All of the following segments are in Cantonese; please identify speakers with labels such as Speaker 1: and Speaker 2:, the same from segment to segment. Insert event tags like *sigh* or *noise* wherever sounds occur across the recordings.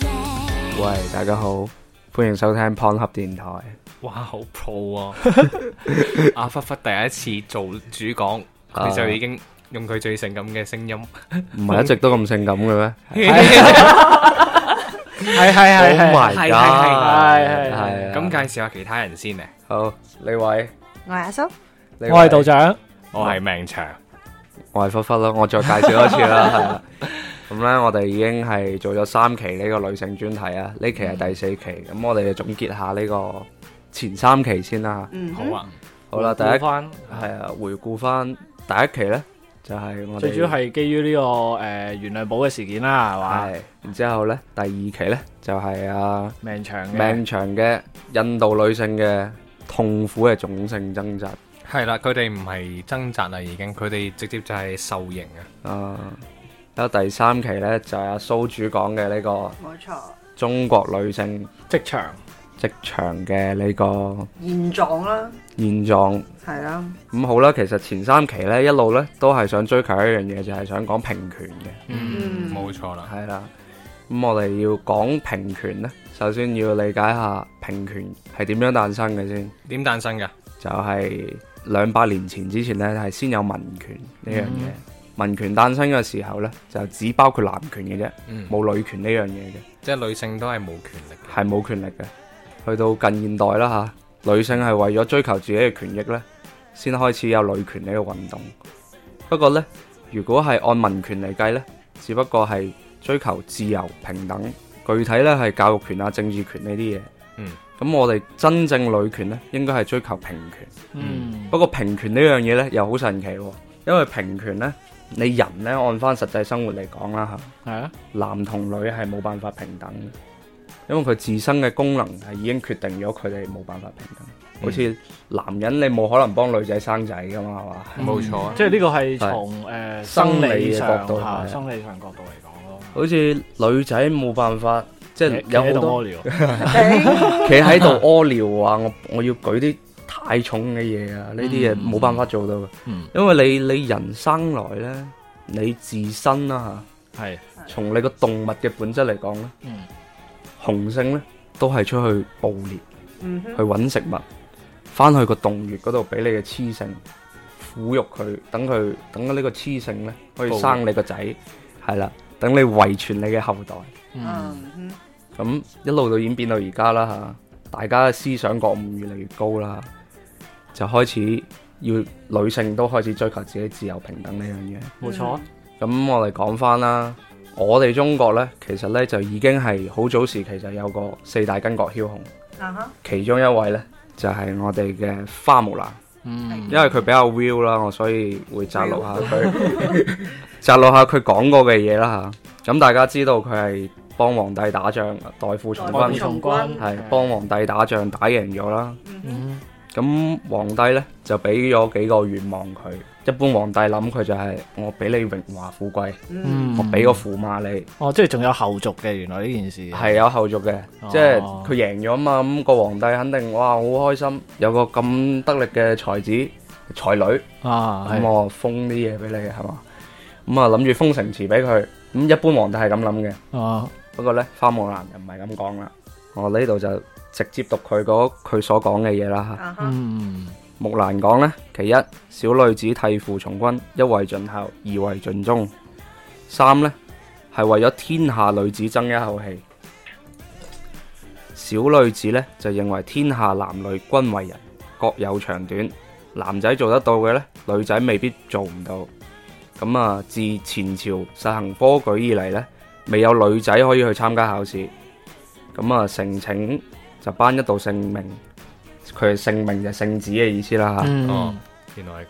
Speaker 1: 喂，大家好，歡迎收聽 Pon 盒電台。
Speaker 2: 哇，好 pro 啊！阿忽忽第一次做主講，
Speaker 1: 啊
Speaker 2: 你就已經用佢最性感嘅聲音，
Speaker 1: 唔係一直都咁性感嘅咩？
Speaker 2: *laughs* 咁
Speaker 3: 係係係
Speaker 1: Oh
Speaker 3: 係
Speaker 1: my
Speaker 2: 係係
Speaker 1: god！
Speaker 3: 係係
Speaker 1: 係啊
Speaker 2: 介紹下其他人先咧。
Speaker 1: 好，呢位，
Speaker 4: 我係阿叔，
Speaker 1: 呢位
Speaker 3: 我係道，長，
Speaker 2: 我係命長，
Speaker 1: 我係忽忽啦，我再介紹一次啦，係 *laughs* 啦。咁咧，我哋已經係做咗三期呢個女性專題啊，呢期係第四期，咁我哋就總結下呢個前三期先啦。
Speaker 4: 嗯
Speaker 2: 好
Speaker 4: 哼，
Speaker 2: 啊，
Speaker 1: 好啦，第一
Speaker 3: 回顧
Speaker 1: 係
Speaker 3: 返
Speaker 1: 啊，回顧翻第一期咧，就係我哋
Speaker 3: 最主要係基於呢個誒袁亮寶嘅事件啦，係嘛？
Speaker 1: 係，然之後咧，第二期咧就係啊。
Speaker 3: 命長嘅
Speaker 1: 命長嘅印度女性嘅痛苦嘅種性掙扎
Speaker 2: 係啦，佢哋唔係掙扎啦，已經，佢哋直接就係受刑啊！
Speaker 1: 啊。有第三期呢，就係阿蘇主講嘅呢個
Speaker 4: 冇錯，
Speaker 1: 中國女性
Speaker 3: 職場
Speaker 1: 職場嘅呢個
Speaker 4: 現狀啦，
Speaker 1: 現狀。
Speaker 4: 係啦，
Speaker 1: 咁好啦，其實前三期呢，一路呢都係想追求一樣嘢，就係想講平權嘅，
Speaker 2: 嗯，
Speaker 4: *laughs* 嗯
Speaker 2: 冇錯啦，
Speaker 1: 係啦。咁我哋要講平權呢，首先要理解下平權係點樣誕生嘅先。
Speaker 2: 點誕生㗎？
Speaker 1: 就係兩百年前之前呢，係先有民權呢樣嘢。民權誕生嘅時候呢，就只包括男權嘅啫，
Speaker 2: 嗯，
Speaker 1: 冇女權呢樣嘢嘅，
Speaker 2: 即係女性都係冇權力嘅，
Speaker 1: 係冇權力嘅。去到近現代啦嚇，女性係為咗追求自己嘅權益呢，先開始有女權呢個運動。不過呢，如果係按民權嚟計呢，只不過係追求自由平等，具體呢係教育權啊、政治權呢啲嘢。
Speaker 2: 嗯，
Speaker 1: 咁我哋真正女權呢，應該係追求平權。
Speaker 3: 嗯
Speaker 1: 不過平權呢樣嘢呢，又好神奇喎，因為平權呢，你人呢，按翻實際生活嚟講啦嚇，
Speaker 3: 係啊，
Speaker 1: 男同女係冇辦法平等嘅，因為佢自身嘅功能係已經決定咗佢哋冇辦法平等。好似男人你冇可能幫女仔生仔噶嘛，係嘛？
Speaker 2: 冇錯啊
Speaker 3: 即係呢個係從誒
Speaker 1: 生
Speaker 3: 生理
Speaker 1: 理嘅角
Speaker 3: 上
Speaker 1: 度係啊
Speaker 3: 嚇生理上角度嚟講咯，
Speaker 1: 好似女仔冇辦法，即係有
Speaker 3: 企喺
Speaker 1: 好
Speaker 3: 度
Speaker 1: 多
Speaker 3: 屙尿，
Speaker 1: 企喺度屙尿啊！我我要舉啲太重嘅嘢啊，呢啲嘢
Speaker 3: 嗯
Speaker 1: 冇辦法做到嘅，
Speaker 3: 嗯
Speaker 1: 因為你你人生來呢，你自身啊啦、嚇。
Speaker 3: 係
Speaker 1: 從你個動物嘅本質嚟講咧，
Speaker 3: 嗯
Speaker 1: 雄性咧都係出去捕獵，
Speaker 4: 嗯
Speaker 1: 去
Speaker 4: 哼，
Speaker 1: 揾食物，翻去個洞穴嗰度俾你嘅雌性撫育佢，等佢等呢個雌性咧可以生你個仔，係啦，等你遺傳你嘅後代。
Speaker 3: 嗯
Speaker 4: 嗯
Speaker 1: 咁一路到演變到而家啦嚇，大家嘅思想覺悟越嚟越高啦，就開始要女性都開始追求自己自由平等呢樣嘢。
Speaker 3: 冇錯，
Speaker 1: 咁我哋講翻啦，我哋中國呢，其實呢就已經係好早時期就有個四大巾幗梟雄，
Speaker 4: 哼，啊哈，
Speaker 1: 其中一位呢，就係、我哋嘅花木蘭，
Speaker 3: 嗯
Speaker 1: 因為佢比較 real 啦，我所以會摘錄下佢，
Speaker 3: *laughs*
Speaker 1: 摘錄下佢講過嘅嘢啦嚇。咁大家知道佢係幫皇帝打仗，代父從
Speaker 3: 軍
Speaker 4: 代父
Speaker 1: 軍，
Speaker 4: 從
Speaker 3: 從
Speaker 4: 軍
Speaker 3: 軍
Speaker 1: 係幫皇帝打仗打贏咗啦。
Speaker 4: 嗯哼，
Speaker 3: 嗯
Speaker 1: 咁皇帝呢，就俾咗幾個願望佢，一般皇帝諗佢就係、我俾你榮華富貴，
Speaker 4: 嗯，
Speaker 3: 嗯
Speaker 1: 我俾個駙馬你。
Speaker 3: 哦，即係仲有後續嘅原來呢件事
Speaker 1: 係有後續嘅，
Speaker 3: 哦
Speaker 1: 即係佢贏咗啊嘛，咁、個皇帝肯定哇好開心，有個咁得力嘅才子才女，
Speaker 3: 啊
Speaker 1: 咁
Speaker 3: 係
Speaker 1: 我封啲嘢俾你係嘛，咁啊諗住封城池俾佢，咁一般皇帝係咁諗嘅，
Speaker 3: 啊
Speaker 1: 不過呢，花木蘭就唔係咁講啦，我呢度就直接讀佢嗰佢所講嘅嘢啦嚇。
Speaker 4: 啊
Speaker 3: ừ.
Speaker 4: 哈，
Speaker 3: 嗯
Speaker 1: 木蘭講呢，其一，小女子替父從軍，一為盡孝，二為盡忠。三呢，係為咗天下女子爭一口氣。小女子呢，就認為天下男女均為人，各有長短，男仔做得到嘅呢，女仔未必做唔到。咁啊，自前朝實行科舉以嚟呢，未有女仔可以去參加考試。咁啊，成請就頒一道聖命，佢嘅聖命就聖旨嘅意思啦吓。
Speaker 3: Ừ.
Speaker 2: 哦
Speaker 3: 嗯，
Speaker 2: 原來係咁，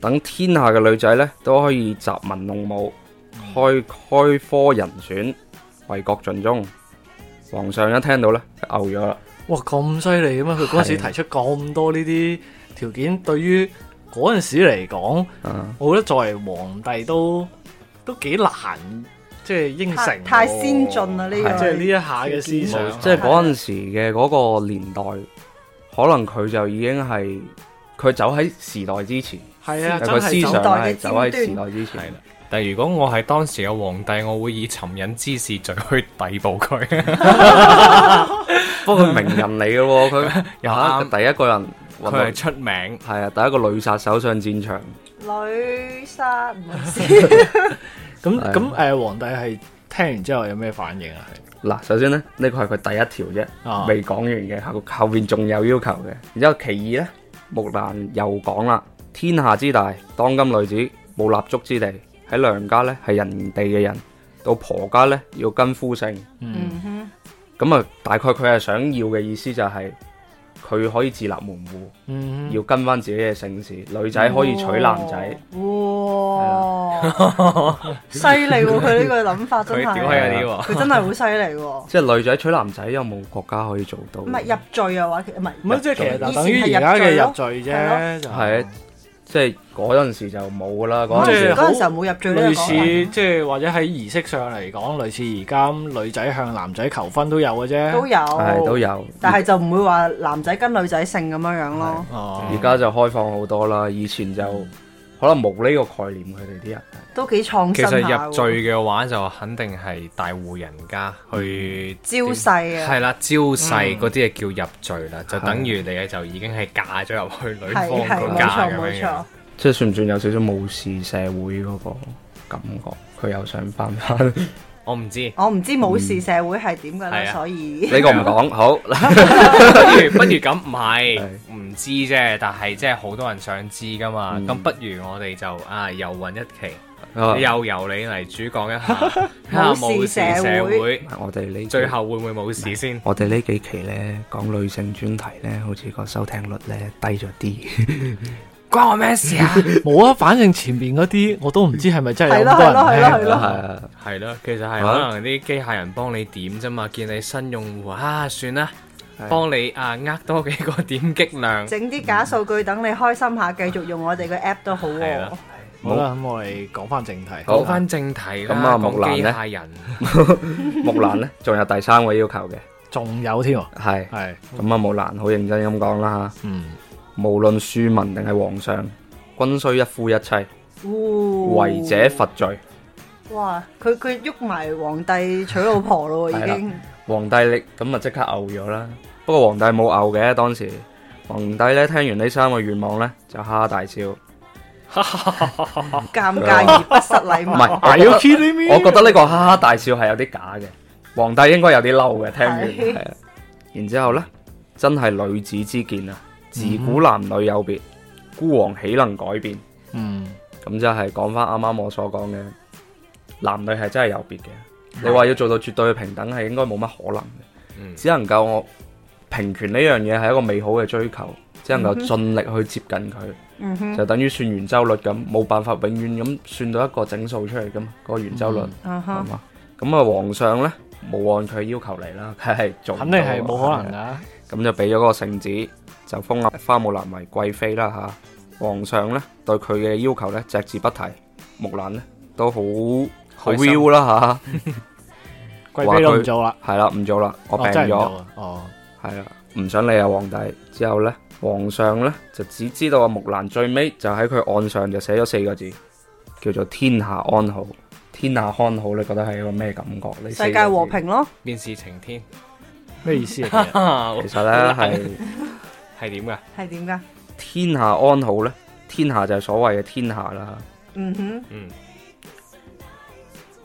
Speaker 1: 等天下嘅女仔呢，都可以集文弄武，開開科人選，為國盡忠。皇上一聽到呢，就嘔咗啦。
Speaker 3: 哇咁犀利嘅咩？佢嗰陣時提出咁多呢啲條件，對於嗰陣時嚟講，
Speaker 1: 啊，
Speaker 3: 我覺得作為皇帝都都幾難，即係應承喎。
Speaker 4: 太太先進啦呢個
Speaker 3: 即係呢一下嘅思想，
Speaker 1: 即係嗰陣時嘅嗰個年代，可能佢就已經係佢走喺時代之前，
Speaker 3: 係啊，
Speaker 1: 但
Speaker 3: 真
Speaker 1: 佢
Speaker 3: 係
Speaker 1: 思
Speaker 3: 走
Speaker 1: 想
Speaker 4: 代嘅
Speaker 1: 係走喺
Speaker 4: 尖端
Speaker 1: 時代之前
Speaker 2: 係。啦，但如果我係當時嘅皇帝，我會以尋釁滋事罪去逮捕佢。
Speaker 1: 不過佢名人嚟嘅喎，佢
Speaker 2: 又
Speaker 1: 啊
Speaker 2: 啱
Speaker 1: 第一個人揾到
Speaker 2: 佢係出名，
Speaker 1: 係啊，第一個女殺手上戰場，
Speaker 4: 女殺唔好意思，
Speaker 3: 咁
Speaker 1: 係
Speaker 3: 咁诶，誒皇帝係聽完之後有咩反應啊？係
Speaker 1: 嗱，首先咧，呢個係佢第一條啫，
Speaker 3: 啊
Speaker 1: 未講完嘅，後後邊仲有要求嘅。然之後其二咧，木蘭又講啦：天下之大，當今女子冇立足之地，喺娘家咧係人哋嘅人，到婆家咧要跟夫姓。
Speaker 3: 嗯
Speaker 4: 嗯哼，
Speaker 1: 咁啊，大概佢係想要嘅意思就係、佢可以自立門户，
Speaker 3: 嗯，
Speaker 1: 要跟翻自己嘅姓氏，女仔可以娶男仔。
Speaker 4: 哇，犀利喎！佢呢個諗法真
Speaker 2: 佢
Speaker 4: 係，啊
Speaker 2: 屌閪嗰啲喎。
Speaker 4: 佢真係好犀利喎！
Speaker 1: 即係女仔娶男仔有冇國家可以做到？
Speaker 4: 唔係入罪啊，話其唔係
Speaker 3: 唔係即係其實
Speaker 4: 以前
Speaker 3: 就
Speaker 4: 係
Speaker 3: 等於而家嘅入罪
Speaker 4: 入罪咯
Speaker 3: 啫，就
Speaker 1: 係啊即係嗰陣時就冇㗎啦，嗰
Speaker 4: 嗰
Speaker 1: 陣時
Speaker 4: 陣時
Speaker 3: 即係好
Speaker 4: 嗰陣時候冇入罪呢
Speaker 3: 類
Speaker 4: 個講法
Speaker 3: 似即係或者喺儀式上嚟講，類似而家咁女仔向男仔求婚都有嘅啫。
Speaker 4: 都
Speaker 1: 係都
Speaker 4: 有，
Speaker 1: 有。
Speaker 4: 但係就唔會話男仔跟女仔姓咁樣樣咯。
Speaker 3: 哦
Speaker 1: 而家就開放好多啦，以前就可能冇呢個概念，佢哋啲人
Speaker 4: 都幾創
Speaker 2: 其
Speaker 4: 新下
Speaker 2: 實
Speaker 4: 喎
Speaker 2: 入罪嘅話，就肯定係大户人家去
Speaker 4: 招勢啊
Speaker 2: 係啦，招勢嗰啲嘢叫入罪啦，就等於你就已經係嫁咗入去女方
Speaker 4: 嗯係係
Speaker 2: 個
Speaker 4: 冇
Speaker 2: 家
Speaker 4: 錯
Speaker 2: 咁
Speaker 4: 冇
Speaker 2: 樣
Speaker 4: 錯
Speaker 2: 樣。，
Speaker 1: 即係算唔算有少少無視社會嗰個感覺？佢又想翻翻
Speaker 2: *laughs*
Speaker 1: 呢
Speaker 2: 我唔
Speaker 4: *laughs*
Speaker 2: 知，
Speaker 4: 我唔知武士社會係點㗎
Speaker 2: 嗯係
Speaker 4: 啦，
Speaker 2: 啊
Speaker 4: 所以
Speaker 2: *laughs*
Speaker 1: 個唔講好，
Speaker 2: 不如不如咁唔係
Speaker 1: 係
Speaker 2: 唔知啫，但係即係好多人想知噶嘛。
Speaker 4: 嗯
Speaker 2: 咁不如我哋就啊又揾一期，
Speaker 1: 啊
Speaker 2: 又由你嚟主講一下，
Speaker 4: *laughs*
Speaker 2: 睇下
Speaker 4: 冇事
Speaker 2: 冇事
Speaker 4: 社會
Speaker 2: 會
Speaker 1: 啊我哋呢
Speaker 2: 最後會唔會冇事
Speaker 4: *laughs*
Speaker 2: 先？
Speaker 1: 我哋呢幾期呢講女性專題呢，好似個收聽率呢低咗啲，
Speaker 2: 關我咩事啊？
Speaker 3: 冇啊，反正前面嗰啲我都唔知係咪真係有咁
Speaker 4: 係咯
Speaker 3: 多
Speaker 4: 係
Speaker 3: 人
Speaker 4: 咯係咯
Speaker 3: 聽
Speaker 4: 係咯
Speaker 1: 係
Speaker 2: 係咯，其實係
Speaker 1: 啊
Speaker 2: 可能啲機械人幫你點啫嘛，見你新用戶啊，算啦，幫你啊呃多幾個點擊量，
Speaker 4: 整啲假數據等你開心下，繼續用我哋嘅 app 都好
Speaker 2: 係啊
Speaker 4: 喎
Speaker 2: 啦。
Speaker 3: 好啦，咁我哋講翻正題。
Speaker 1: 好
Speaker 2: 講翻正題
Speaker 1: 咁啊
Speaker 2: 啦，
Speaker 1: 木蘭
Speaker 2: 講機
Speaker 1: 呢
Speaker 2: 械人，
Speaker 1: 木蘭
Speaker 2: *laughs*
Speaker 1: 呢，仲有第三個要求嘅，
Speaker 3: 仲有添喎，
Speaker 1: 係
Speaker 3: 係
Speaker 1: 咁啊木蘭好認真咁講啦
Speaker 3: 嗯
Speaker 1: 嚇，無論庶民定係皇上，均須一夫一妻，
Speaker 2: 哦
Speaker 4: 哇
Speaker 1: 違者罰罪。
Speaker 4: 哇！佢佢喐埋皇帝娶老婆咯
Speaker 1: 係
Speaker 4: 喎，已
Speaker 1: 啦
Speaker 4: 經
Speaker 1: 皇帝力咁啊即刻牛咗啦。不過皇帝冇牛嘅，當時皇帝咧聽完呢三個願望咧就哈哈大笑。唔
Speaker 4: 尷尬
Speaker 2: 啊
Speaker 4: 而不失
Speaker 3: *laughs*
Speaker 4: 禮貌。
Speaker 1: 係我
Speaker 3: ，Are
Speaker 1: 覺
Speaker 3: you
Speaker 1: 得
Speaker 3: kidding me？
Speaker 1: 我覺得呢個哈哈大笑係有啲假嘅，皇帝應該有啲嬲嘅。聽完
Speaker 4: 係
Speaker 1: 係啊，然之後咧真係女子之見啊，自古男女有別，孤王豈能改變？
Speaker 3: 嗯
Speaker 1: 咁就係講翻啱啱我所講嘅，男女係真係有別嘅。你話要做到絕對嘅平等係應該冇乜可能嘅，
Speaker 2: 嗯
Speaker 1: 只能夠我平權呢樣嘢係一個美好嘅追求，只能
Speaker 3: 嗯
Speaker 1: 夠盡力去接近佢，
Speaker 4: 嗯哼，
Speaker 1: 就等於算圓周率咁，冇辦法永遠咁算到一個整數出嚟噶嘛，個圓周率
Speaker 4: 嗯
Speaker 1: 係
Speaker 4: 哼，
Speaker 1: 嘛？咁啊，皇上呢，冇按佢要求嚟啦，佢係做唔
Speaker 3: 肯定
Speaker 1: 到啊
Speaker 3: 係冇可能。㗎。
Speaker 1: 咁就俾咗個聖旨，就封阿花木蘭為貴妃啦吓。皇上呢，對佢嘅要求呢，隻字不提，木蘭呢，都好好
Speaker 2: 開心
Speaker 1: will 啦
Speaker 3: 貴妃都唔做啦，
Speaker 1: 吓，係啦，唔做啦，我病
Speaker 3: 哦真係
Speaker 1: 咗
Speaker 3: 唔做。啦哦，
Speaker 1: 系啦，唔想理啊皇帝。之後呢，皇上呢，就只知道阿木蘭最尾就喺佢案上就寫咗四個字，叫做天下安好。天下安好，你覺得係一個咩感覺？呢四個字
Speaker 4: 世界和。平咯，
Speaker 2: 面試晴天，
Speaker 3: 咩意思啊？
Speaker 1: *laughs* 其
Speaker 2: 係
Speaker 1: 實呢，
Speaker 4: *laughs*
Speaker 1: 係
Speaker 2: 點噶？
Speaker 4: 係點㗎？
Speaker 1: 天下安好呢，天下就係所謂嘅天下啦。
Speaker 4: 嗯哼，
Speaker 2: 嗯，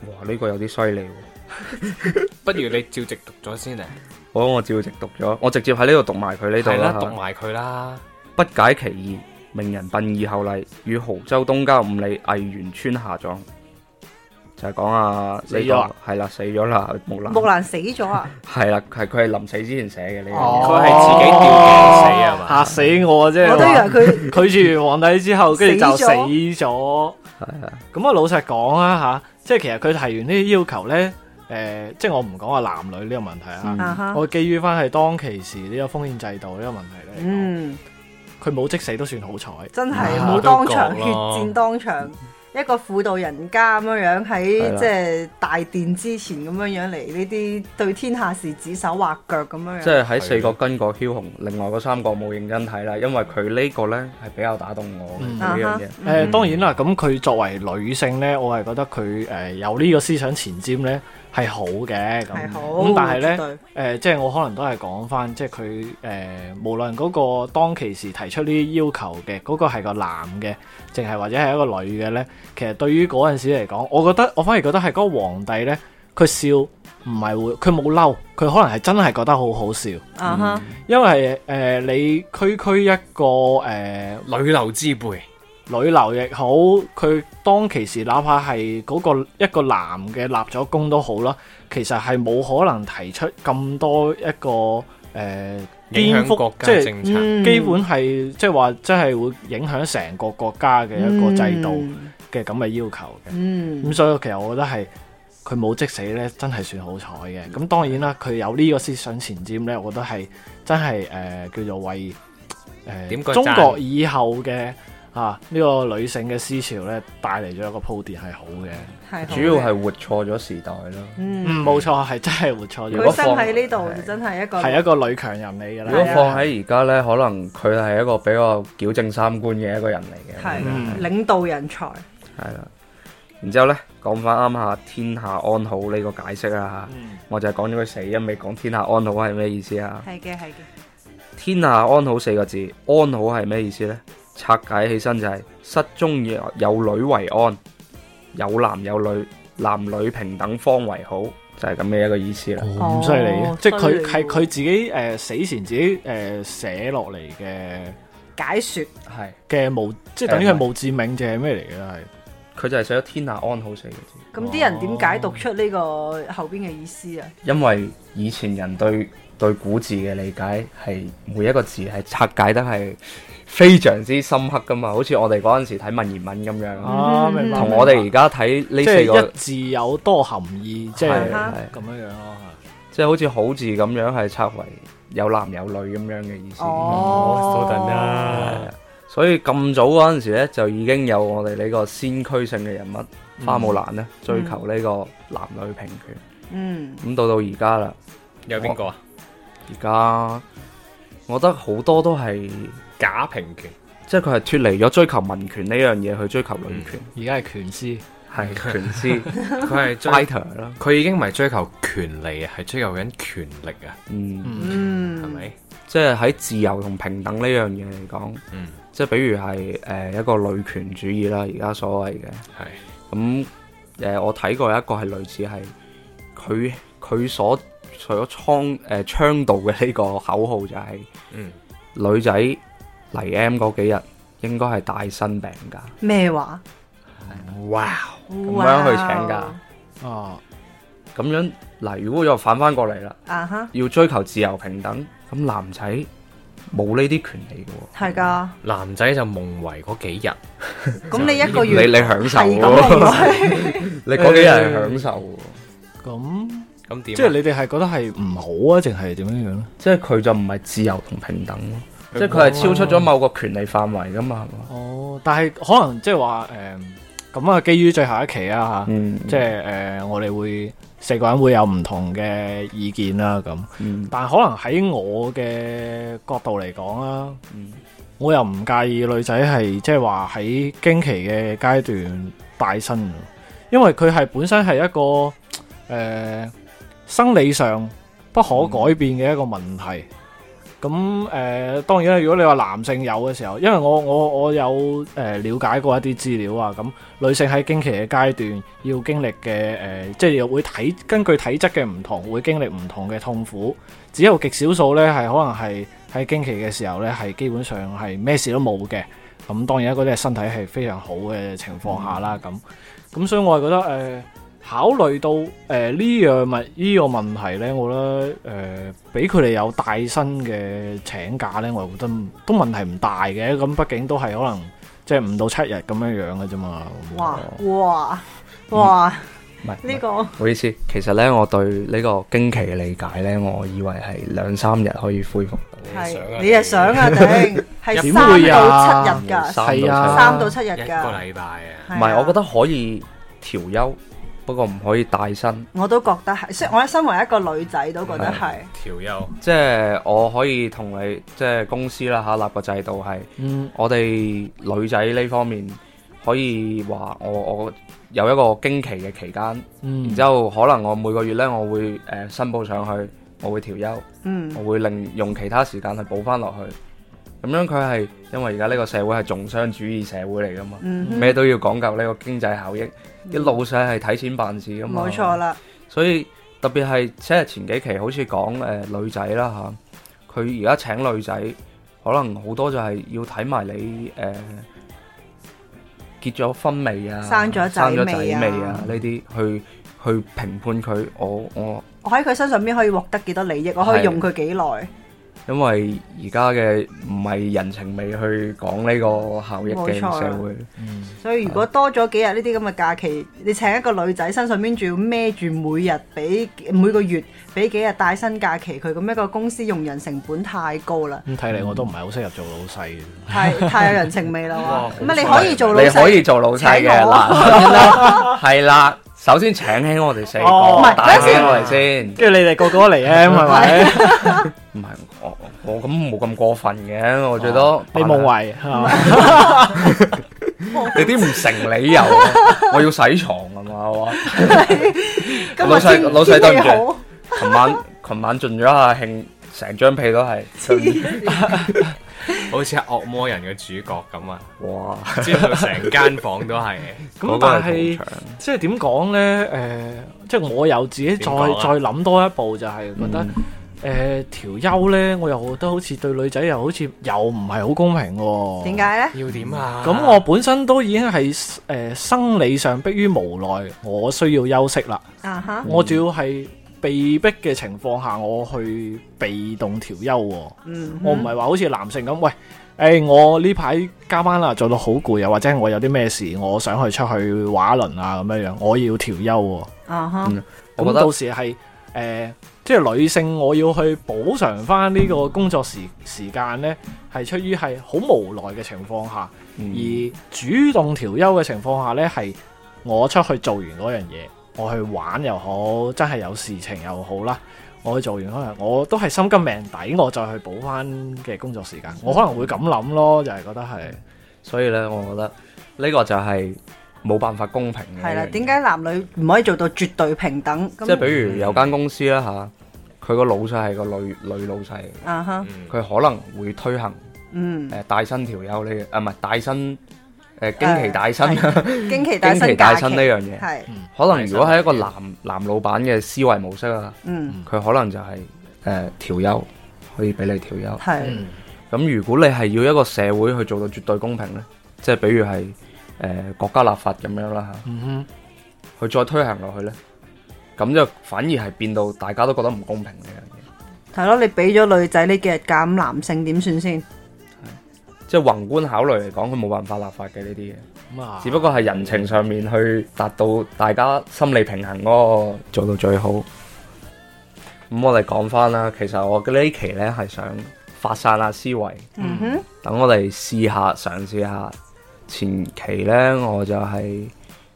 Speaker 1: 哇，呢、個有啲犀利喎！
Speaker 2: 不如你照直讀咗先啊，
Speaker 1: 好，我照直讀咗，我直接喺呢度讀埋佢呢度
Speaker 2: 係啦，
Speaker 1: 啦。
Speaker 2: 讀埋佢啦，
Speaker 1: 不解其意，名人殯儀後例，與亳州東郊五里藝園村下葬，就係講啊
Speaker 3: 死
Speaker 1: 呢
Speaker 3: 咗啦
Speaker 1: 個係啦，死咗啦，木蘭
Speaker 4: 木蘭死咗啊！
Speaker 1: 係啦，係佢係臨死之前寫嘅呢樣
Speaker 3: 哦
Speaker 1: 嘢，
Speaker 2: 佢係自己吊頸死啊嘛，
Speaker 3: 嚇死我啫！
Speaker 4: 我都以為佢
Speaker 3: 佢拒絕完皇帝之後，跟住就
Speaker 4: 死
Speaker 3: 死
Speaker 4: 咗
Speaker 3: 咗。咁啊，老實講啦吓，即係其實佢提完呢啲要求咧，诶、即係我唔講話男女呢個問題啊，
Speaker 1: 嗯
Speaker 4: 啊哈，
Speaker 3: 我基於翻係當其時呢個封建制度呢個問題咧，
Speaker 4: 嗯，
Speaker 3: 佢冇即死都算好彩。
Speaker 4: 真係
Speaker 3: 啊
Speaker 4: 冇當場
Speaker 2: 都
Speaker 4: 血
Speaker 2: 覺咯
Speaker 4: 戰當場，一個輔導人家咁樣
Speaker 1: 係
Speaker 4: 樣喺
Speaker 1: 啦
Speaker 4: 即係大殿之前咁樣樣嚟呢啲對天下事指手畫腳咁樣
Speaker 1: 即
Speaker 4: 樣。
Speaker 1: 係喺四個巾過枭雄，另外嗰三個冇認真睇啦，因為佢呢個呢係比較打動我嘅
Speaker 3: 嗯
Speaker 1: 呢樣嘢。
Speaker 3: 誒、當然啦，咁佢作為女性咧，我係覺得佢誒、有呢個思想前瞻咧係好嘅咁。
Speaker 4: 係好
Speaker 3: 咁但係咧
Speaker 4: 絕對
Speaker 3: 誒、即係我可能都係講翻，即係佢誒，無論嗰個當其時提出呢啲要求嘅，嗰、個係個男嘅，淨係或者係一個女嘅咧，其實對於嗰陣時嚟講，我覺得我反而覺得係嗰個皇帝咧，佢笑唔係會，佢冇嬲，佢可能係真係覺得好好笑，
Speaker 4: 啊哈，
Speaker 3: 因為誒、你區區一個誒。
Speaker 2: 女流之輩，
Speaker 3: 女流亦好，佢當其時哪怕係嗰個一個男嘅立咗功都好啦，其實係冇可能提出咁多一個誒、呃、
Speaker 2: 影
Speaker 3: 顛
Speaker 2: 響
Speaker 3: 覆
Speaker 2: 國，
Speaker 3: 即
Speaker 2: 家
Speaker 3: 係
Speaker 2: 政策。
Speaker 4: 嗯
Speaker 3: 基本係即係話，即係會影響成個國家嘅一個制度嘅咁嘅要求嘅。
Speaker 4: 嗯。
Speaker 3: 咁、
Speaker 4: 嗯
Speaker 3: 所以其實我覺得係佢冇即死咧，真係算好彩
Speaker 1: 嗯
Speaker 3: 嘅。咁當然啦，佢有呢個思想前瞻咧，我覺得係真係誒、呃叫做為誒、呃
Speaker 2: 點個
Speaker 3: 中
Speaker 2: 讚
Speaker 3: 國以後嘅啊呢、個女性嘅思潮咧，帶嚟咗一個鋪墊係好嘅。
Speaker 4: 係好
Speaker 1: 主要
Speaker 4: 嘅
Speaker 1: 係活錯咗時代咯。
Speaker 4: 嗯，
Speaker 3: 嗯，冇錯，係真係活錯
Speaker 1: 如果
Speaker 4: 佢
Speaker 3: 咗，
Speaker 4: 生喺呢度
Speaker 1: 係
Speaker 4: 就真係一個
Speaker 3: 係一啊個女強人嚟㗎
Speaker 1: 如果
Speaker 3: 啦。
Speaker 4: 係啊
Speaker 1: 放喺而家呢，可能佢係一個比較矯正三觀嘅一個人嚟嘅。
Speaker 4: 係
Speaker 3: 嗯
Speaker 4: 領導人才。
Speaker 1: 係啦。然之後呢，講翻啱下天下安好呢個解釋啦嚇，
Speaker 3: 嗯
Speaker 1: 我就係講咗佢死，因未講天下安好係咩意思啊？
Speaker 4: 係嘅，係嘅。
Speaker 1: 天下安好四個字，安好係咩意思呢？拆解起身就係室中有女為安，有男有女，男女平等方為好，就係咁嘅一個意思啦。
Speaker 3: 咁犀利嘅
Speaker 4: 哦
Speaker 3: 即係
Speaker 4: 犀利
Speaker 3: 佢
Speaker 4: 喎
Speaker 3: 係佢自己誒、呃死前自己誒、呃、寫落嚟嘅
Speaker 4: 解説
Speaker 1: 係，
Speaker 3: 嘅墓，即係等
Speaker 1: 啊
Speaker 3: 於係墓誌銘定係咩嚟嘅係？
Speaker 1: 佢就係寫咗天下安好四個字，
Speaker 4: 咁啲人點解讀出呢個後邊嘅意思啊？
Speaker 1: 因為以前人對對古字嘅理解係每一個字係拆解得係非常之深刻噶嘛，好似我哋嗰陣時睇文言文咁
Speaker 4: 嗯
Speaker 1: 樣，
Speaker 3: 啊，明白。
Speaker 1: 同我哋而家睇呢
Speaker 3: 即
Speaker 1: 四
Speaker 3: 係
Speaker 1: 個
Speaker 3: 一，字有多含義，即係
Speaker 1: 係係
Speaker 3: 咁樣樣咯。
Speaker 1: 即係好似好字咁樣係拆為有男有女咁樣嘅意思。
Speaker 4: 哦，
Speaker 2: 等
Speaker 1: 啊
Speaker 2: 啦，
Speaker 1: 所以咁早嗰陣時咧，就已經有我哋呢個先驅性嘅人物花木蘭咧，追求呢個男女平權。
Speaker 4: 嗯，
Speaker 1: 咁到到而家啦，
Speaker 2: 有邊個啊？
Speaker 1: 而家我覺得好多都係，
Speaker 2: 假平權，
Speaker 1: 即係佢係脱離咗追求民權呢樣嘢去追求女權，
Speaker 3: 而家係拳師，
Speaker 2: 嗯
Speaker 1: 係權師
Speaker 2: 佢係追，
Speaker 1: *laughs* fighter 啦。
Speaker 2: 佢已經唔係追求權利啊，係追求緊權力啊，
Speaker 1: 嗯，
Speaker 3: 嗯，
Speaker 4: 嗯，
Speaker 2: 係？咪？
Speaker 1: 即係喺自由同平等呢樣嘢嚟講，
Speaker 2: 嗯，
Speaker 1: 即係比如係誒、呃一個女權主義啦，而家所謂嘅。
Speaker 2: 係。
Speaker 1: 咁誒、呃我睇過一個係類似係佢佢所除咗倡誒倡導嘅呢個口號就係、
Speaker 2: 嗯，
Speaker 1: 女仔嚟 M 嗰幾日應該係帶薪病假，
Speaker 4: 咩話？
Speaker 2: 哇！
Speaker 4: 咁
Speaker 1: 樣去請假
Speaker 3: 哦，
Speaker 1: 咁樣嗱，如果又反翻過嚟啦，
Speaker 4: 啊哈，
Speaker 1: 要追求自由平等，咁男仔冇呢啲權利嘅
Speaker 4: 係㗎。
Speaker 2: 男仔就夢遺嗰幾日，
Speaker 4: 咁你一
Speaker 1: 喎，
Speaker 4: 個
Speaker 1: 你
Speaker 4: 月
Speaker 1: 你享受
Speaker 4: 係咁啊
Speaker 1: *laughs*
Speaker 4: 嗯
Speaker 1: 喎，
Speaker 4: 嚟㗎
Speaker 1: 你嗰幾日係享受喎，
Speaker 3: 咁
Speaker 2: 咁點啊？
Speaker 3: 即係你哋係覺得係唔好啊，定係點樣樣咧？
Speaker 1: 即係佢就唔係自由同平等咯，即
Speaker 4: 嗯
Speaker 1: 係佢係超出咗某個權利範圍噶嘛，係嘛？
Speaker 3: 哦，但係可能即係話誒，咁啊，基於最後一期啊嚇，
Speaker 1: 嗯，
Speaker 3: 即係誒，我哋會四個人會有唔同嘅意見啦咁。
Speaker 1: 嗯
Speaker 3: 但可能喺我嘅角度嚟講啦，
Speaker 1: 嗯
Speaker 3: 我又唔介意女仔係即係話喺經期嘅階段帶薪嘅，因為佢係本身係一個誒、呃生理上不可改變嘅一個問題。咁誒、呃，當然啦，如果你話男性有嘅時候，因為我我我有誒、呃、了解過一啲資料啊，咁女性喺經期嘅階段要經歷嘅誒、呃即係會體根據體質嘅唔同，會經歷唔同嘅痛苦。只有極少數咧係可能係喺經期嘅時候咧係基本上係咩事都冇嘅。咁當然啦，嗰啲係身體係非常好嘅情況下啦。咁咁所以我係覺得誒、呃考慮到誒呃呢、樣物呢、個問題咧，我覺得誒呃俾佢哋有帶薪嘅請假咧，我又覺得都問題唔大嘅。咁畢竟都係可能即係五到七日咁樣樣嘅啫嘛。
Speaker 4: 哇哇哇！
Speaker 1: 唔係唔係
Speaker 4: 呢個
Speaker 1: 唔好意思，其實咧，我對呢個經期嘅理解咧，我以為係兩三日可以恢復
Speaker 4: 係你係想啊，頂係
Speaker 3: 點
Speaker 4: 三到
Speaker 3: 會啊
Speaker 4: 七日
Speaker 1: 到
Speaker 4: 㗎，
Speaker 1: 三到七日
Speaker 3: 係啊
Speaker 4: 三到七日
Speaker 2: 一個
Speaker 4: 㗎。
Speaker 2: 禮拜啊，
Speaker 4: 唔
Speaker 1: 唔係，我覺得可以調休，不過唔可以帶薪。
Speaker 4: 我都覺得係，雖我身為一個女仔都覺得係，
Speaker 2: 調休
Speaker 1: 即係我可以同你，即係公司啦嚇，立個制度係，
Speaker 3: 嗯，
Speaker 1: 我哋女仔呢方面可以話我我有一個經期嘅期間，
Speaker 3: 嗯
Speaker 1: 然之後可能我每個月呢，我會誒、呃申報上去，我會調休，
Speaker 4: 嗯，
Speaker 1: 我會令用其他時間去補翻落去。咁樣佢係因為而家呢個社會係重商主義社會嚟噶嘛，
Speaker 4: 嗯哼
Speaker 1: 咩、都要講究呢個經濟效益，啲老細係睇錢辦事噶嘛。
Speaker 4: 冇錯啦，
Speaker 1: 所以特別係即係前幾期好似講誒女仔啦嚇，佢而家請女仔，可能好多就係要睇埋你誒、呃、結咗婚未啊，
Speaker 4: 生咗仔
Speaker 1: 生咗
Speaker 4: 未啊
Speaker 1: 未啊呢啲去去評判佢我我，
Speaker 4: 我喺佢身上邊可以獲得幾多利益，我可以
Speaker 1: 係
Speaker 4: 用佢幾耐，
Speaker 1: 因為而家嘅唔係人情味去講呢個效益嘅
Speaker 4: 冇錯啊
Speaker 1: 社會，
Speaker 4: 所以如果多咗幾日呢啲咁嘅假期，你請一個女仔身上邊仲要孭住每日俾每個月俾幾日帶薪假期，佢咁一個公司用人成本太
Speaker 1: *laughs*
Speaker 4: 高啦，
Speaker 3: 咁嗯睇嚟我都唔係好適合做老細嘅。
Speaker 4: 太太有人情味啦
Speaker 2: 哇
Speaker 4: 哇
Speaker 2: 好
Speaker 4: 唔係你可以做老
Speaker 1: 你可以
Speaker 4: 細，
Speaker 1: 做老細嘅
Speaker 4: 請我
Speaker 1: 嗱，首先啦，係啦，首先請起我哋四
Speaker 3: 哦
Speaker 4: 唔
Speaker 1: 個，
Speaker 4: 係
Speaker 1: 打
Speaker 4: 等陣
Speaker 1: 起
Speaker 4: 先
Speaker 1: 我哋先。
Speaker 3: 跟住你哋個個都嚟 M 係咪？
Speaker 1: 唔
Speaker 3: *laughs*
Speaker 1: 係我我我咁冇咁過分嘅，我最多
Speaker 3: 哦你冇啊為係嘛？
Speaker 1: 你啲唔成理由啊，我要洗床啊嘛，係嘛？ *laughs*
Speaker 4: 今
Speaker 1: 老
Speaker 4: 日
Speaker 1: 細
Speaker 4: 天
Speaker 1: 老細對唔
Speaker 4: 天
Speaker 1: 住
Speaker 4: 氣好，
Speaker 1: 琴晚琴晚盡咗下興，成張被都係，
Speaker 2: 好似係惡魔人嘅主角咁啊，
Speaker 1: 哇！
Speaker 2: 知道成間房都係。
Speaker 3: 咁
Speaker 1: 嗰個係
Speaker 3: 但係
Speaker 1: 同場
Speaker 3: 即係點講呢？誒、即係我又自己再再
Speaker 2: 點講啊
Speaker 3: 諗多一步，就係覺得
Speaker 1: 嗯
Speaker 3: 誒調休呢，我又覺得好似對女仔又好似又唔係好公平喎。
Speaker 4: 點？解
Speaker 2: *laughs*
Speaker 4: 咧？
Speaker 2: 要點啊？
Speaker 3: 咁我本身都已經係誒、生理上迫於無奈，我需要休息啦。
Speaker 4: 啊哈，
Speaker 2: 嗯
Speaker 3: 我仲要係被逼嘅情況下，我去被動調休喎。
Speaker 4: 嗯，
Speaker 3: 我唔係話好似男性咁，喂，誒、我呢排加班啦，做到好攰啊，或者我有啲咩事，我想去出去玩一輪啊，咁樣樣，我要調休喎、
Speaker 4: 啊哈
Speaker 1: 嗯。我
Speaker 3: 咁
Speaker 1: 覺得
Speaker 3: 到時係誒、呃即係女性，我要去補償翻呢個工作時時間呢，係出於係好無奈嘅情況下，而
Speaker 1: 嗯
Speaker 3: 主動調休嘅情況下呢，係我出去做完嗰樣嘢，我去玩又好，真係有事情又好啦。我去做完可能我都係心甘命抵，我再去補翻嘅工作時
Speaker 1: 嗯
Speaker 3: 間，我可能會咁諗咯，就係、覺得係
Speaker 1: 所以咧，我覺得呢個就係冇辦法公平嘅一樣嘢。
Speaker 4: 係啦，點解男女唔可以做到絕對平等？咁
Speaker 1: 即係比如有間公司啦吓，佢個老細係個女女老細，
Speaker 4: 啊哈，
Speaker 2: 嗯
Speaker 1: 佢可能會推行
Speaker 4: 嗯，
Speaker 1: 誒帶薪調休呢嘅，啊唔係帶薪誒經期帶薪。
Speaker 4: 經期帶
Speaker 1: 經期帶
Speaker 4: 薪假
Speaker 1: 薪
Speaker 4: 期
Speaker 1: 呢樣嘢，
Speaker 4: 係，
Speaker 1: *laughs* 可能如果係一個男男老闆嘅思維模式啊，
Speaker 4: 嗯
Speaker 1: 佢可能就係誒調休，可以俾你調休。
Speaker 4: 係，
Speaker 1: 咁如果你係要一個社會去做到絕對公平呢，即係比如係誒、呃、國家立法咁樣啦
Speaker 3: 嗯
Speaker 1: 嚇，佢再推行落去呢，咁就反而係變到大家都覺得唔公平呢樣嘢。
Speaker 4: 係咯，你俾咗女仔呢幾日假，咁男性點算先？
Speaker 1: 即係宏觀考慮嚟講，佢冇辦法立法嘅呢啲嘢，
Speaker 3: 哼，咁啊，
Speaker 1: 只不過係人情上面去達到大家心理平衡嗰個做到最好。咁我哋講翻啦，其實我呢期呢係想發散下思維。
Speaker 4: 嗯哼，
Speaker 1: 等我哋試下嘗試下。前期呢，我就係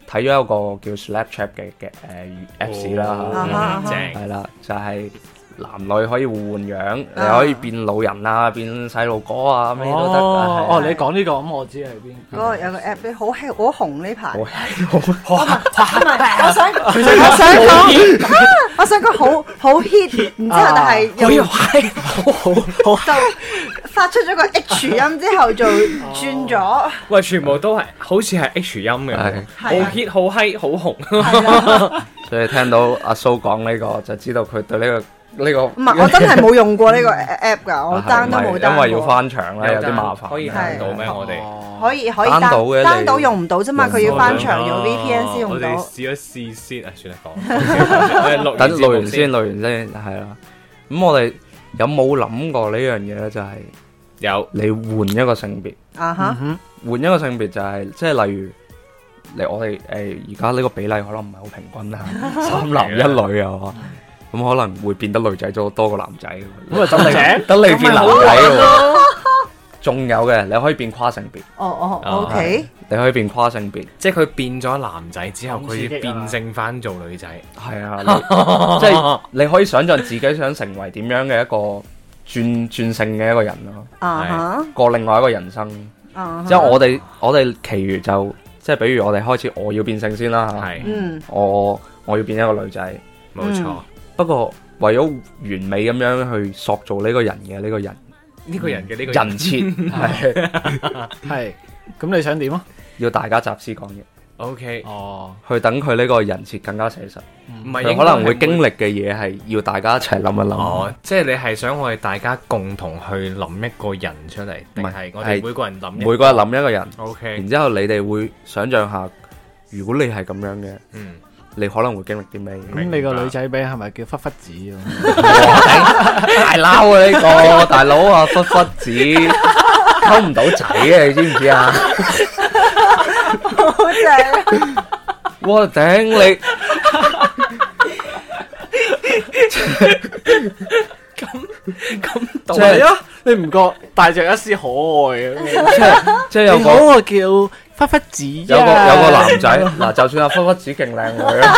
Speaker 1: 睇咗一個叫 Snapchat 嘅嘅誒 Apps 啦，
Speaker 4: 啊哈啊
Speaker 2: 哦
Speaker 4: 哈
Speaker 2: 正
Speaker 1: 係啦，就係男女可以互換樣，你
Speaker 4: 啊
Speaker 1: 可以變老人啊，變細路哥啊，咩都得。
Speaker 3: 哦
Speaker 1: 係
Speaker 3: 哦，你講呢、個咁，我知係邊。
Speaker 4: 嗰個有個 app 好好紅呢排，
Speaker 1: 好
Speaker 4: 唔
Speaker 1: 好
Speaker 4: 係，我想我想
Speaker 3: 我想講，
Speaker 4: 我想講好好 hit，然之後但係
Speaker 1: 啊
Speaker 4: 又
Speaker 3: 啊好好好，
Speaker 4: 就發出咗個 H 音之後就轉咗，
Speaker 2: 喂，全部都係好似係 H 音嘅
Speaker 1: 係，
Speaker 2: 好
Speaker 4: 係啊
Speaker 2: hit、好嗨、好紅。
Speaker 4: 係啦
Speaker 1: 所以聽到阿蘇講呢個，就知道佢對呢個呢個
Speaker 4: 唔係我真係冇用過呢個
Speaker 1: *laughs*
Speaker 4: app 㗎，我
Speaker 1: 啊係
Speaker 4: down 都冇
Speaker 1: 唔係
Speaker 4: down
Speaker 1: 因為要
Speaker 4: 過。
Speaker 1: 翻牆咧，有啲麻煩。
Speaker 2: 可以
Speaker 4: 係
Speaker 2: 行到咩？我哋
Speaker 4: 可以可以
Speaker 1: down 到嘅
Speaker 4: down
Speaker 1: 你
Speaker 4: down 到用唔到啫嘛，佢要翻
Speaker 1: 啊
Speaker 4: 牆用
Speaker 2: 哦
Speaker 4: VPN 先
Speaker 2: 我
Speaker 4: 用
Speaker 2: 哋
Speaker 4: 到。
Speaker 2: 試一試先啊，
Speaker 4: *laughs*
Speaker 2: 算啦，講我哋錄
Speaker 1: 等
Speaker 2: 節目
Speaker 1: 錄完先，錄完先係啦。咁我哋有冇諗過呢樣嘢咧？就係、
Speaker 2: 有。
Speaker 1: 你換一個性別，
Speaker 3: 嗯
Speaker 1: 嗯
Speaker 4: 啊哈，
Speaker 1: 換一個性別就係、即係例如你我哋誒而家呢個比例可能唔係好平均啦，三男一女啊嘛，咁可能會變得女仔多多過男仔喎，
Speaker 3: 咁啊真正
Speaker 1: 等你變男仔喎。仲有嘅，你可以變跨性別，
Speaker 4: 哦哦
Speaker 1: 啊
Speaker 2: 哦
Speaker 4: ，OK，
Speaker 1: 你可以變跨性別，
Speaker 2: 即係佢變咗男仔之後，
Speaker 3: 咁刺
Speaker 2: 佢
Speaker 3: 激啊
Speaker 2: 變性翻做女仔。
Speaker 1: 係啊，
Speaker 3: *laughs*
Speaker 1: 你即係你可以想象自己想成為點樣嘅一個轉轉性嘅一個人咯，
Speaker 4: 啊
Speaker 1: 過另外一個人生。
Speaker 4: 哈，啊哈
Speaker 1: 即係我哋我哋其餘就即係比如我哋開始我要變性先啦嚇，
Speaker 2: 係，
Speaker 4: 嗯
Speaker 1: 我我要變一個女仔。
Speaker 2: 冇錯。
Speaker 1: 不過為咗完美咁樣去塑造呢個人嘅呢個人
Speaker 2: 呢個人嘅呢個
Speaker 1: 人設，
Speaker 2: *laughs*
Speaker 1: 係
Speaker 3: 係咁你想點啊？
Speaker 1: 要大家集思廣益，
Speaker 2: O K，
Speaker 3: 哦，
Speaker 1: 去等佢呢個人設更加寫實。
Speaker 2: 唔係
Speaker 1: 佢
Speaker 2: 應
Speaker 1: 可
Speaker 2: 該
Speaker 1: 能會
Speaker 2: 係
Speaker 1: 經歷嘅嘢係要大家一齊諗一諗。
Speaker 2: 哦，即係你係想我哋大家共同去諗一個人出嚟，
Speaker 1: 唔
Speaker 2: 定係
Speaker 1: 係
Speaker 2: 我
Speaker 1: 係
Speaker 2: 哋每個人諗
Speaker 1: 每個人諗一個人，
Speaker 2: ？O K，
Speaker 1: 然之後你哋會想象下，如果你係咁樣嘅，
Speaker 2: 嗯，
Speaker 1: 你可能會經歷啲咩嘢？
Speaker 3: 咁你個女仔名係咪叫忽忽子啊？
Speaker 1: *laughs* 大撈啊呢個大佬啊，忽忽
Speaker 2: *laughs*
Speaker 1: 子溝唔到仔啊，你知唔知啊？
Speaker 4: 好正，
Speaker 1: 哇頂你！
Speaker 3: 即係啊，你唔覺大隻一絲
Speaker 1: *laughs*
Speaker 3: 可愛嘅？
Speaker 1: 即係即係有
Speaker 3: 你
Speaker 1: 個
Speaker 3: 好，我叫忽忽子啊。
Speaker 1: 有個有個男仔嗱，就算阿忽忽子勁靚女啊，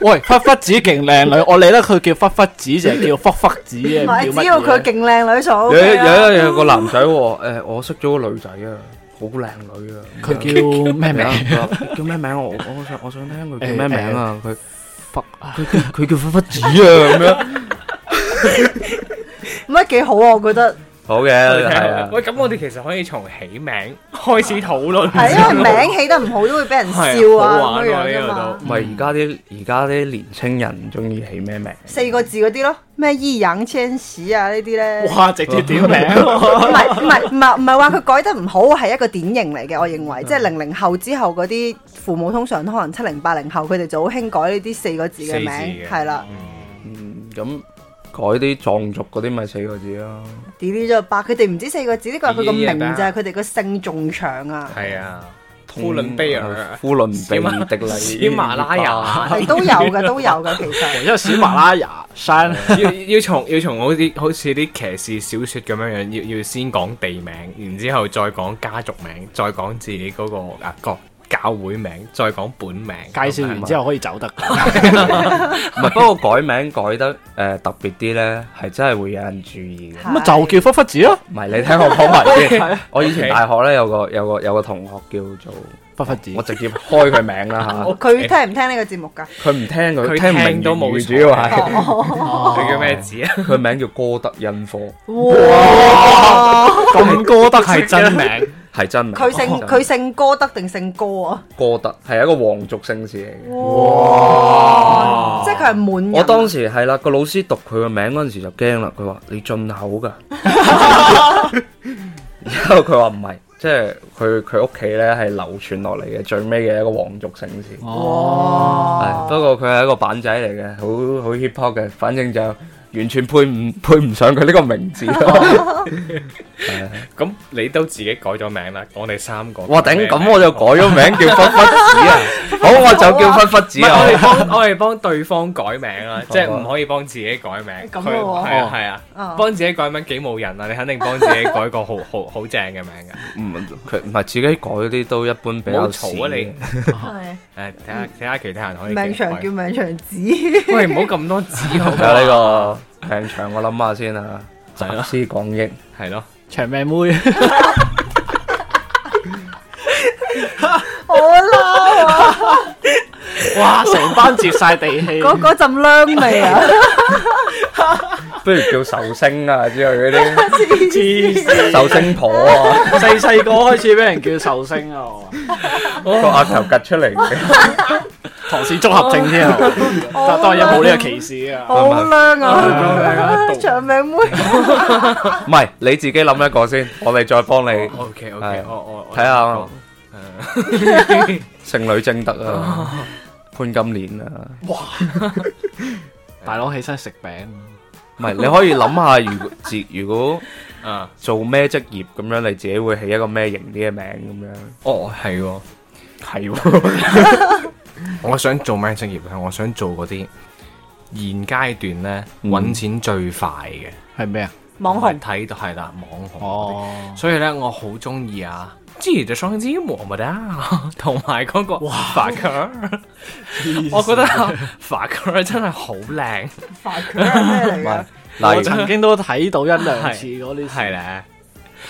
Speaker 3: 喂，忽忽子勁靚女，我理得佢叫忽忽子，就係叫忽忽子啊，
Speaker 4: 唔
Speaker 3: 唔
Speaker 4: 係
Speaker 3: 叫乜嘢
Speaker 4: 只要佢勁靚女就
Speaker 1: 有
Speaker 4: OK 啦
Speaker 1: 有有有個男仔喎，誒我識咗個女仔啊，好靚女啊，
Speaker 3: 佢叫咩
Speaker 1: 咩啊
Speaker 3: 名？
Speaker 1: 名？叫咩名？我我我想我想聽佢叫咩名啊？佢
Speaker 3: 忽啊，
Speaker 1: 佢叫佢叫忽忽子啊咁樣。
Speaker 4: 咁啊幾好啊，我
Speaker 2: *laughs*
Speaker 4: 覺得
Speaker 1: 好嘅，係啊，
Speaker 2: 喂，咁我哋其實可以從起名開始討論。
Speaker 4: 係因為名起得唔好都會俾人笑
Speaker 2: 啊係啊好
Speaker 4: 啊咁
Speaker 2: 玩
Speaker 4: 樣
Speaker 2: 喎
Speaker 4: 樣
Speaker 2: 呢個
Speaker 4: 㗎嘛
Speaker 2: 都。
Speaker 1: 唔係而家啲而家啲年青人唔中意起咩名？
Speaker 4: 四個字嗰啲咯，咩易烊千璽啊呢啲咧，唔
Speaker 3: 哇，直接
Speaker 1: *laughs*
Speaker 3: 點名
Speaker 1: 哦
Speaker 3: 喎，
Speaker 4: 係唔係唔係唔係話佢改得唔好，係一個典型嚟嘅，我認
Speaker 2: 嗯
Speaker 4: 為，即係零零後之後嗰啲父母通常可能七零八零後，佢哋就好興改呢啲四個字嘅
Speaker 2: 四字
Speaker 4: 名，
Speaker 2: 嘅
Speaker 4: 係啦
Speaker 1: 嗯，咁改啲藏族嗰啲咪四個字咯。
Speaker 4: ，delete 咗八，佢哋唔止四個字，呢個係佢個
Speaker 2: delete
Speaker 4: 名
Speaker 2: 咗八
Speaker 4: 就係佢哋個姓仲長
Speaker 2: *laughs*
Speaker 4: 啊，
Speaker 2: 係啊，呼倫貝爾、
Speaker 1: 嗯呼倫貝迪
Speaker 2: 喜
Speaker 1: 麗、
Speaker 2: 馬拉雅。
Speaker 4: 係都有
Speaker 2: *laughs*
Speaker 4: 嘅，都有嘅，其實。
Speaker 3: 因為小馬拉雅
Speaker 1: *laughs*
Speaker 3: 山。
Speaker 2: 要要從要從好啲好似啲騎士小説咁樣樣，要要先講地名，然之後再講家族名，再講自己嗰、個啊國教會名，再講本名。
Speaker 3: 介紹完之後可以走得㗎，
Speaker 4: *laughs*
Speaker 1: 唔係，不過改名改得誒、呃特別啲咧，係真係會有人注意嘅。
Speaker 3: 咁啊就叫忽忽子咯，
Speaker 1: 唔係你聽我講埋
Speaker 4: *laughs*
Speaker 1: 先，我以前
Speaker 2: OK
Speaker 1: 大學咧有個有個有個同學叫做，
Speaker 3: 忽忽子
Speaker 1: 我。直接開佢名啦
Speaker 4: 佢聽唔聽呢個節目
Speaker 2: *laughs*
Speaker 4: 㗎？
Speaker 1: 嚇，佢唔聽佢
Speaker 2: 佢
Speaker 1: 聽唔
Speaker 2: 聽
Speaker 1: 明
Speaker 2: 都
Speaker 1: 都
Speaker 2: 冇
Speaker 1: 冇，
Speaker 2: 錯
Speaker 1: 主要係
Speaker 4: 哦，
Speaker 2: 佢
Speaker 3: 佢
Speaker 2: 叫咩？字啊？
Speaker 1: 佢名叫哥德恩科，
Speaker 3: 咁歌德係真名，
Speaker 1: 係真名。
Speaker 2: *laughs*
Speaker 4: 佢姓
Speaker 1: 真
Speaker 4: 佢姓哥德定姓哥啊？
Speaker 1: 哥德係一個皇族姓氏嚟嘅。
Speaker 4: 哇！即係佢係滿人。
Speaker 1: 哦我當時係啦，個老師讀佢個名嗰陣時就驚啦，佢話你進口㗎， *laughs* 然後佢話唔係，即係佢佢屋企咧係流傳落嚟嘅最尾嘅一個皇族姓氏。
Speaker 4: 哦
Speaker 1: 哦係，不過佢係一個板仔嚟嘅，好好 hip hop 嘅，反正就完全配唔 *laughs* 配唔上佢呢個名字咯。
Speaker 2: 咁你都自己改咗名啦，我哋三個。
Speaker 1: *laughs* 哇頂！咁我就改咗名叫忽忽子啊，好我就叫忽忽
Speaker 2: 唔
Speaker 1: 子
Speaker 2: 係我哋
Speaker 1: 啊。
Speaker 2: 幫 *laughs* 我哋幫對方改名 *laughs* 啦，即係唔可以幫自己改名。
Speaker 4: *laughs* 咁
Speaker 2: 佢
Speaker 4: 咯喎
Speaker 2: 係啊係啊
Speaker 4: 哦，
Speaker 2: 幫自己改名幾冇人啊！你肯定幫自己改個好好好正嘅名
Speaker 1: 唔
Speaker 2: *laughs* 㗎。
Speaker 1: 佢唔係自己改嗰啲都一般比
Speaker 2: 唔好
Speaker 1: 較少
Speaker 2: 嘈啊
Speaker 1: 嘅。
Speaker 2: 你！
Speaker 4: 係
Speaker 2: 誒睇下睇下其他人可以
Speaker 4: 命
Speaker 2: 幾改
Speaker 4: 長叫命長
Speaker 1: *laughs*
Speaker 4: 子，
Speaker 2: 喂，唔好咁多字 *laughs* 好
Speaker 1: 有啊呢個名長，我諗下先啊。集
Speaker 2: 係咯
Speaker 1: 思廣益，
Speaker 2: 係咯，
Speaker 3: *laughs* 長命妹，
Speaker 4: 我嬲啊！
Speaker 3: *laughs*
Speaker 1: *laughs*
Speaker 3: 哇！成班接晒地氣，
Speaker 4: 嗰嗰陣孏味
Speaker 1: *laughs*
Speaker 4: 啊！
Speaker 1: 不如叫壽星啊之類嗰
Speaker 3: 黐
Speaker 1: 啲
Speaker 3: 線，
Speaker 1: *laughs* 壽星婆啊，
Speaker 3: 細細個開始俾人叫壽星啊，我
Speaker 1: 個額頭趌出嚟嘅。
Speaker 3: 唐氏綜合症添啊， *laughs* 但當然冇呢個歧視啊。
Speaker 4: 好靚啊！長命妹，
Speaker 1: *laughs* 唔係你自己諗一個先，我哋再幫你
Speaker 2: OK
Speaker 1: 係
Speaker 2: OK，我我我
Speaker 1: 睇 *laughs* 下聖女貞德啊，潘金蓮啊。
Speaker 3: 大佬起身食餅，
Speaker 1: 唔係，你可以諗下，如果自如果
Speaker 2: 啊，
Speaker 1: 做咩職業咁樣，你自己會起一個咩型啲嘅名咁樣。
Speaker 2: 哦係喎，係喎，我想做咩職業咧？我想做嗰啲現階段咧
Speaker 1: 嗯
Speaker 2: 揾錢最快嘅
Speaker 3: 系咩啊？
Speaker 4: 網紅
Speaker 2: 睇到係啦，網紅嗰啲。
Speaker 3: 哦，
Speaker 2: 所以咧，我好中意啊！之前就雙子磨咪得啊， *laughs* 同埋嗰個法克，我覺得 *laughs* 法克真係好靚，
Speaker 4: 發佢係咩嚟㗎？
Speaker 1: 嗱，
Speaker 3: 我曾經都睇到一兩次嗰啲，
Speaker 2: 係咧。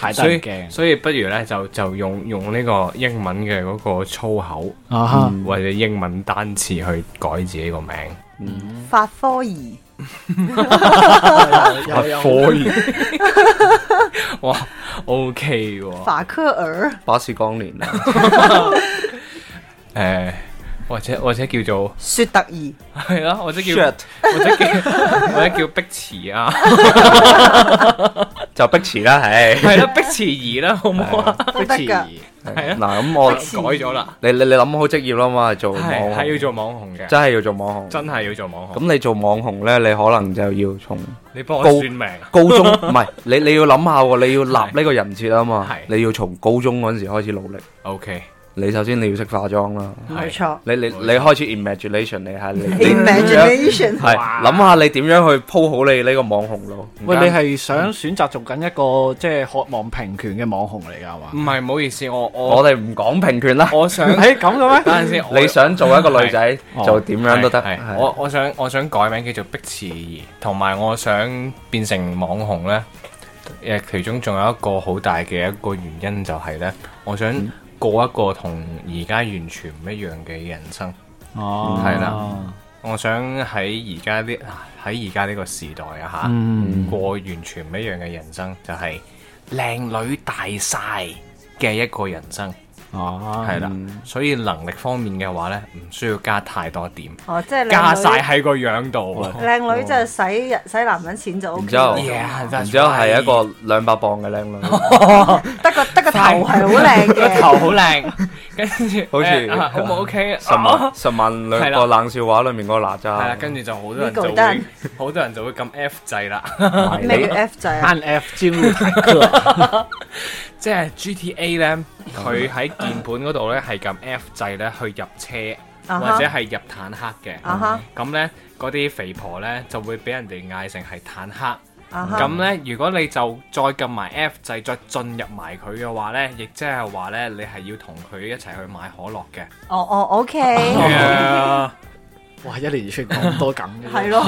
Speaker 3: 太得
Speaker 2: 所以
Speaker 3: 人驚
Speaker 2: 所以不如咧就就用用呢個英文嘅嗰個粗口
Speaker 3: 啊哈！
Speaker 1: 嗯
Speaker 2: 或者英文單詞去改自己個名。
Speaker 4: 法科兒
Speaker 3: 又又又
Speaker 2: 以，哇，OK 喎。
Speaker 4: 法科兒
Speaker 1: 巴斯光年啊，
Speaker 2: 誒，或者或者叫做
Speaker 4: 雪特兒
Speaker 2: 係啦，或者叫
Speaker 1: Shit
Speaker 2: 或者叫或者叫碧池
Speaker 1: *laughs*
Speaker 2: 啊，
Speaker 1: 就逼池啦，唉，
Speaker 2: 係啦，碧池兒啦，好唔好啊？
Speaker 4: 都得㗎。
Speaker 1: 嗱咁我
Speaker 2: 改咗啦，
Speaker 1: 你你你諗好職業啦嘛，做網
Speaker 2: 係係
Speaker 1: 紅
Speaker 2: 要，做網紅嘅，
Speaker 1: 真係要做網紅。
Speaker 2: 真係要做網紅。
Speaker 1: 咁你做網紅咧，你可能就要從
Speaker 2: *laughs* 你幫我
Speaker 1: 高
Speaker 2: 算命啊，
Speaker 1: 高中唔係你你要諗下喎，你要立呢個人設啊嘛
Speaker 2: 係，
Speaker 1: 你要從高中嗰陣時開始努力。
Speaker 2: *laughs* OK，
Speaker 1: 你首先你要識化妝啦，
Speaker 4: 冇錯
Speaker 1: 你你你開始 imagination 你係
Speaker 2: *laughs*
Speaker 1: 你你
Speaker 4: ，imagination
Speaker 1: 係啊
Speaker 2: 哇
Speaker 1: 諗下你點樣去鋪好你呢個網紅路。
Speaker 3: 喂，你係想選擇做緊一個即係渴望平權嘅網紅嚟㗎係嘛
Speaker 2: 唔？係唔好意思，我我
Speaker 1: 我哋唔講平權啦，*laughs*
Speaker 2: 我想。
Speaker 3: 係咁嘅咩？
Speaker 2: 等陣先，我
Speaker 1: 你想做一個女仔
Speaker 3: 係
Speaker 1: 就點樣都得。
Speaker 2: 係
Speaker 1: 係
Speaker 2: 係我我想我想改名叫做碧池兒，同埋我想變成網紅呢。誒，其中仲有一個好大嘅一個原因就係呢：我想
Speaker 1: 嗯
Speaker 2: 過一個同而家完全唔一樣嘅人生。
Speaker 3: 哦
Speaker 2: 係啦，我想喺而家呢喺而家呢個時代啊嚇，
Speaker 3: 嗯
Speaker 2: 過完全唔一樣嘅人生，就係、靚女大晒嘅一個人生，
Speaker 3: 哦，
Speaker 2: 係啦。所以能力方面嘅話呢，唔需要加太多點。
Speaker 4: 哦，即係靚女
Speaker 2: 加晒喺個樣度。
Speaker 4: 靚
Speaker 1: 哦
Speaker 4: 女就係使人使男人錢就 O
Speaker 1: 然
Speaker 4: K
Speaker 1: 之後，
Speaker 2: Yeah，that's
Speaker 1: 然之後係一個兩百磅嘅靚女，
Speaker 4: 得個得個頭係好靚
Speaker 2: 個
Speaker 4: 嘅，
Speaker 2: 頭好靚，跟住
Speaker 1: 好似
Speaker 2: 誒啊好唔好 OK？
Speaker 1: 十
Speaker 2: 啊
Speaker 1: 萬十萬
Speaker 2: 係
Speaker 1: 兩
Speaker 2: 啦
Speaker 1: 個冷笑話裏面嗰個哪
Speaker 2: *laughs* 係啦，
Speaker 1: 吒，
Speaker 2: 跟住就好多人就
Speaker 4: Legal 燈
Speaker 2: 會，好多人就會撳 F 掣啦，
Speaker 1: 唔係
Speaker 4: 咩
Speaker 1: 你
Speaker 4: 叫 F 仔啊？
Speaker 3: 按 F 尖會睇 *laughs* 㗎
Speaker 2: 即係 GTA 咧，佢喺鍵盤嗰度咧係撳 F 掣咧去入車
Speaker 4: 啊
Speaker 2: 或
Speaker 4: 哈
Speaker 2: 者係入坦克嘅
Speaker 4: 啊哈，
Speaker 2: 咁咧嗰啲肥婆咧就會俾人哋嗌成係坦克。
Speaker 4: 啊哈
Speaker 2: 咁咧，如果你就再撳埋 F 掣，再進入埋佢嘅話咧，亦即係話咧，你係要同佢一齊去買可樂嘅。
Speaker 4: 哦哦，O K，
Speaker 3: 哇！一連串咁多咁嘅，
Speaker 4: 係
Speaker 1: *laughs*
Speaker 4: 咯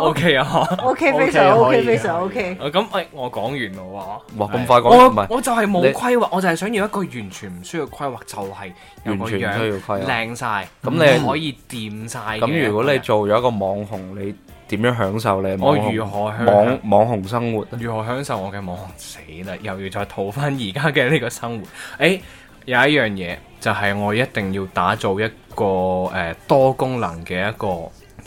Speaker 2: O K 啊，
Speaker 4: ，O K 非常 O
Speaker 3: 可
Speaker 4: K
Speaker 3: 以
Speaker 4: 非常 O K，
Speaker 2: 咁誒，我講完咯喎。
Speaker 1: 哇咁快講
Speaker 2: 我
Speaker 1: 唔係
Speaker 2: 我就係冇
Speaker 1: 你
Speaker 2: 規劃，我就係想要一個完全唔需要規劃，就係有個
Speaker 1: 完全唔需
Speaker 2: 樣
Speaker 1: 要規劃
Speaker 2: 靚晒，
Speaker 1: 咁你
Speaker 2: 唔可以掂晒嘅。
Speaker 1: 咁如果你做咗一個網紅，你點樣享受你嘅
Speaker 2: 我
Speaker 1: 網紅
Speaker 2: 如何享
Speaker 1: 網網紅生活咧？
Speaker 2: 如何享受我嘅網紅死啦，又要再套翻而家嘅呢個生活。誒、有一樣嘢就係、我一定要打造一個誒、呃多功能嘅一個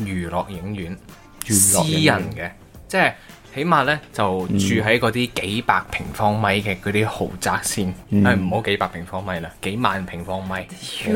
Speaker 2: 娛樂影院，
Speaker 1: 娛樂
Speaker 2: 私
Speaker 1: 影
Speaker 2: 人
Speaker 1: 院
Speaker 2: 嘅，即係起碼呢就住喺嗰啲幾百平方米嘅嗰啲豪宅先，
Speaker 1: 嗯
Speaker 2: 誒唔好幾百平方米啦，幾萬平方米。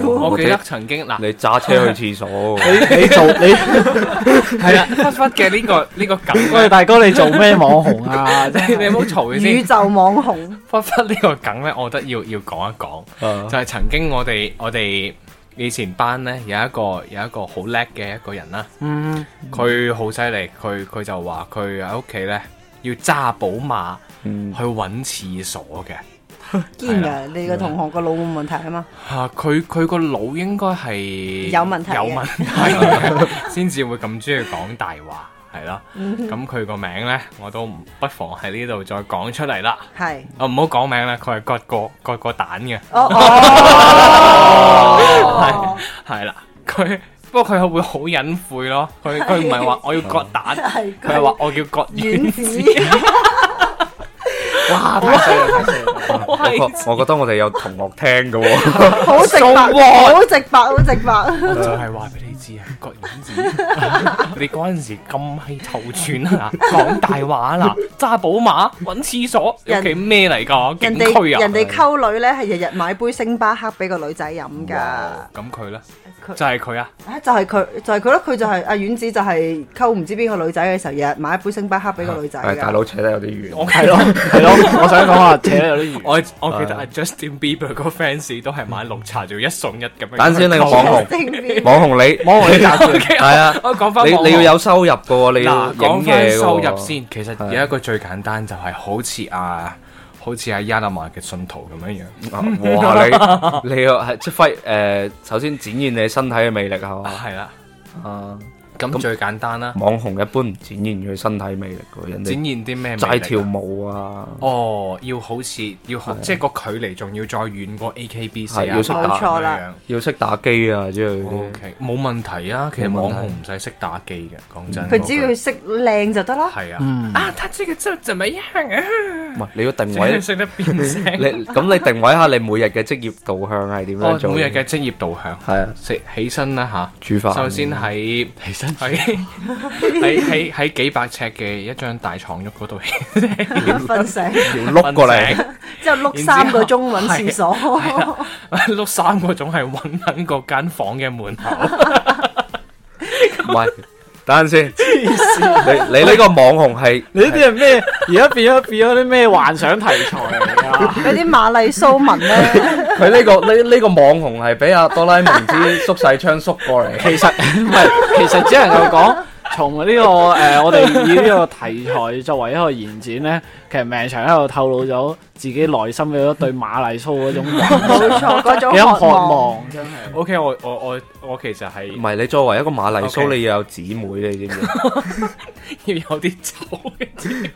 Speaker 2: 我記得曾
Speaker 1: *laughs*
Speaker 2: 經嗱，
Speaker 1: 你揸車去廁
Speaker 2: *laughs*
Speaker 1: 所，
Speaker 3: 你你做你 *laughs*
Speaker 2: 係啦，忽忽嘅呢個呢個感
Speaker 3: 喂
Speaker 1: *laughs*
Speaker 2: 覺，
Speaker 3: 大哥，你做咩網紅 *laughs* 啊？真
Speaker 2: 你你唔好嘈
Speaker 4: 宇
Speaker 2: 先。
Speaker 4: 宙網紅
Speaker 2: 忽忽呢個梗呢，我覺得要要講一講。
Speaker 1: 啊
Speaker 2: 就係曾經我哋我哋以前班呢，有一個有一個好叻嘅一個人啦，
Speaker 3: 嗯，
Speaker 2: 佢好犀利，佢佢就話佢喺屋企呢，要揸寶馬
Speaker 1: 嗯
Speaker 2: 去揾廁所嘅。
Speaker 4: 堅㗎，你個同學個腦冇問題啊嘛？
Speaker 2: 嚇佢佢個腦應該係
Speaker 4: 有問題嘅
Speaker 2: 有
Speaker 4: *laughs*
Speaker 2: 問題嘅先至會咁中意講大話，係啦。
Speaker 4: 嗯
Speaker 2: 咁佢個名呢，我都唔不妨喺呢度再講出嚟啦。
Speaker 4: 係，
Speaker 2: 啊，唔好講名啦，佢係割過割過蛋嘅。
Speaker 4: 哦哦，
Speaker 2: 係啦，佢不過佢會好隱晦咯，佢佢唔係話我要割蛋，
Speaker 4: 係
Speaker 2: 佢係話我要割
Speaker 4: 丸
Speaker 2: 丸
Speaker 4: 子
Speaker 2: 子。哇！太犀利，太犀利！
Speaker 1: 我覺我覺得我哋有同學
Speaker 2: *laughs*
Speaker 1: 聽嘅喎， *laughs*
Speaker 4: 好直白，好直白，好直白。
Speaker 2: 我就係話俾你知啊，割丸子 *laughs* 你嗰陣時咁閪臭串
Speaker 4: *laughs*
Speaker 2: 啊，講大話啦，揸寶馬揾廁所，屋
Speaker 4: 人
Speaker 2: 企咩嚟㗎？
Speaker 4: 人
Speaker 2: 景區
Speaker 4: 哋
Speaker 2: 啊！
Speaker 4: 人哋溝女咧係日日買杯星巴克俾個女仔飲㗎
Speaker 2: 哇。咁佢咧
Speaker 4: 啊佢
Speaker 2: 就係佢啊！
Speaker 4: 啊，就係佢，就係佢咯，佢就係阿丸子，就係溝唔知邊個女仔嘅時候，日日買一杯星巴克俾個女仔
Speaker 1: 係
Speaker 4: 㗎。
Speaker 1: 大佬扯得有啲遠。
Speaker 2: 我
Speaker 3: 系咯系咯，我想講話扯得有啲遠。
Speaker 2: 我我記得啊 Justin Bieber 個 fans 都係買綠茶做一送一咁樣。
Speaker 1: 等先你個網紅
Speaker 4: 精邊
Speaker 1: 網
Speaker 2: *laughs*
Speaker 1: 紅你，
Speaker 3: 網紅
Speaker 1: *laughs*
Speaker 3: 你
Speaker 1: 係
Speaker 2: OK，
Speaker 1: 啊，
Speaker 2: *laughs* 我講翻
Speaker 1: 你你要有收入嘅喎，你要
Speaker 2: 嗱，講
Speaker 1: 啊影
Speaker 2: 翻
Speaker 1: 嘢嘅
Speaker 2: 收入
Speaker 1: 喎。
Speaker 2: 先，其實
Speaker 1: 係
Speaker 2: 有一個最簡單就係好似啊，好似阿 Yanama 嘅信徒咁樣樣。
Speaker 1: 啊哇！你 *laughs* 你又係即係誒，首先展現你身體嘅魅力係
Speaker 2: 啊
Speaker 1: 嘛？
Speaker 2: 係啦，
Speaker 1: 啊，
Speaker 2: 咁最簡單啦，
Speaker 1: 網紅一般唔展現佢身體魅力嘅，人
Speaker 2: 展
Speaker 1: 哋
Speaker 2: 現啲咩
Speaker 1: 齋
Speaker 2: 魅力
Speaker 1: 跳
Speaker 2: 啊？
Speaker 1: 舞啊，
Speaker 2: 哦，要好似要好，即係個距離仲要再遠過 AKB 四
Speaker 1: 係要識
Speaker 2: 啊，
Speaker 4: 打冇錯啦。
Speaker 1: 要識打機啊之類嗰
Speaker 2: O
Speaker 1: 啲。
Speaker 2: K，冇問題啊。其實
Speaker 1: 冇問
Speaker 2: 網
Speaker 1: 題
Speaker 2: 紅唔使識打機嘅，講真。
Speaker 4: 佢只要佢識靚就得啦。
Speaker 2: 係啊，
Speaker 3: 嗯，
Speaker 2: 啊，他這個真怎麼樣啊？
Speaker 1: 唔係你要定
Speaker 2: 即
Speaker 1: 位
Speaker 2: 係， *laughs* 識得變聲。
Speaker 1: 你咁你定位下你每日嘅職業導向係點樣
Speaker 2: 我
Speaker 1: 做？
Speaker 2: 每日嘅職業導向。
Speaker 1: 係啊，
Speaker 2: 食起身啦吓，
Speaker 1: 煮飯
Speaker 2: 首先喺起身 *laughs* 喺喺喺喺幾百尺嘅一張大床褥嗰度，
Speaker 4: 瞓醒
Speaker 1: 要碌過嚟。
Speaker 4: 之後碌三個鐘揾廁
Speaker 2: 係
Speaker 4: 所，
Speaker 2: 啦碌三個鐘係揾緊嗰間房嘅門 *laughs* 口，
Speaker 1: 唔係，等陣先。你你呢個網紅係
Speaker 3: 你呢啲係咩？而家變咗變咗啲咩幻想題材嚟啊？
Speaker 4: 嗰哦啲瑪麗蘇
Speaker 1: *laughs*
Speaker 4: 文咧，
Speaker 1: 佢呢個呢呢個網紅係俾阿哆啦 A 夢之縮細槍縮過嚟。
Speaker 3: 其實唔係，其實只能夠講從呢、個誒、呃我哋以呢個題材作為一個延展咧，其實命長喺度透露咗自己內心嘅一對馬麗蘇 *laughs* 嗰種
Speaker 4: 冇錯嗰種
Speaker 3: 幾種
Speaker 4: 渴
Speaker 3: 渴
Speaker 4: 望。
Speaker 3: 望，真係。
Speaker 2: OK，我我我我其實係
Speaker 1: 唔係你作為一個馬麗蘇，
Speaker 2: OK
Speaker 1: 你要有姊妹，你知唔知？ *laughs*
Speaker 2: 要有啲酒嘅 *laughs* 啫，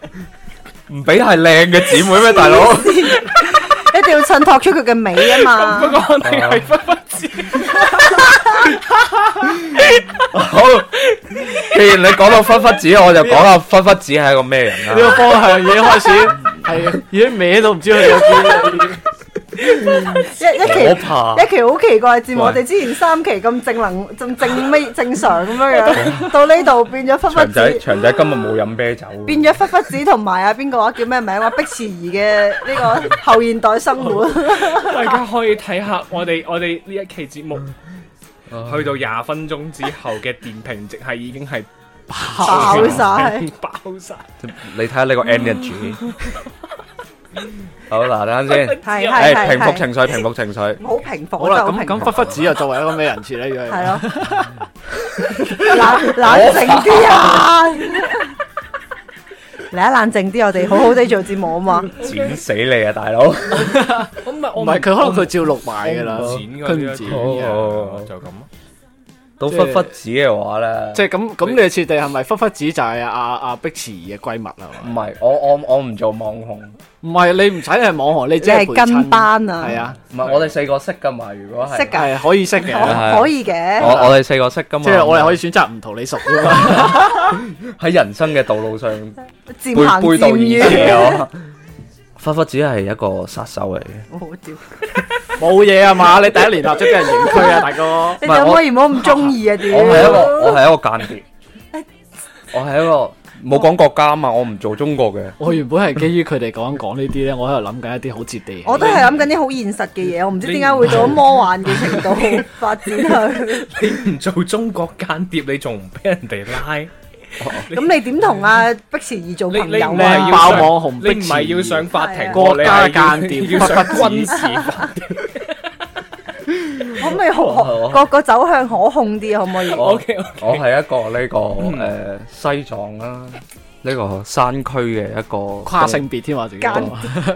Speaker 1: 唔俾係靚嘅姊妹咩，大佬？
Speaker 4: 一定要襯托出佢嘅美啊
Speaker 1: *laughs*
Speaker 2: 不
Speaker 4: 嘛！
Speaker 2: 過
Speaker 1: Ờ.
Speaker 2: 肯定係不不知。
Speaker 1: 好，既然你講到忽忽子，我就講下忽忽子係一個咩人
Speaker 3: 呢
Speaker 1: 啦。
Speaker 3: 個方向已經開始係已經歪到唔知去咗邊啦已經。 *laughs*
Speaker 4: 一一期
Speaker 1: 可怕
Speaker 4: 一期好奇怪嘅節目，
Speaker 1: 喂
Speaker 4: 我哋之前三期咁正能咁正咩正常咁樣樣，到呢度變咗忽忽
Speaker 1: 長仔
Speaker 4: 子，
Speaker 1: 長仔今日冇飲啤酒。
Speaker 4: 變咗忽忽子同埋啊邊個話叫咩名話碧池兒嘅呢個後現代生活。
Speaker 2: 大家可以睇下我哋我哋呢一期節目去到廿分鐘之後嘅電評值係已經係
Speaker 4: 爆晒，
Speaker 2: 爆晒。
Speaker 1: 你睇下呢個 energy。好 Ờ, 嗱，等陣先。
Speaker 4: 係係
Speaker 1: 誒，
Speaker 4: 係
Speaker 1: 平復
Speaker 4: 係，
Speaker 1: 情緒，平復情緒。
Speaker 4: 好平復，
Speaker 3: 好啦，
Speaker 4: 真係好
Speaker 3: 咁
Speaker 4: 平
Speaker 3: 咁
Speaker 4: 復，
Speaker 3: 忽忽子又作為一個咩人設咧？如果
Speaker 4: 係
Speaker 1: *laughs*
Speaker 4: 咯，冷冷靜 *laughs* 啲啊！你一冷靜啲，我哋好好地做節目啊嘛，
Speaker 1: 剪死你啊，大佬！
Speaker 2: 我唔係我
Speaker 3: 哦唔係佢可能佢照錄埋㗎啦，
Speaker 2: 剪㗎
Speaker 3: 佢唔剪
Speaker 1: 呢個
Speaker 3: 嘅。
Speaker 1: 哦
Speaker 2: 就咁。
Speaker 1: 到忽忽子嘅話咧，
Speaker 3: 即係咁咁，你嘅設定係咪忽忽子就係阿阿碧池嘅閨蜜啊啦？
Speaker 1: 唔係我我我唔做網紅，唔
Speaker 3: 唔係你唔使係網紅，你只係
Speaker 4: 你係跟班啊
Speaker 3: 係啊，
Speaker 1: 係我哋四個識噶嘛？如果係
Speaker 4: 識㗎
Speaker 3: 係可啊哦以識嘅，
Speaker 1: 係
Speaker 4: 可可以嘅
Speaker 1: 我。我哋四個識噶嘛？
Speaker 3: 即係我哋可以選擇唔同你熟㗎嘛。
Speaker 1: 喺人生嘅道路上背
Speaker 4: 漸行
Speaker 1: 背道而
Speaker 4: 漸
Speaker 1: 馳
Speaker 4: 遠。
Speaker 1: 啊！忽忽子係一個殺手嚟
Speaker 4: *laughs*
Speaker 1: 嘅，
Speaker 4: 我好屌，
Speaker 3: 冇嘢啊嘛，你第一年立即俾人刑拘啊，大 *laughs* 哥。
Speaker 4: 你
Speaker 1: 唔係
Speaker 4: 可唔
Speaker 1: 我
Speaker 4: 可以唔好咁中意啊？屌，
Speaker 1: 我係一個我係一個間諜，我係一個冇講國家啊嘛，我唔做中國嘅。
Speaker 3: 我原本係基於佢哋講講呢啲咧，我喺度諗緊一啲好接地氣。
Speaker 4: 我都係諗緊啲好現實嘅嘢，我唔知點解會到魔幻嘅程度 *laughs* 發展去。
Speaker 2: 你唔 *laughs* 做中國間諜，你仲唔俾人哋拉？你
Speaker 4: 咁你點同阿碧池兒做
Speaker 2: 你
Speaker 4: 朋
Speaker 2: 你
Speaker 4: 友
Speaker 2: 唔
Speaker 4: 啊？
Speaker 2: 係要
Speaker 3: 爆
Speaker 2: 上
Speaker 3: 網紅
Speaker 2: 你
Speaker 3: 逼
Speaker 2: 唔係要上法
Speaker 4: 係
Speaker 2: 庭
Speaker 4: 啊
Speaker 2: 喎，你係要
Speaker 3: 國家間諜
Speaker 2: 要上
Speaker 3: 不得
Speaker 2: 軍事法。
Speaker 4: 可唔可以可個個走向可控啲啊？可唔可以？
Speaker 1: 我
Speaker 2: OK，
Speaker 1: 我係一個呢個誒西藏啦，呢個山區嘅一個
Speaker 3: 跨性別添啊，仲要
Speaker 4: 間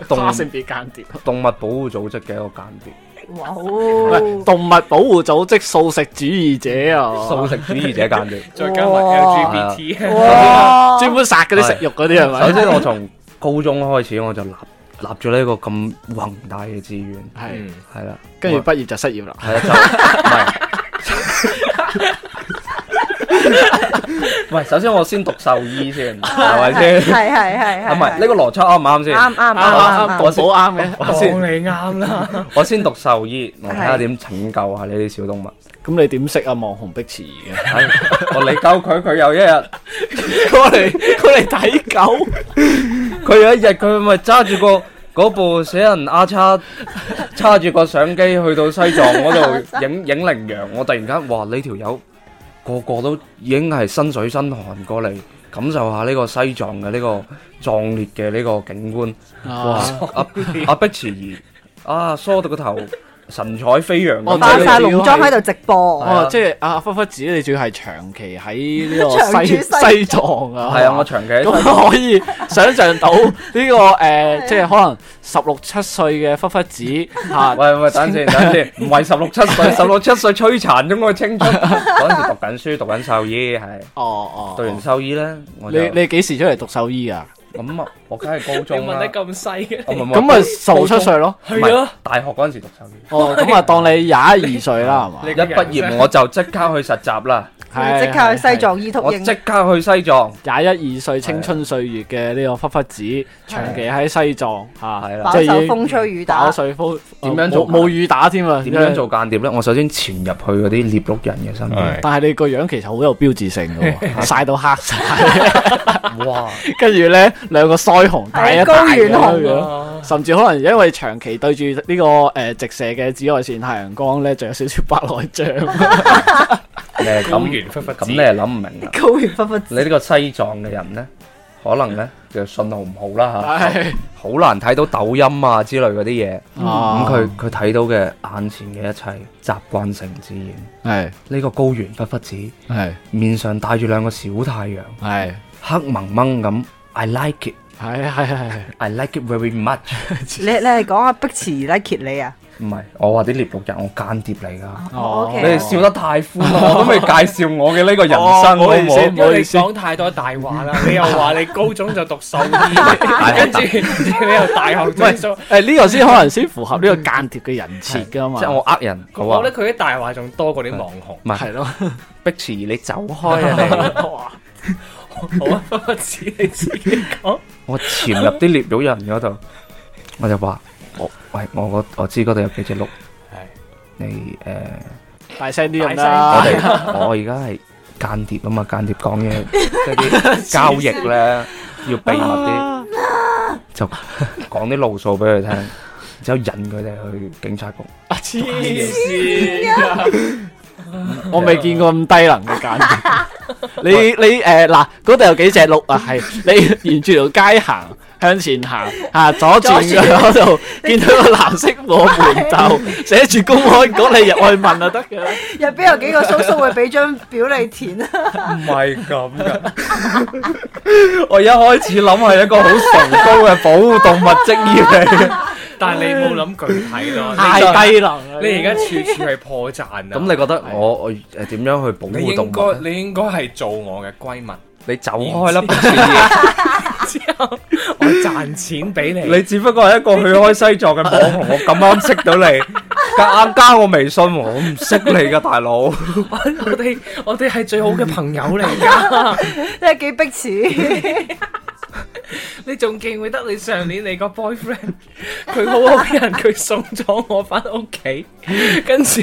Speaker 1: 動
Speaker 3: *laughs* 跨性別間諜。
Speaker 1: 動物保護組織嘅一個間諜。
Speaker 4: 哇！
Speaker 3: 喂，動物保護組織素食主義者
Speaker 1: 哦素
Speaker 3: 啊，
Speaker 1: 食主義者間諜。
Speaker 2: 再加埋
Speaker 4: 哇
Speaker 2: LGBT，
Speaker 4: 哇！
Speaker 3: 專門殺嗰啲食肉嗰啲係
Speaker 1: 首
Speaker 3: 咪？
Speaker 1: 先我從高中開始我就立立咗呢個咁宏大嘅志願，
Speaker 3: 係，
Speaker 2: 嗯
Speaker 1: 係啦，
Speaker 3: 跟住畢業就失業啦。
Speaker 1: 係啦啊就唔係。喂，首先我先讀獸醫先，係咪先？
Speaker 4: 啊係係係
Speaker 1: 啊，
Speaker 4: 係。
Speaker 1: 唔係呢個邏輯啱唔啱先？
Speaker 4: 啱
Speaker 2: 啊
Speaker 4: 啱啱
Speaker 5: 啊
Speaker 1: 我
Speaker 4: 啱啱
Speaker 1: 我先
Speaker 3: 好啱嘅，
Speaker 2: 當你啱啦。
Speaker 5: *laughs*
Speaker 1: 我先讀獸醫，我睇下點拯救下呢啲小動物。
Speaker 3: 咁你點識啊？網紅碧池嘅？
Speaker 1: 唉我理鳩佢，佢有一日過嚟過嚟睇狗，佢有一日佢咪揸住個。嗰部死人阿叉叉住個相機去到西藏嗰度影影羚羊，我突然間哇呢條友個個都已經係身水身汗過嚟感受下呢個西藏嘅呢個壯烈嘅呢個景觀。
Speaker 3: À.
Speaker 1: 哇！啊阿阿碧池兒啊，梳到個頭神采飛揚
Speaker 3: 哦
Speaker 1: 咁
Speaker 4: 化
Speaker 1: 樣，
Speaker 4: 晒濃妝喺度直播，
Speaker 1: 係啊
Speaker 3: 哦，即係阿忽忽子，你仲要係長期喺呢
Speaker 1: *laughs*
Speaker 4: 長
Speaker 3: 個西
Speaker 4: 住西
Speaker 3: 西藏啊？
Speaker 1: 係啊！我長期喺
Speaker 3: 咁可以想象到呢
Speaker 1: *laughs*
Speaker 3: 個
Speaker 1: 啊
Speaker 3: 誒，即係可能十六七歲嘅忽忽子
Speaker 1: *laughs*
Speaker 3: 嚇，
Speaker 1: 喂喂，等啊先，等先，唔係十六七 *laughs* 歲，十六七歲摧殘咗我嘅 *laughs* 青春。嗰陣時讀緊書，讀緊獸醫，係
Speaker 3: 哦哦，
Speaker 1: 讀完獸醫咧，我就
Speaker 3: 你你幾時出嚟讀獸醫啊？
Speaker 1: 咁啊，我梗係高
Speaker 5: 你
Speaker 1: 中
Speaker 5: 問
Speaker 1: 啦哦
Speaker 5: 得，咁細嘅，
Speaker 1: 我唔係
Speaker 3: 咁咪十六七歲咯。
Speaker 1: 唔
Speaker 5: 係
Speaker 1: 係
Speaker 5: 咯，
Speaker 1: 大學嗰陣時讀獸醫，
Speaker 3: 哦，咁啊，當你廿一二歲
Speaker 4: *laughs*
Speaker 3: 啦，係嘛？
Speaker 1: 一畢業我就即刻去實習啦，
Speaker 4: 即刻去西藏醫
Speaker 1: 我
Speaker 4: 禿
Speaker 1: 即
Speaker 4: 影，
Speaker 1: 刻去西藏，
Speaker 3: 廿一二歲青春歲月嘅呢個忽忽子，長期喺西藏嚇，
Speaker 1: 係啦。
Speaker 4: 飽
Speaker 3: 即係
Speaker 4: 受
Speaker 3: 已經
Speaker 4: 風吹雨打
Speaker 3: 打。水夫
Speaker 1: 點樣做
Speaker 3: 冇冇雨打添啊？
Speaker 1: 點樣？做間諜咧？我首先潛入去嗰啲獵鹿人嘅身邊，
Speaker 3: 但係你個樣其實好有標誌性嘅
Speaker 1: *laughs*
Speaker 3: 喎，晒到黑晒。 *laughs*
Speaker 1: 哇！
Speaker 3: 跟住咧兩個腮紅大一大嘅
Speaker 4: 係高
Speaker 3: 咁樣甚至可能因為長期對住呢、個誒、呃直射嘅紫外線太陽光咧，仲有少少白內
Speaker 1: *laughs*
Speaker 3: 障。
Speaker 1: 你係
Speaker 2: 高原
Speaker 1: 咁
Speaker 2: 忽忽子
Speaker 1: 咁，你係諗唔明啊？
Speaker 4: *laughs* 高原忽忽
Speaker 1: 你呢個西藏嘅人咧，可能咧就信號唔好啦嚇。
Speaker 3: 係
Speaker 1: 好難睇到抖音啊之類嗰啲嘢。咁
Speaker 3: 啊
Speaker 1: 佢佢睇到嘅眼前嘅一切，習慣成自然。
Speaker 3: 啊係
Speaker 1: 呢、個高原忽忽子
Speaker 3: 係
Speaker 1: 面上帶住兩個小太陽，
Speaker 3: 係
Speaker 1: 黑蒙蒙咁。I like it,
Speaker 3: 係係係
Speaker 1: I like it very much。
Speaker 4: 你你係講阿碧池 like 你啊？
Speaker 1: 唔係，我話啲獵鹿人，我間諜嚟噶。
Speaker 3: 哦
Speaker 4: OK
Speaker 1: 你哋笑得太歡 *laughs* 啦，我都未介紹我嘅呢個人生，好
Speaker 3: 哦唔好意
Speaker 1: 唔
Speaker 3: 思
Speaker 1: 好？
Speaker 5: 因為你講太多大話啦，你又話你高中就讀獸醫， *laughs* 跟住你又大學讀數，
Speaker 3: 誒呢個先可能先符合呢個間諜嘅人設㗎嘛
Speaker 1: 即。係我呃人，好
Speaker 5: 我
Speaker 1: 啊
Speaker 5: 覺。得佢啲大話仲多過啲網紅。
Speaker 1: 唔係，
Speaker 3: 係咯，
Speaker 1: 碧池你走開啊你！
Speaker 5: 好啊，不止你自己講。
Speaker 1: *laughs* 我潛入啲獵鹿人嗰度，我就話：我喂，我嗰我知嗰度有幾隻鹿。你誒、呃
Speaker 3: 大聲啲咁
Speaker 1: 我
Speaker 3: *laughs* 啦。
Speaker 1: 哋我而家係間諜啊嘛，間諜講嘢即係啲交易咧要秘密啲，就講啲路數俾佢聽，之後引佢哋去警察局。
Speaker 5: 黐線啊！
Speaker 3: *laughs* 我未見過咁低能嘅間諜。你你誒嗱，嗰度有幾隻鹿啊？係你沿住條街行，向前行嚇，左轉
Speaker 4: 左轉
Speaker 3: 嗰度見到個藍色火門就寫住公安局，你入去問就得㗎啦。
Speaker 4: 入邊有幾個叔叔會俾張表你填啊？
Speaker 1: 唔係咁 *laughs* 噶，我一開始諗係一個好崇高嘅保護動物職業嚟嘅。
Speaker 5: 但係你冇諗具體咯，
Speaker 3: 太
Speaker 5: 你就
Speaker 3: 低能啦！
Speaker 5: 你而家處處係破綻啊！
Speaker 1: *laughs* 咁你覺得我我誒點樣去保
Speaker 2: 你
Speaker 1: 護
Speaker 2: 應
Speaker 1: 動物
Speaker 2: 該
Speaker 1: 呢？
Speaker 2: 你應該係做我嘅閨
Speaker 5: *laughs*
Speaker 2: 蜜，
Speaker 1: 你走開啦，不如
Speaker 5: 之後我賺錢俾你，
Speaker 1: *laughs* 你只不過係一個去開西藏嘅網紅，我咁啱識到你，夾硬加我微信喎，我唔識你噶，大佬。
Speaker 5: 我哋我哋係最好嘅朋友嚟
Speaker 1: *laughs*
Speaker 5: 噶。
Speaker 4: 即係幾碧池，
Speaker 5: 你仲記唔記得你上年你個 boyfriend 佢好好人，佢送咗我翻屋企，跟住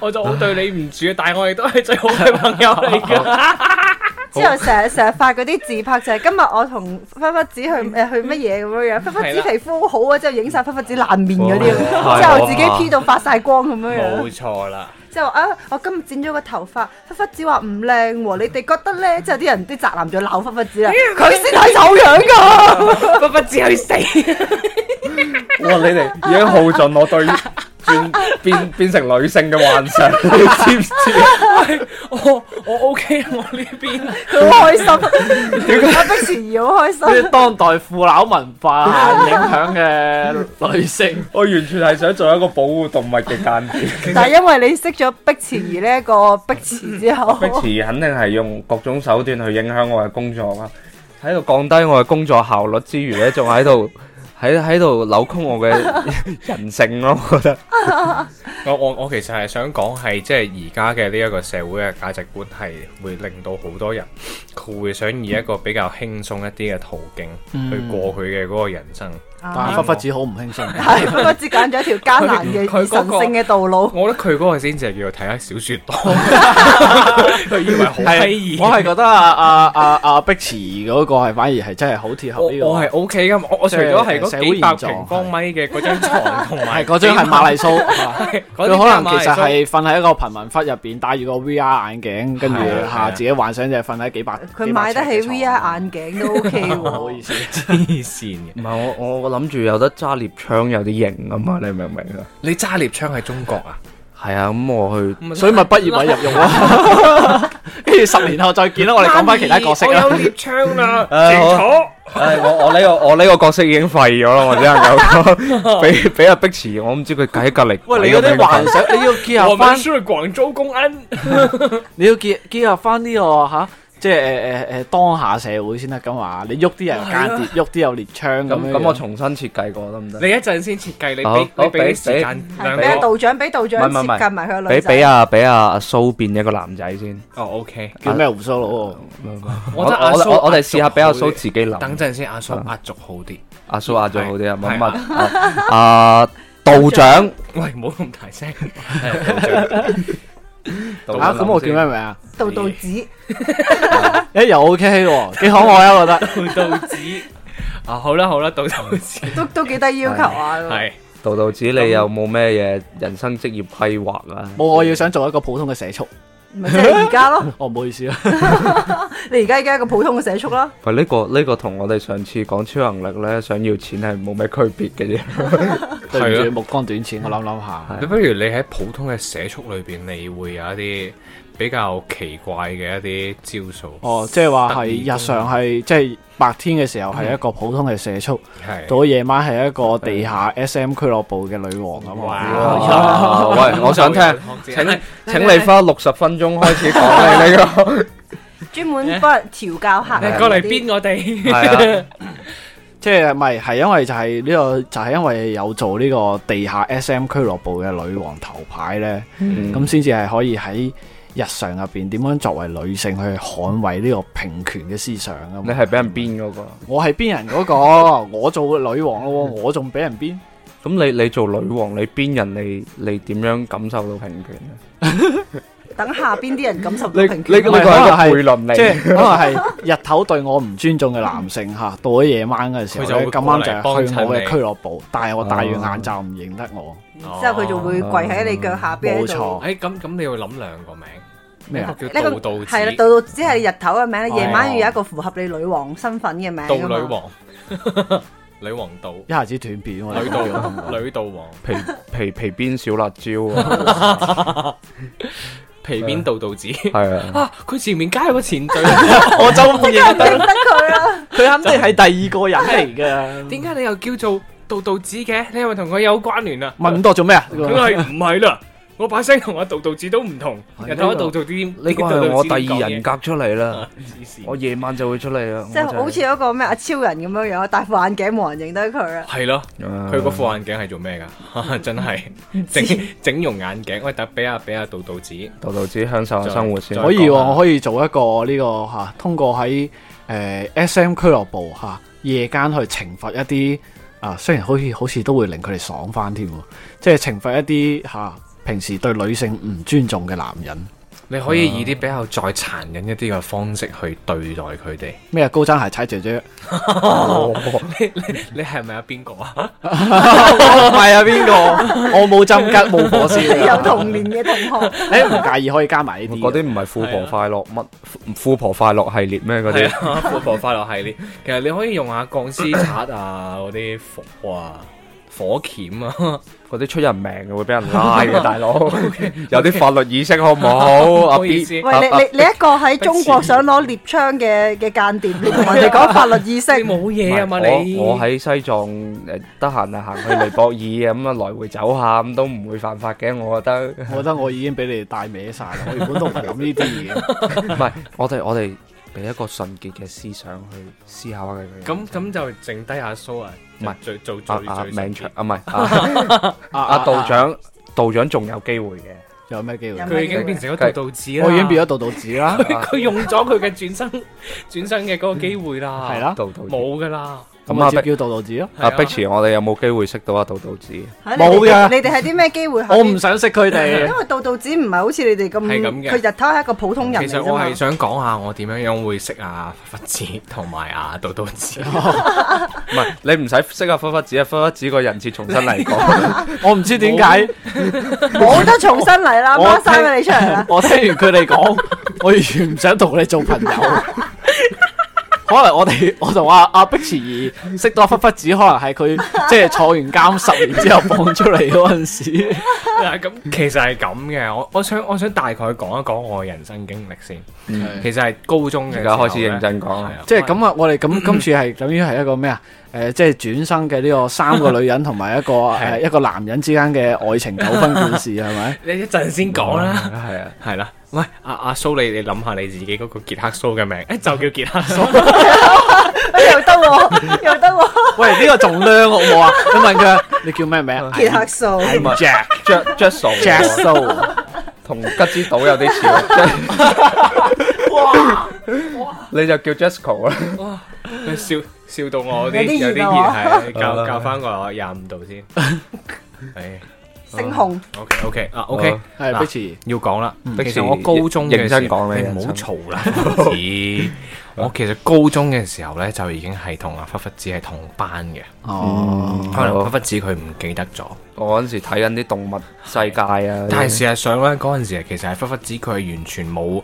Speaker 5: 我就好對你唔住，但係我哋都係最好嘅朋友嚟
Speaker 1: *laughs*
Speaker 5: 噶。
Speaker 4: 之後成日成日發嗰啲自拍就係今日我同忽忽子去誒去乜嘢咁樣樣，忽忽
Speaker 5: 係
Speaker 4: 子
Speaker 5: 啦
Speaker 4: 皮膚好好啊，之後影晒忽忽子爛面嗰啲，
Speaker 1: 哦
Speaker 4: 之後自己 P 到發晒光咁樣樣。
Speaker 5: 冇錯啦，
Speaker 4: 之後啊，我今日剪咗個頭髮，忽忽子話唔靚喎，你哋覺得咧？之後啲人啲宅男就鬧忽忽子啦，佢先係醜樣㗎。
Speaker 5: 不不只去死。
Speaker 1: 哇！你哋已經耗盡我對轉變變成女性嘅幻想，你知唔知？
Speaker 5: 我我 OK，我呢邊
Speaker 4: 好開心，阿碧池兒好開
Speaker 3: 呢
Speaker 4: 心，
Speaker 3: 啲當代腐朽文化影響嘅女性，
Speaker 1: 我完全係想做一個保護動物嘅間諜。
Speaker 4: 但係因為你識咗碧池兒呢一個碧池
Speaker 1: *laughs*
Speaker 4: 之後，
Speaker 1: 碧池肯定係用各種手段去影響我嘅工作啦，喺度降低我嘅工作效率之餘咧，仲喺度 *laughs* 喺喺度扭曲我嘅人性咯，我覺得
Speaker 2: 我我我其實係想講係即係而家嘅呢一個社會嘅價值觀係會令到好多人佢會想以一個比較輕鬆一啲嘅途徑去過佢嘅嗰個人生。
Speaker 4: 啊
Speaker 3: 但啊係忽忽子好唔輕鬆。
Speaker 2: *laughs*
Speaker 4: 係不過只揀咗一條艱難
Speaker 2: 佢
Speaker 4: 嘅
Speaker 2: 佢嗰
Speaker 4: 神
Speaker 2: 個
Speaker 4: 聖嘅道路。
Speaker 2: 我覺得佢嗰個先至係叫做睇下小説
Speaker 3: *laughs*
Speaker 2: 多，佢以為好閪易。
Speaker 3: 我係覺得啊啊啊啊碧池嗰個係反而係真係好貼合
Speaker 2: 我
Speaker 3: 呢個。
Speaker 2: 我係 O K 噶，我我除咗係嗰幾百平方米嘅嗰張床同埋
Speaker 3: 係嗰張係馬麗
Speaker 2: *laughs*
Speaker 3: 蘇，係嘛
Speaker 2: 係
Speaker 3: 佢可
Speaker 2: 嗰啲
Speaker 3: 能
Speaker 2: 加馬
Speaker 3: 其
Speaker 2: 嚟
Speaker 3: 實
Speaker 2: 數
Speaker 3: 係瞓喺一個貧民窟入邊，戴住個 VR 眼鏡，跟住
Speaker 2: 係啊係
Speaker 3: 嚇
Speaker 2: 啊
Speaker 3: 自己幻想就係瞓喺幾百。
Speaker 4: 佢買得起
Speaker 3: 幾百尺 *laughs*
Speaker 4: VR
Speaker 3: 嘅床
Speaker 4: 眼鏡都 OK
Speaker 3: 唔 *laughs* 好意
Speaker 4: 喎，
Speaker 3: 思，
Speaker 2: 黐線嘅。
Speaker 1: 唔係我我我諗住有得揸獵槍有啲型啊嘛，你明唔明啊？
Speaker 2: 你揸獵槍喺中國啊？
Speaker 1: 係啊，咁我去
Speaker 3: 所以咪畢業咪入用咯。
Speaker 2: *laughs*
Speaker 3: 跟住十年後再見啦，我哋講翻其他角色啦
Speaker 5: 我。有獵槍啦，
Speaker 1: 誒
Speaker 5: 清楚。
Speaker 1: 唉，我我呢個我呢個角色已經廢咗啦，我只能夠講俾俾阿碧池，我唔知佢喺隔離。
Speaker 3: 喂，你嗰啲幻想， *laughs* 你要結合
Speaker 5: 我
Speaker 3: 翻
Speaker 5: 们，是广州公安。
Speaker 3: 你要結結合翻呢個吓，即係誒誒誒當下社會先得噶嘛。你喐啲人間諜，喐啲有獵槍咁
Speaker 1: 咁
Speaker 3: 樣
Speaker 1: 咁，我
Speaker 3: 樣
Speaker 1: 重新設計過得唔得？
Speaker 5: 你一陣先設計，你
Speaker 1: 好
Speaker 5: 俾
Speaker 1: 好
Speaker 5: 你俾
Speaker 1: 俾
Speaker 5: 啲時間兩
Speaker 4: 係俾阿
Speaker 5: 個。
Speaker 4: 道長俾道長
Speaker 1: 唔係唔係唔係
Speaker 4: 接近埋佢個
Speaker 1: 俾啊
Speaker 4: 女
Speaker 1: 俾
Speaker 4: 仔。
Speaker 1: 阿俾阿阿蘇變一個男仔先。
Speaker 2: 哦，OK。
Speaker 3: 叫咩胡鬚佬？
Speaker 1: 我
Speaker 2: 我覺得阿
Speaker 1: 我
Speaker 2: 蘇
Speaker 1: 我我哋試下俾阿
Speaker 2: 壓軸好
Speaker 1: 蘇
Speaker 2: 啲
Speaker 1: 自己諗，
Speaker 2: 等陣先，阿蘇壓軸好啲。
Speaker 1: 阿蘇壓咗好啲啊，
Speaker 2: 係
Speaker 1: 冇乜啊啊道長
Speaker 2: 喂，唔好咁大
Speaker 4: *laughs*
Speaker 2: 聲。
Speaker 3: 嚇，咁我叫咩名啊？
Speaker 4: 道道子，
Speaker 3: 誒又 OK 喎，幾可愛啊！我覺得。 *laughs*
Speaker 2: 道子啊，好啦好啦，道道
Speaker 1: *laughs*
Speaker 2: 子
Speaker 4: 都都幾低要求啊！
Speaker 2: 係
Speaker 1: 道道子，你有冇咩嘢人生職業規劃啊？
Speaker 3: 冇，我要想做一個普通嘅社畜。
Speaker 4: 咪即係而家咯，
Speaker 3: 哦，唔好意思啊，
Speaker 4: 你而家已經係一個普通嘅社畜啦。
Speaker 1: 喂，呢個呢個同我哋上次講超能力咧，想要錢係冇咩區別嘅啫。
Speaker 3: 對唔
Speaker 2: 係
Speaker 3: 住
Speaker 2: 啊
Speaker 3: 目光短淺，我諗諗下。
Speaker 2: 你不如你喺普通嘅社畜裏邊，你會有一啲比較奇怪嘅一啲招數。
Speaker 3: 哦，即係話係
Speaker 2: 得意功
Speaker 3: 日常係即係白天嘅時候係一個普通嘅社畜，
Speaker 2: 係
Speaker 3: 到夜晚係一個地下 SM 俱樂部嘅女王咁啊！
Speaker 1: 哇 *laughs* 喂，我
Speaker 3: *laughs*
Speaker 1: 想聽，請請你花六十分鐘開始講你呢個。
Speaker 4: 專門幫人調教客人
Speaker 5: 你
Speaker 4: 嗰啲。
Speaker 5: 過嚟邊我哋？
Speaker 2: *laughs*
Speaker 1: 係啊，
Speaker 3: 即係咪係因為就係呢個就係因為有做呢個地下 SM 俱樂部嘅女王頭牌呢，
Speaker 2: 嗯
Speaker 1: *laughs*
Speaker 3: 咁先至係可以喺日常入邊點樣作為女性去捍衛呢個平權嘅思想啊嘛
Speaker 1: 你？係俾人鞭嗰個。
Speaker 3: 我係邊人嗰、個， *laughs* 我做女
Speaker 2: *laughs*
Speaker 3: 王咯，我仲俾人邊？
Speaker 1: 咁你你做女王，你鞭人，你你點樣感受到平權咧？
Speaker 4: 等下邊啲人感受
Speaker 1: 你
Speaker 4: 到平權
Speaker 1: 你
Speaker 3: 個
Speaker 1: 呢
Speaker 4: 咯。
Speaker 1: 個
Speaker 3: 唔係
Speaker 1: 係一個悖論嚟，
Speaker 3: 即係可能係日頭對我唔尊重嘅男性嚇，到咗夜晚嘅時候
Speaker 2: 佢就會
Speaker 3: 咧，咁啱就
Speaker 2: 過嚟
Speaker 3: 係去
Speaker 2: 幫
Speaker 3: 我
Speaker 2: 襯
Speaker 3: 嘅
Speaker 2: 你哦
Speaker 3: 俱樂部，但係我戴住眼罩唔認得我
Speaker 4: 然之後佢就會跪喺你腳下邊喺
Speaker 3: 冇
Speaker 4: 度。
Speaker 2: 誒咁咁，你要諗兩個名，*laughs*
Speaker 3: 咩啊？
Speaker 2: 一個
Speaker 4: 呢
Speaker 2: 叫道
Speaker 4: 個
Speaker 2: 道
Speaker 4: 係啦，
Speaker 2: 子，
Speaker 4: 道道只係日頭嘅名，你夜晚
Speaker 3: 哦
Speaker 4: 要有一個符合你女王身份嘅名
Speaker 2: 道
Speaker 4: 㗎嘛
Speaker 2: 女王，女王 *laughs* 道，
Speaker 3: 一下子斷片喎！
Speaker 2: 女
Speaker 3: 你講
Speaker 2: 道 *laughs*
Speaker 3: 到
Speaker 2: 女道王，
Speaker 1: 皮皮皮鞭小辣椒啊，
Speaker 2: 皮面道道子。
Speaker 1: 係
Speaker 2: *laughs*
Speaker 1: 啊，
Speaker 2: 啊！佢前面加有個前缀，
Speaker 3: *laughs*
Speaker 2: *laughs*
Speaker 3: 我就唔認
Speaker 4: 認得
Speaker 3: 得，
Speaker 4: 佢啦，
Speaker 3: 佢肯定係第二個人嚟嘅。
Speaker 2: 點解你又叫做道道子嘅？你係咪同佢有關聯啊？
Speaker 3: 問咁多做咩啊？呢個
Speaker 5: 梗係唔係啦？我把聲同阿道道子都唔同，
Speaker 3: 係
Speaker 5: 日頭
Speaker 3: 呢
Speaker 5: 阿
Speaker 3: 個
Speaker 5: 道道子呢
Speaker 1: 呢個係我第二人格出嚟啦，
Speaker 5: 黐線
Speaker 1: 我夜晚就會出嚟啦，
Speaker 4: 即係好似嗰個咩阿超人咁樣樣，戴副眼鏡冇人認得佢啊。
Speaker 2: 係咯，
Speaker 1: 佢
Speaker 2: 佢嗰副眼鏡係做咩㗎？ *laughs* 真係整整容眼鏡。喂，特俾阿俾阿道道子，
Speaker 1: 道道子享受下生活先，
Speaker 2: 再
Speaker 3: 可以
Speaker 2: 講
Speaker 3: 喎，
Speaker 2: 下
Speaker 3: 我可以做一個呢、個嚇、通過喺誒、呃 SM 俱樂部嚇、夜間去懲罰一啲啊，雖然好似好似都會令佢哋爽翻添喎，即係懲罰一啲嚇、平時對女性唔尊重嘅男人，
Speaker 2: 你可以以啲比較再殘忍一啲嘅方式去對待佢哋。
Speaker 3: 咩啊高踭鞋踩姐姐，
Speaker 2: *laughs*
Speaker 3: 哦
Speaker 2: 你係咪阿邊個啊？
Speaker 3: 我 *laughs* 唔係啊邊個？我冇針 *laughs* 吉冇火
Speaker 4: 你有
Speaker 3: 燒啊，
Speaker 4: 童年嘅
Speaker 2: *laughs*
Speaker 4: 同學，
Speaker 3: 你唔介意可以加埋呢啲
Speaker 1: 嗰
Speaker 3: 嘅。
Speaker 1: 啲唔係富婆快樂乜富富婆快樂系列咩？嗰
Speaker 2: 係
Speaker 1: 啲
Speaker 2: 啊，富婆快樂系列。 *laughs* 其實你可以用下鋼絲刷啊，嗰啲火啊、火鉗 *laughs* 啊，
Speaker 1: 嗰啲出人命嘅會俾人拉嘅，大佬 *laughs* 有啲法律意識好唔好？阿
Speaker 2: 好意
Speaker 1: B
Speaker 2: 思。
Speaker 4: 喂你你你一個喺中國想攞獵槍嘅嘅間諜，你同人哋講法律意識，
Speaker 5: 你冇嘢啊嘛？
Speaker 1: 唔係
Speaker 5: 你
Speaker 1: 我我喺西藏誒得閒啊，行去尼泊爾咁啊，來回走下咁都唔會犯法嘅，我覺得。
Speaker 3: *laughs* 我覺得我已經俾你哋帶歪晒啦，我原本都唔諗呢啲嘢。
Speaker 1: 唔係，我哋我哋俾一個純潔嘅思想去思考下佢。
Speaker 2: 咁咁就剩低阿蘇啊，
Speaker 1: 唔係
Speaker 2: 最做
Speaker 1: 啊
Speaker 2: 最
Speaker 1: 啊
Speaker 2: 最
Speaker 1: 命
Speaker 2: 最
Speaker 1: 長啊，唔係啊
Speaker 3: 啊
Speaker 1: 啊道長， *laughs* 道長仲有機會嘅。
Speaker 3: 有咩機會？
Speaker 4: 有咩
Speaker 2: 佢已經變成咗啊道道子啦，
Speaker 3: 我已
Speaker 2: *laughs*
Speaker 3: 經變咗道道子啦，
Speaker 5: 佢佢用咗佢嘅轉身轉身嘅嗰個機會啦，
Speaker 2: 嗯
Speaker 3: 係，啦，
Speaker 1: 道道
Speaker 5: 冇噶啦，
Speaker 3: 咁
Speaker 1: 咁啊
Speaker 3: 咪直
Speaker 1: 碧
Speaker 3: 叫道道子咯。
Speaker 1: 啊
Speaker 5: 係啊
Speaker 1: 碧池，我哋有冇機會識到啊道道子？
Speaker 4: 嚇
Speaker 3: 冇
Speaker 4: 你哋
Speaker 3: 㗎
Speaker 4: 你哋係啲咩機會下邊？
Speaker 3: 我唔想識佢哋 *laughs*
Speaker 4: 因，為道道子唔係好似你哋咁，
Speaker 2: 係咁嘅
Speaker 4: 佢日頭係一個普通人
Speaker 2: 其
Speaker 4: 嚟
Speaker 2: 實
Speaker 4: 啫
Speaker 2: 我
Speaker 4: 嘛
Speaker 2: 係。想講下我點樣樣會識阿佛子同埋阿道道子，
Speaker 1: 唔係你唔使識啊忽忽子啊忽忽子個人設重新嚟過。
Speaker 3: 我唔知點解。
Speaker 4: 冇得重新嚟啦，
Speaker 3: 我。
Speaker 4: 孖生咗你出嚟啦
Speaker 3: *laughs* 我聽完佢哋
Speaker 4: *laughs*
Speaker 3: 講，我完全唔想同佢哋做朋友。可能我哋我同阿阿碧池兒識到阿忽忽子，可能係
Speaker 4: *laughs*
Speaker 3: 佢即係坐完監十年之後放出嚟嗰陣
Speaker 4: *laughs*
Speaker 3: 時，
Speaker 2: *laughs* 嗱咁其實係咁嘅，我我想我想大概講一講我嘅人生經歷先，其實係高中嘅
Speaker 1: 而
Speaker 2: 時
Speaker 1: 家
Speaker 2: 候
Speaker 1: 開
Speaker 2: 呢，
Speaker 1: 始認真講啦
Speaker 2: 係啊，
Speaker 3: 即係咁啊！我哋咁今次係等於係一個咩啊？誒，即係轉生嘅呢個三個女人同埋一個誒一個男人之間嘅愛情糾紛故事係咪？
Speaker 5: 你一陣先講啦。
Speaker 1: 係啊，
Speaker 2: 係啦，喂阿阿蘇你你諗下你自己嗰個傑克蘇嘅名，誒就叫傑克
Speaker 1: *laughs*
Speaker 2: 蘇，
Speaker 4: 又得喎，又得喎，
Speaker 3: 喂，呢個仲靚好冇啊！你問佢你叫咩名啊
Speaker 2: *laughs*
Speaker 4: 傑克數。
Speaker 1: Jack Jack Jack 傻
Speaker 3: ？Jack So。
Speaker 1: 同吉之島有啲似喎。你就叫 Jesco 啦。
Speaker 2: 笑笑到我
Speaker 4: 有
Speaker 2: 啲
Speaker 4: 啲
Speaker 2: 有啲熱
Speaker 4: 熱
Speaker 1: *laughs*
Speaker 4: 啊
Speaker 2: 係，
Speaker 1: 好
Speaker 2: 教
Speaker 1: 啦
Speaker 2: 教翻個廿五度
Speaker 1: *laughs*
Speaker 2: 先，係
Speaker 4: 姓洪，
Speaker 2: OK OK 啊 OK
Speaker 1: 好
Speaker 3: 係
Speaker 2: 嗱
Speaker 3: 碧池，
Speaker 2: 要講啦，
Speaker 1: 碧
Speaker 2: 嗯其
Speaker 1: 池
Speaker 2: 實我高中嘅
Speaker 1: 認
Speaker 2: 時候
Speaker 1: 真講你
Speaker 2: 你唔好嘈啦， *laughs* 忽忽子我其實高中嘅時候咧就已經係同阿忽忽子係同班嘅，
Speaker 3: 哦，
Speaker 2: 可能忽
Speaker 1: 我
Speaker 2: 忽子佢唔記得咗，
Speaker 1: 我嗰陣時睇緊啲動物世界啊，
Speaker 2: 但係事實上咧嗰陣時其實係忽忽子佢係完全冇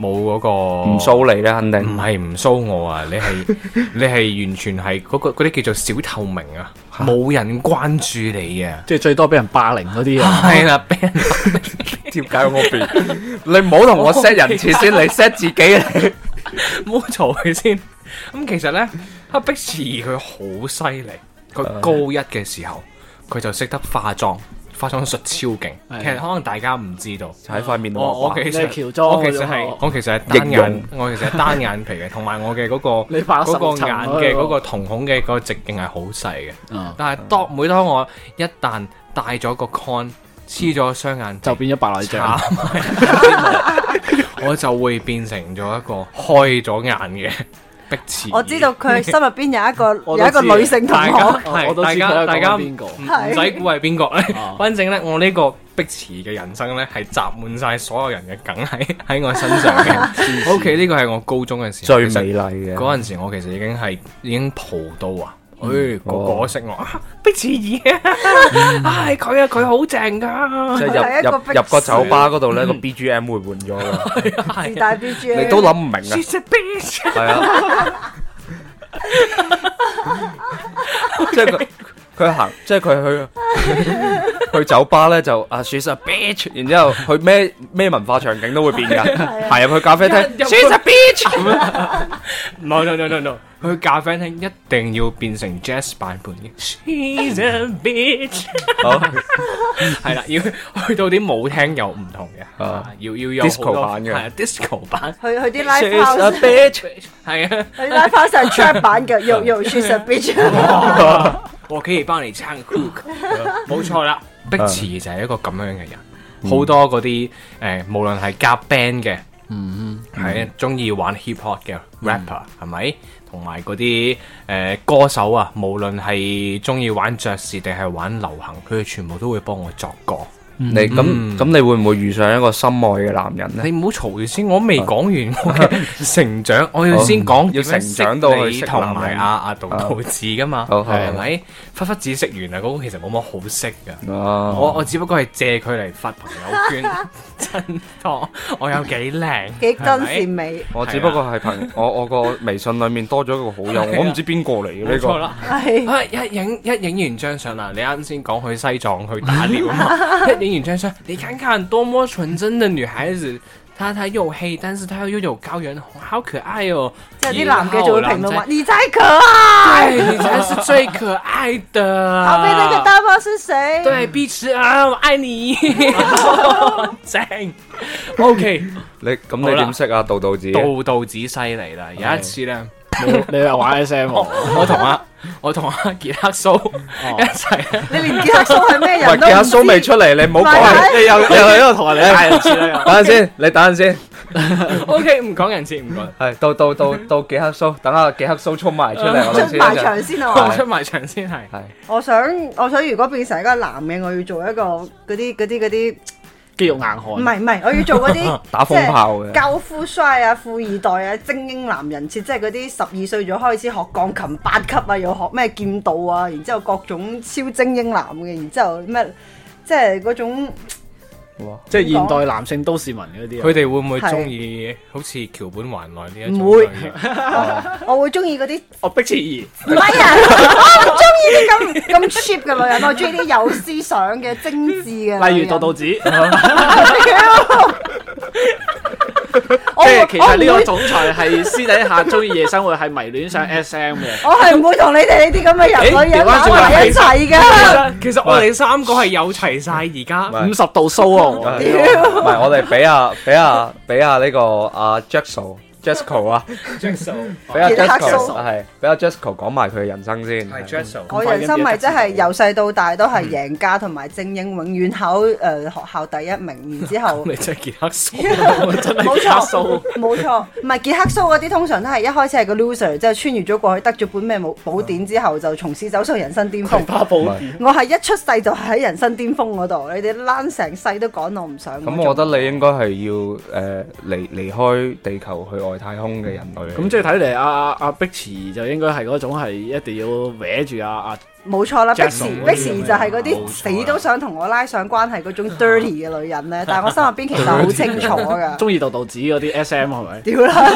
Speaker 2: 冇嗰個
Speaker 1: 唔騷你啦，肯定
Speaker 2: 唔係唔騷我啊！你係 *laughs* 你係完全係嗰、個嗰啲叫做小透明啊，冇人關注你
Speaker 3: *laughs*
Speaker 2: 啊！
Speaker 3: 即係最多俾人霸凌嗰啲啊。
Speaker 2: 係啦，俾人
Speaker 1: 點解我變？你唔好同我 set 人設
Speaker 2: *laughs*
Speaker 1: 先，你 set 自己嚟。
Speaker 2: 唔好嘈佢先。咁其實咧，阿碧池佢好犀利。佢高一嘅時候，佢就識得化妝，化妝術超勁。
Speaker 3: 係
Speaker 2: 其實可能大家唔知道。
Speaker 1: 喺塊面度
Speaker 2: 我我
Speaker 1: 畫
Speaker 2: 其
Speaker 3: 你係
Speaker 2: 實
Speaker 3: 喬裝
Speaker 2: 我其實
Speaker 3: 嗰
Speaker 2: 係
Speaker 3: 種
Speaker 2: 我其實係單
Speaker 1: 易容
Speaker 2: 眼，我其實係單眼皮嘅，同埋我嘅嗰個
Speaker 3: *laughs* 你化咗
Speaker 2: 嗰個
Speaker 3: 十層
Speaker 2: 眼
Speaker 3: 嗰個
Speaker 2: 嘅嗰個瞳孔嘅嗰個直徑係好細嘅。
Speaker 3: 啊
Speaker 2: 但係當每當我一旦戴咗個 con，黐咗雙眼皮，
Speaker 3: 就變咗白內
Speaker 2: 慘
Speaker 3: 障，
Speaker 2: *laughs* 我就會變成咗一個開咗眼嘅碧池。
Speaker 4: *laughs* 我知道佢心入邊有一個
Speaker 3: 我
Speaker 4: 有
Speaker 3: 都
Speaker 4: 一
Speaker 3: 知
Speaker 4: 個女性同
Speaker 2: 大家
Speaker 4: 學，
Speaker 2: 係
Speaker 3: 我都知
Speaker 2: 大
Speaker 3: 佢
Speaker 2: 家
Speaker 3: 係
Speaker 2: 大家
Speaker 3: 講邊個
Speaker 2: 唔
Speaker 4: 係
Speaker 2: 唔使估係邊個咧
Speaker 3: 啊。
Speaker 2: 反正咧，我呢個碧池嘅人生咧係集滿晒所有人嘅梗喺喺我身上
Speaker 4: *laughs*
Speaker 2: 嘅。OK，呢個係我高中嘅時候
Speaker 1: 最
Speaker 2: 其實
Speaker 1: 美麗嘅
Speaker 2: 嗰陣時，我其實已經係已經蒲到啊！誒，個個都識我啊，
Speaker 5: 碧池兒啊，
Speaker 3: 嗯
Speaker 5: 唉，佢啊，佢好正噶，
Speaker 1: 即係
Speaker 4: 係一
Speaker 1: 入
Speaker 4: 個
Speaker 1: 入
Speaker 4: 碧
Speaker 1: 入個酒吧嗰度
Speaker 2: *laughs*
Speaker 1: 咧，個 BGM 會換咗㗎，
Speaker 4: 自帶 B G
Speaker 1: 你都諗唔明啊，
Speaker 5: She's a bitch，
Speaker 3: *laughs*
Speaker 1: 係啊，即係佢佢行，即係
Speaker 4: *laughs*
Speaker 1: 佢去去酒吧咧就啊，she's a bitch，然之後佢咩咩文化場景都會變㗎，行入去咖啡廳
Speaker 5: 入入
Speaker 1: ，she's a
Speaker 2: *laughs*
Speaker 1: bitch，
Speaker 2: no no no no no，去咖啡廳一定要變成 jazz 版本嘅。
Speaker 5: She's a bitch，
Speaker 1: 好
Speaker 2: 係啦，要 *laughs* 去到啲舞廳又唔同嘅，
Speaker 1: 啊
Speaker 2: 要要有好多
Speaker 1: Disco 版嘅
Speaker 2: 係啊 disco 版，
Speaker 4: 去去啲 live
Speaker 1: ，she's a
Speaker 4: house，
Speaker 1: bitch，
Speaker 2: 係啊，
Speaker 4: 去 live house 係 trap 版嘅，又又 she's a bitch，
Speaker 2: 我可以幫你撐 hook，冇錯啦。碧池就係一個咁樣嘅人，好多嗰啲誒，無論係夾 band 嘅，嗯，係啊，中意玩 hip hop 嘅 rapper 係咪？同埋嗰啲誒歌手啊，無論係中意玩爵士定係玩流行，佢哋全部都會幫我作歌。
Speaker 1: 你咁咁你會唔會遇上一個心愛嘅男人咧？
Speaker 2: 你唔好嘈住先，我未講完我
Speaker 1: *laughs*
Speaker 2: 嘅成長，我要先講
Speaker 1: 啊要
Speaker 2: 點樣
Speaker 1: 成長到去
Speaker 2: 識
Speaker 1: 識
Speaker 2: 你同
Speaker 1: 男
Speaker 2: 埋
Speaker 1: 人啊
Speaker 2: 阿阿杜杜子噶嘛，
Speaker 1: 好好
Speaker 2: 係咪？忽忽子識完啦，啊嗰個其實冇乜好識噶。
Speaker 1: 啊，
Speaker 2: 我我只不過係借佢嚟發朋友圈， *laughs* 真當我有幾靚，
Speaker 4: 幾
Speaker 2: 係
Speaker 4: 真善
Speaker 2: 咪
Speaker 4: 美，
Speaker 1: 我只不過係朋我我個微信裡面多咗一個好友，我唔知邊個嚟嘅呢
Speaker 2: 冇錯
Speaker 1: 個。
Speaker 2: 啦。
Speaker 4: 係
Speaker 2: 啊！一影一影完張相啦，你啱先講去西藏去打獵啊
Speaker 4: *laughs*
Speaker 2: 嘛，一影完張相，你看看多麼純真的女孩子，她她又黑，但是她又有高原紅，好可愛哦！
Speaker 4: 即係啲男嘅就會評論話：
Speaker 2: 然後
Speaker 4: 你真係可愛，
Speaker 2: 男仔，對，你才是
Speaker 5: 最可爱的。
Speaker 4: 我被那个大妈是谁？
Speaker 5: 对碧池啊，我爱 *laughs* 你，正。O K，
Speaker 1: 你咁你點識啊？道道子
Speaker 2: 道道子犀利啦！有一次咧，
Speaker 3: 你你又玩 S M
Speaker 2: 我我同阿我同阿傑克蘇一齊
Speaker 5: *laughs*
Speaker 2: 咧，
Speaker 4: 你連傑克蘇係咩
Speaker 1: 喂，
Speaker 4: 人都
Speaker 1: 傑克
Speaker 4: 唔
Speaker 1: 蘇未
Speaker 4: 知。
Speaker 1: 出嚟，你唔好
Speaker 4: 咪係
Speaker 1: 講，你又
Speaker 2: 哎
Speaker 1: 又喺度同人哋嗌人
Speaker 3: 知啦
Speaker 1: 等陣先，你等陣先，
Speaker 5: O K，唔講人先，唔講。
Speaker 1: 係到到到到傑克蘇，等下傑克蘇衝埋出嚟，我哋
Speaker 4: 出
Speaker 1: 先
Speaker 4: 埋場先啊！
Speaker 5: 我
Speaker 4: 我
Speaker 5: 出埋場先係。
Speaker 1: 係
Speaker 4: 我想，我想如果變成一個男嘅，我要做一個嗰啲嗰啲嗰啲，
Speaker 3: 肌肉硬
Speaker 4: 唔
Speaker 3: 漢，
Speaker 4: 係唔係，我要做嗰啲
Speaker 1: 打風炮嘅
Speaker 4: 即係教富帥啊、富二代啊、精英男人設，即係嗰啲十二歲咗開始學鋼琴八級啊，又學咩劍道啊，然之後各種超精英男嘅，然之後咩即係嗰種
Speaker 1: 哇！
Speaker 3: 即係現代男性都市民嗰啲
Speaker 2: 佢哋
Speaker 3: 啊。
Speaker 2: 會唔會中意好似橋本環奈呢一種
Speaker 4: 唔會
Speaker 2: 類型？
Speaker 4: 我會中意嗰啲
Speaker 2: 哦
Speaker 3: 我逼切兒，
Speaker 4: 唔係 *laughs* 啊！我中意啲咁咁 cheap 嘅女人，我中意啲有思想嘅精緻
Speaker 3: *laughs*
Speaker 4: 嘅。
Speaker 3: 例如
Speaker 2: *laughs*
Speaker 3: 道道，子，即
Speaker 2: 哦
Speaker 4: 我
Speaker 3: 係其實呢
Speaker 4: 我唔
Speaker 3: 個
Speaker 4: 會
Speaker 3: 總裁係私底下中意夜生活，係迷戀上 S M 嘅。
Speaker 4: 我係唔會同你哋呢啲咁嘅人女人玩埋一齊㗎。
Speaker 5: *laughs* 其實我哋三個係有齊晒而家。
Speaker 2: 哦
Speaker 1: 係
Speaker 3: 五十度須啊！我
Speaker 1: 唔係我哋俾啊俾啊俾啊呢個阿 Jaxo Jasco 啊，俾阿
Speaker 4: 傑克
Speaker 1: Jasco
Speaker 4: 蘇
Speaker 1: 係俾阿 Jasco 講埋佢嘅人生先。
Speaker 2: 係 Jessel，
Speaker 4: 我人生咪真係由細到大都係贏家同埋精英，永遠考誒、呃、學校第一名，然之後。
Speaker 2: 你真係傑克
Speaker 4: *laughs*
Speaker 2: 蘇。
Speaker 4: 冇
Speaker 3: 傑克
Speaker 4: 錯，冇錯，唔係傑克蘇嗰啲通常都係一開始係個 loser，之後穿越咗過去得咗本咩武寶典之後，就從此走上人生巔
Speaker 3: *laughs*
Speaker 4: 峰。
Speaker 3: 花寶典
Speaker 4: 我係一出世就喺人生巔峰嗰度，你哋躝成世都趕我唔上嗰種。
Speaker 1: 咁我覺得你應該係要誒離離開地球去外太空嘅人類。
Speaker 3: 咁即係睇嚟，阿阿阿碧池就應該係嗰種係一定要搲住阿阿
Speaker 4: 冇錯啦，
Speaker 3: Jackson
Speaker 4: 碧時碧時就係
Speaker 2: 冇錯啊
Speaker 4: 嗰啲
Speaker 2: 啦
Speaker 4: 死都想同我拉上關係嗰種 dirty 嘅女人咧，但係我心入邊其實好清楚㗎。
Speaker 2: *laughs*
Speaker 3: 中意道道子嗰啲 S M
Speaker 5: *laughs*
Speaker 3: 係咪？
Speaker 4: 屌啦！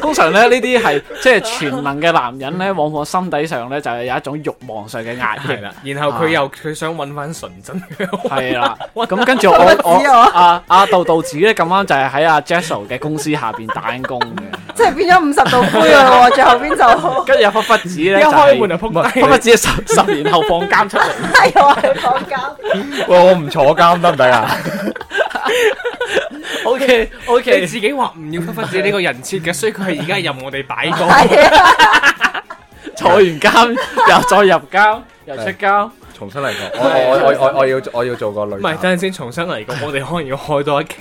Speaker 3: 通常咧呢啲係即係全能嘅男人咧，往往心底上咧就係有一種慾望上嘅壓
Speaker 5: *laughs*
Speaker 3: 抑
Speaker 2: 係啦，然後佢又佢想揾翻純真嘅
Speaker 3: 係啦，咁跟
Speaker 5: *laughs*
Speaker 3: 住我我
Speaker 4: 道道子啊
Speaker 3: 阿阿道道子咧咁啱就係喺阿 Jessel 嘅公司下邊打緊工嘅，
Speaker 4: 即係變咗五十度灰啦喎，最後邊就
Speaker 3: 跟住阿忽忽子咧
Speaker 5: *laughs* 一開門
Speaker 3: 就
Speaker 5: 就撲
Speaker 3: *laughs*
Speaker 5: 低
Speaker 3: 係忽。忽子十十年後放監出
Speaker 5: *laughs*
Speaker 3: 嚟，
Speaker 4: 係我係放監。
Speaker 1: 喂，我唔坐監得唔得啊？
Speaker 5: O K O
Speaker 3: OK
Speaker 5: 你自己話唔要忽忽子呢個人設嘅，所以佢係而家任我哋擺
Speaker 2: *laughs*
Speaker 5: 佈。
Speaker 4: 係啊，
Speaker 3: *laughs* 坐完監 *laughs* 又再入監又出監，
Speaker 1: 重新嚟過，我我我我我要我要做個女
Speaker 5: 唔係，
Speaker 1: 仔。
Speaker 5: 等陣先重新嚟過，我哋可能要開多一
Speaker 2: *laughs*
Speaker 5: 期。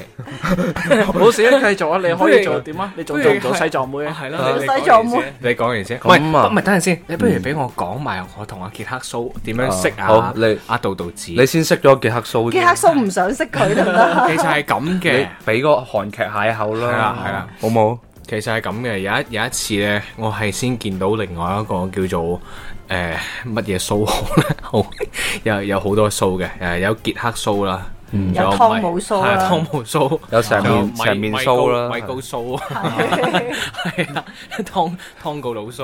Speaker 3: 冇事啊，繼續啊，你可以做
Speaker 5: 不如
Speaker 3: 點啊？你仲做唔到西藏妹啊？
Speaker 5: 係
Speaker 1: 啊
Speaker 5: 啦，你
Speaker 4: 西藏妹
Speaker 5: 講完先
Speaker 2: 你講完先，唔
Speaker 1: 咁啊
Speaker 2: 係唔係，等陣先，你不如俾我講埋我同阿傑克蘇點樣識
Speaker 1: 啊好
Speaker 2: 啊
Speaker 1: 你
Speaker 2: 阿杜杜子，
Speaker 1: 你先識咗傑克蘇，
Speaker 4: 傑克蘇唔想識佢得唔得？
Speaker 2: 其實係咁
Speaker 1: 你
Speaker 2: 嘅，
Speaker 1: 俾個韓劇邂逅啦，
Speaker 2: 係啦係啦，
Speaker 1: 好冇？
Speaker 2: 其實係咁嘅。有一有一次咧，我係先見到另外一個叫做誒乜嘢蘇好咧， *laughs* 好有有好多蘇嘅，誒有傑克蘇啦，
Speaker 4: 有
Speaker 2: 米
Speaker 4: 湯姆蘇啦
Speaker 2: 係湯姆蘇，
Speaker 1: 有成面
Speaker 2: 有米
Speaker 1: 成面須啦
Speaker 2: 米高米高蘇，啊係啦，湯湯告老
Speaker 1: *laughs*
Speaker 2: 蘇。